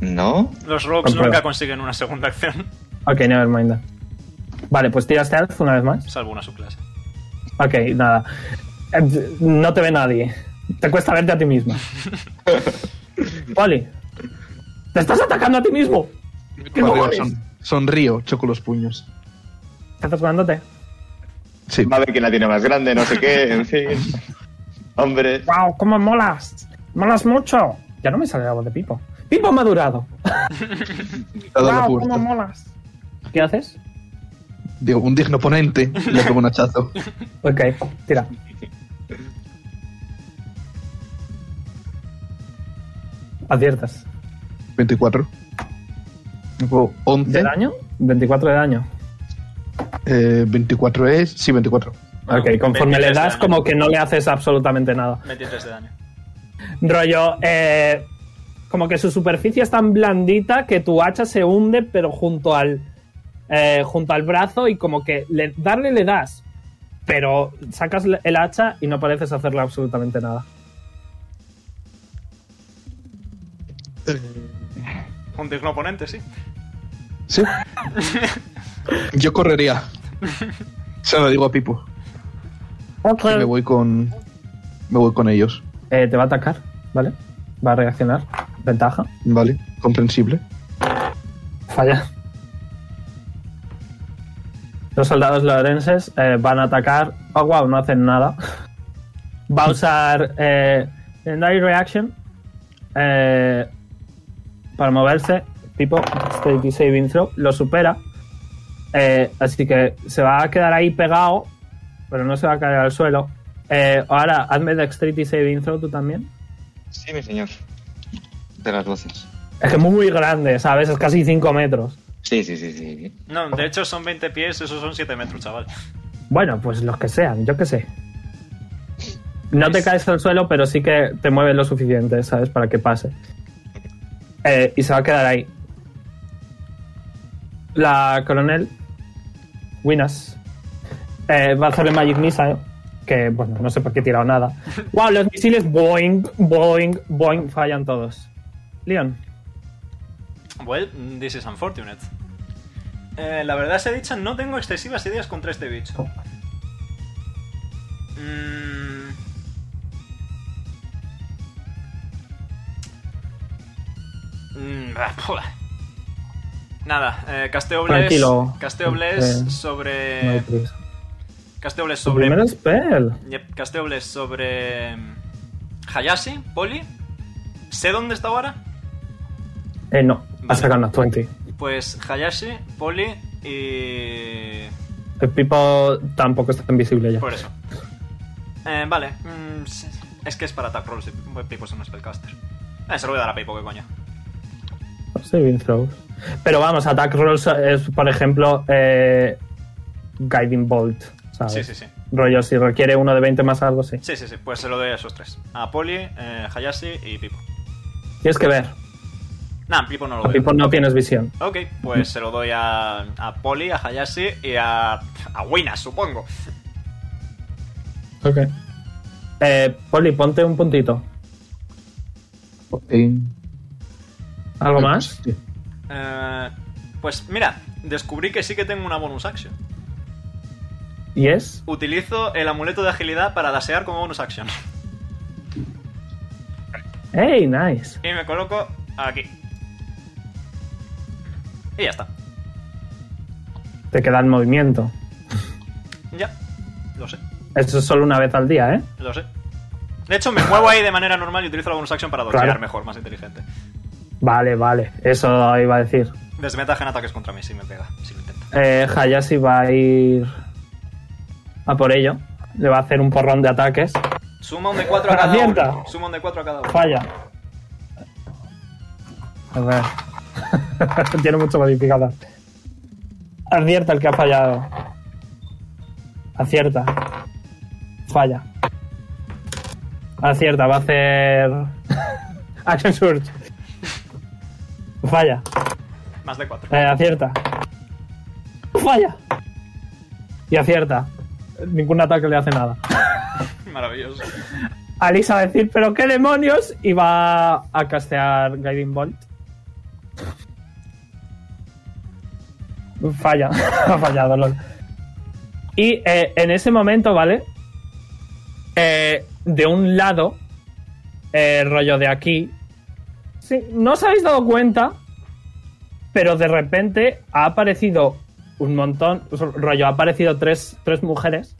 Speaker 4: ¿No?
Speaker 1: Los rogues
Speaker 2: Comprueba.
Speaker 1: nunca consiguen una segunda acción,
Speaker 2: Ok, never mind. Vale, pues tira stealth una vez más.
Speaker 1: salvo una subclase.
Speaker 2: Ok, nada. Eh, No te ve nadie. Te cuesta verte a ti misma. Poli. ¡Te estás atacando a ti mismo! ¿Qué
Speaker 5: Vale,
Speaker 2: cojones?
Speaker 5: son- sonrío, choco los puños.
Speaker 2: ¿Estás jugándote?
Speaker 5: Sí.
Speaker 4: Va a ver quién la tiene más grande, no sé qué, en fin. Hombre.
Speaker 2: ¡Wow! ¡Cómo molas! ¡Molas mucho! Ya no me sale la voz de Pipo. ¡Pipo ha madurado!
Speaker 5: dado la
Speaker 2: ¡Wow!
Speaker 5: puerta.
Speaker 2: ¡Cómo molas! ¿Qué haces?
Speaker 5: Digo, un digno ponente. Le pego un hachazo.
Speaker 2: Ok, tira. Aciertas.
Speaker 5: 24. Luego,
Speaker 2: ¿De
Speaker 5: 11.
Speaker 2: daño? 24 de daño.
Speaker 5: eh, 24 es. Sí, 24.
Speaker 2: Ah, Ok,
Speaker 1: 23
Speaker 2: conforme le
Speaker 1: de
Speaker 2: das,
Speaker 1: daño.
Speaker 2: como que no le haces absolutamente nada.
Speaker 1: 23 de daño.
Speaker 2: Rollo, eh, como que su superficie es tan blandita que tu hacha se hunde, pero junto al, eh, junto al brazo y como que le- darle le das, pero sacas le- el hacha y no pareces hacerle absolutamente nada.
Speaker 1: Un digno oponente, sí.
Speaker 5: Sí. Yo correría. Se lo digo a Pipo.
Speaker 2: Ok.
Speaker 5: Y me voy con. Me voy con ellos.
Speaker 2: Eh, te va a atacar, ¿vale? Va a reaccionar. Ventaja.
Speaker 5: Vale, comprensible.
Speaker 2: Falla. Los soldados lorenses eh, van a atacar. Oh, wow, no hacen nada. Va a usar eh, Legendary Reaction eh, para moverse. Tipo, Steady Saving Throw lo supera. Eh, así que se va a quedar ahí pegado, pero no se va a caer al suelo. Eh, ahora, hazme Dexterity Saving Throw tú también.
Speaker 4: Sí, mi señor. De las voces.
Speaker 2: Es que muy grande, ¿sabes? Es casi 5 metros.
Speaker 4: Sí, sí, sí, sí.
Speaker 1: No, de hecho son 20 pies, esos son 7 metros, chaval.
Speaker 2: Bueno, pues los que sean, yo qué sé. No te caes al suelo, pero sí que te mueves lo suficiente, ¿sabes? Para que pase. Eh, y se va a quedar ahí. La coronel Winas eh, va a hacer el Magic Missile. Que, bueno, no sé por qué he tirado nada. ¡Wow! Los misiles boing, boing, boing fallan todos. Leon.
Speaker 1: Well, this is unfortunate. Eh, la verdad se dicha, no tengo excesivas ideas contra este bicho.
Speaker 2: Oh.
Speaker 1: Mm. Mm, bah, pua. Nada, eh, casteo Bless,
Speaker 2: Tranquilo.
Speaker 1: casteo Bless
Speaker 2: Eh, no
Speaker 1: sobre...
Speaker 2: hay prisa.
Speaker 1: casteo Bless
Speaker 2: Tu
Speaker 1: sobre...
Speaker 2: primer spell.
Speaker 1: Yep, casteo Bless sobre... mm, Hayashi, Poli. ¿Sé dónde está ahora?
Speaker 2: Eh, no, ha sacado unas 20.
Speaker 1: Pues Hayashi, Poli y...
Speaker 2: El Pipo tampoco está invisible ya.
Speaker 1: Por eso. Eh, vale. mm, sí, sí. es que es para attack rolls. y Pipo es un spellcaster. Eh, se lo voy a dar a Pipo, que coño.
Speaker 2: Saving throws. Pero vamos, attack rolls es, por ejemplo, eh, Guiding Bolt. ¿sabes?
Speaker 1: Sí, sí, sí.
Speaker 2: Rollo, si requiere uno de 20 más algo, sí.
Speaker 1: Sí, sí, sí. Pues se lo doy a esos tres. A Poli, eh, Hayashi y Pipo.
Speaker 2: Tienes que ver.
Speaker 1: Nah, Pipo no lo
Speaker 2: A
Speaker 1: doy.
Speaker 2: Pipo no tienes visión.
Speaker 1: Ok, pues se lo doy a, a Poli, a Hayashi y a, a Wina, supongo.
Speaker 2: Ok. Eh, Poli, ponte un puntito.
Speaker 5: Ok.
Speaker 2: ¿Algo más?
Speaker 5: Sí.
Speaker 1: Eh, pues mira, descubrí que sí que tengo una bonus action.
Speaker 2: ¿Y es?
Speaker 1: Utilizo el amuleto de agilidad para dasear como bonus action.
Speaker 2: ¡Hey, nice!
Speaker 1: Y me coloco aquí. Y ya está.
Speaker 2: Te queda el movimiento.
Speaker 1: Ya. Lo sé.
Speaker 2: Eso es solo una vez al día, ¿eh?
Speaker 1: Lo sé. De hecho, me muevo ahí de manera normal y utilizo la bonus action para dodgear
Speaker 2: Claro.
Speaker 1: mejor, más inteligente.
Speaker 2: Vale, vale. Eso iba a decir.
Speaker 1: Desventaja en ataques contra mí si me pega, si lo intenta.
Speaker 2: Eh, Hayashi va a ir a por ello. Le va a hacer un porrón de ataques.
Speaker 1: Suma un de 4 a cada
Speaker 2: Acierta.
Speaker 1: uno. Suma un de 4 a cada uno.
Speaker 2: Falla. A ver. Tiene mucho modificador. Acierta el que ha fallado. Acierta. Falla. Acierta, va a hacer. Action Surge. Falla.
Speaker 1: Más de 4.
Speaker 2: Eh, acierta. Falla. Y acierta. Ningún ataque le hace nada.
Speaker 1: Maravilloso.
Speaker 2: Alisa va a decir, pero qué demonios. Y va a castear Guiding Bolt. Falla, ha fallado, LOL. Y eh, en ese momento, ¿vale? Eh, de un lado, eh, rollo de aquí. Sí, no os habéis dado cuenta, pero de repente ha aparecido un montón, rollo, ha aparecido tres, tres mujeres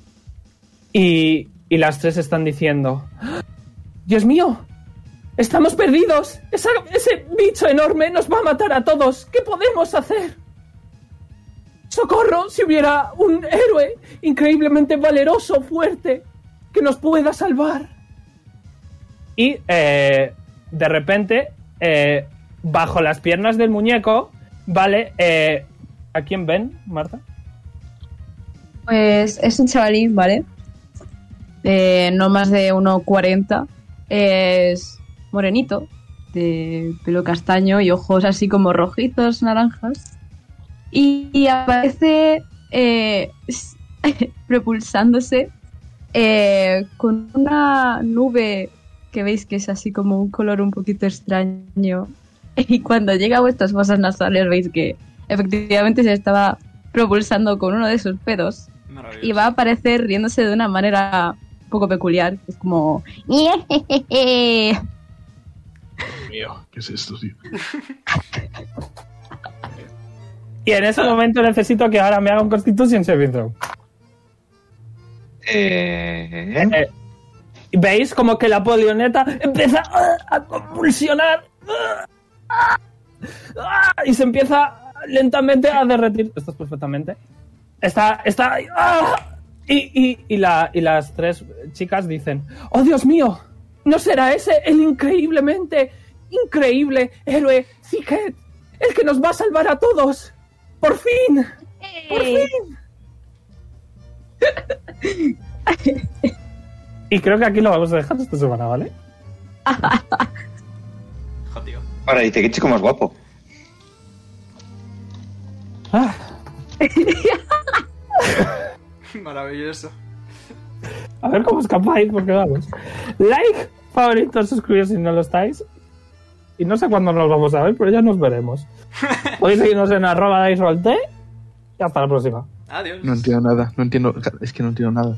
Speaker 2: y, y las tres están diciendo, ¡Ah! Dios mío, estamos perdidos, Esa- ese bicho enorme nos va a matar a todos, ¿qué podemos hacer? ¡Socorro! Si hubiera un héroe increíblemente valeroso, fuerte, que nos pueda salvar. Y eh, de repente, eh, bajo las piernas del muñeco, ¿vale? eh, ¿A quién ven, Marta?
Speaker 7: Pues es un chavalín, ¿vale? Eh, no más de 1,40. Es morenito, de pelo castaño y ojos así como rojitos, naranjas. Y, y aparece eh, propulsándose eh, con una nube que veis que es así como un color un poquito extraño. Y cuando llega a vuestras fosas nasales veis que efectivamente se estaba propulsando con uno de sus pedos
Speaker 1: Maravilloso.
Speaker 7: y va a aparecer riéndose de una manera un poco peculiar. Es como...
Speaker 5: Mío, ¿qué es esto, tío?
Speaker 2: Y en ese momento necesito que ahora me haga un Constitution Saving Throw.
Speaker 6: Eh,
Speaker 2: Eh, ¿Veis como que la polioneta empieza ah, a convulsionar? Ah, ah, ah, Y se empieza lentamente a derretir. Esto es perfectamente. Está. está ah, y, y- y la- y las tres chicas dicen: ¡Oh Dios mío! ¿No será ese el increíblemente increíble héroe Ziket? ¡El que nos va a salvar a todos! ¡Por fin! ¡Por fin! Y creo que aquí lo vamos a dejar esta semana, ¿vale?
Speaker 1: Jo, tío.
Speaker 6: Ahora dice, qué chico más guapo.
Speaker 2: Ah.
Speaker 1: Maravilloso.
Speaker 2: A ver cómo escapáis, porque vamos. Like, favorito, suscribiros si no lo estáis. Y no sé cuándo nos vamos a ver, pero ya nos veremos. Podéis seguirnos en arroba diceroll T. Y hasta la próxima.
Speaker 1: Adiós.
Speaker 5: No entiendo nada, no entiendo, es que no entiendo nada.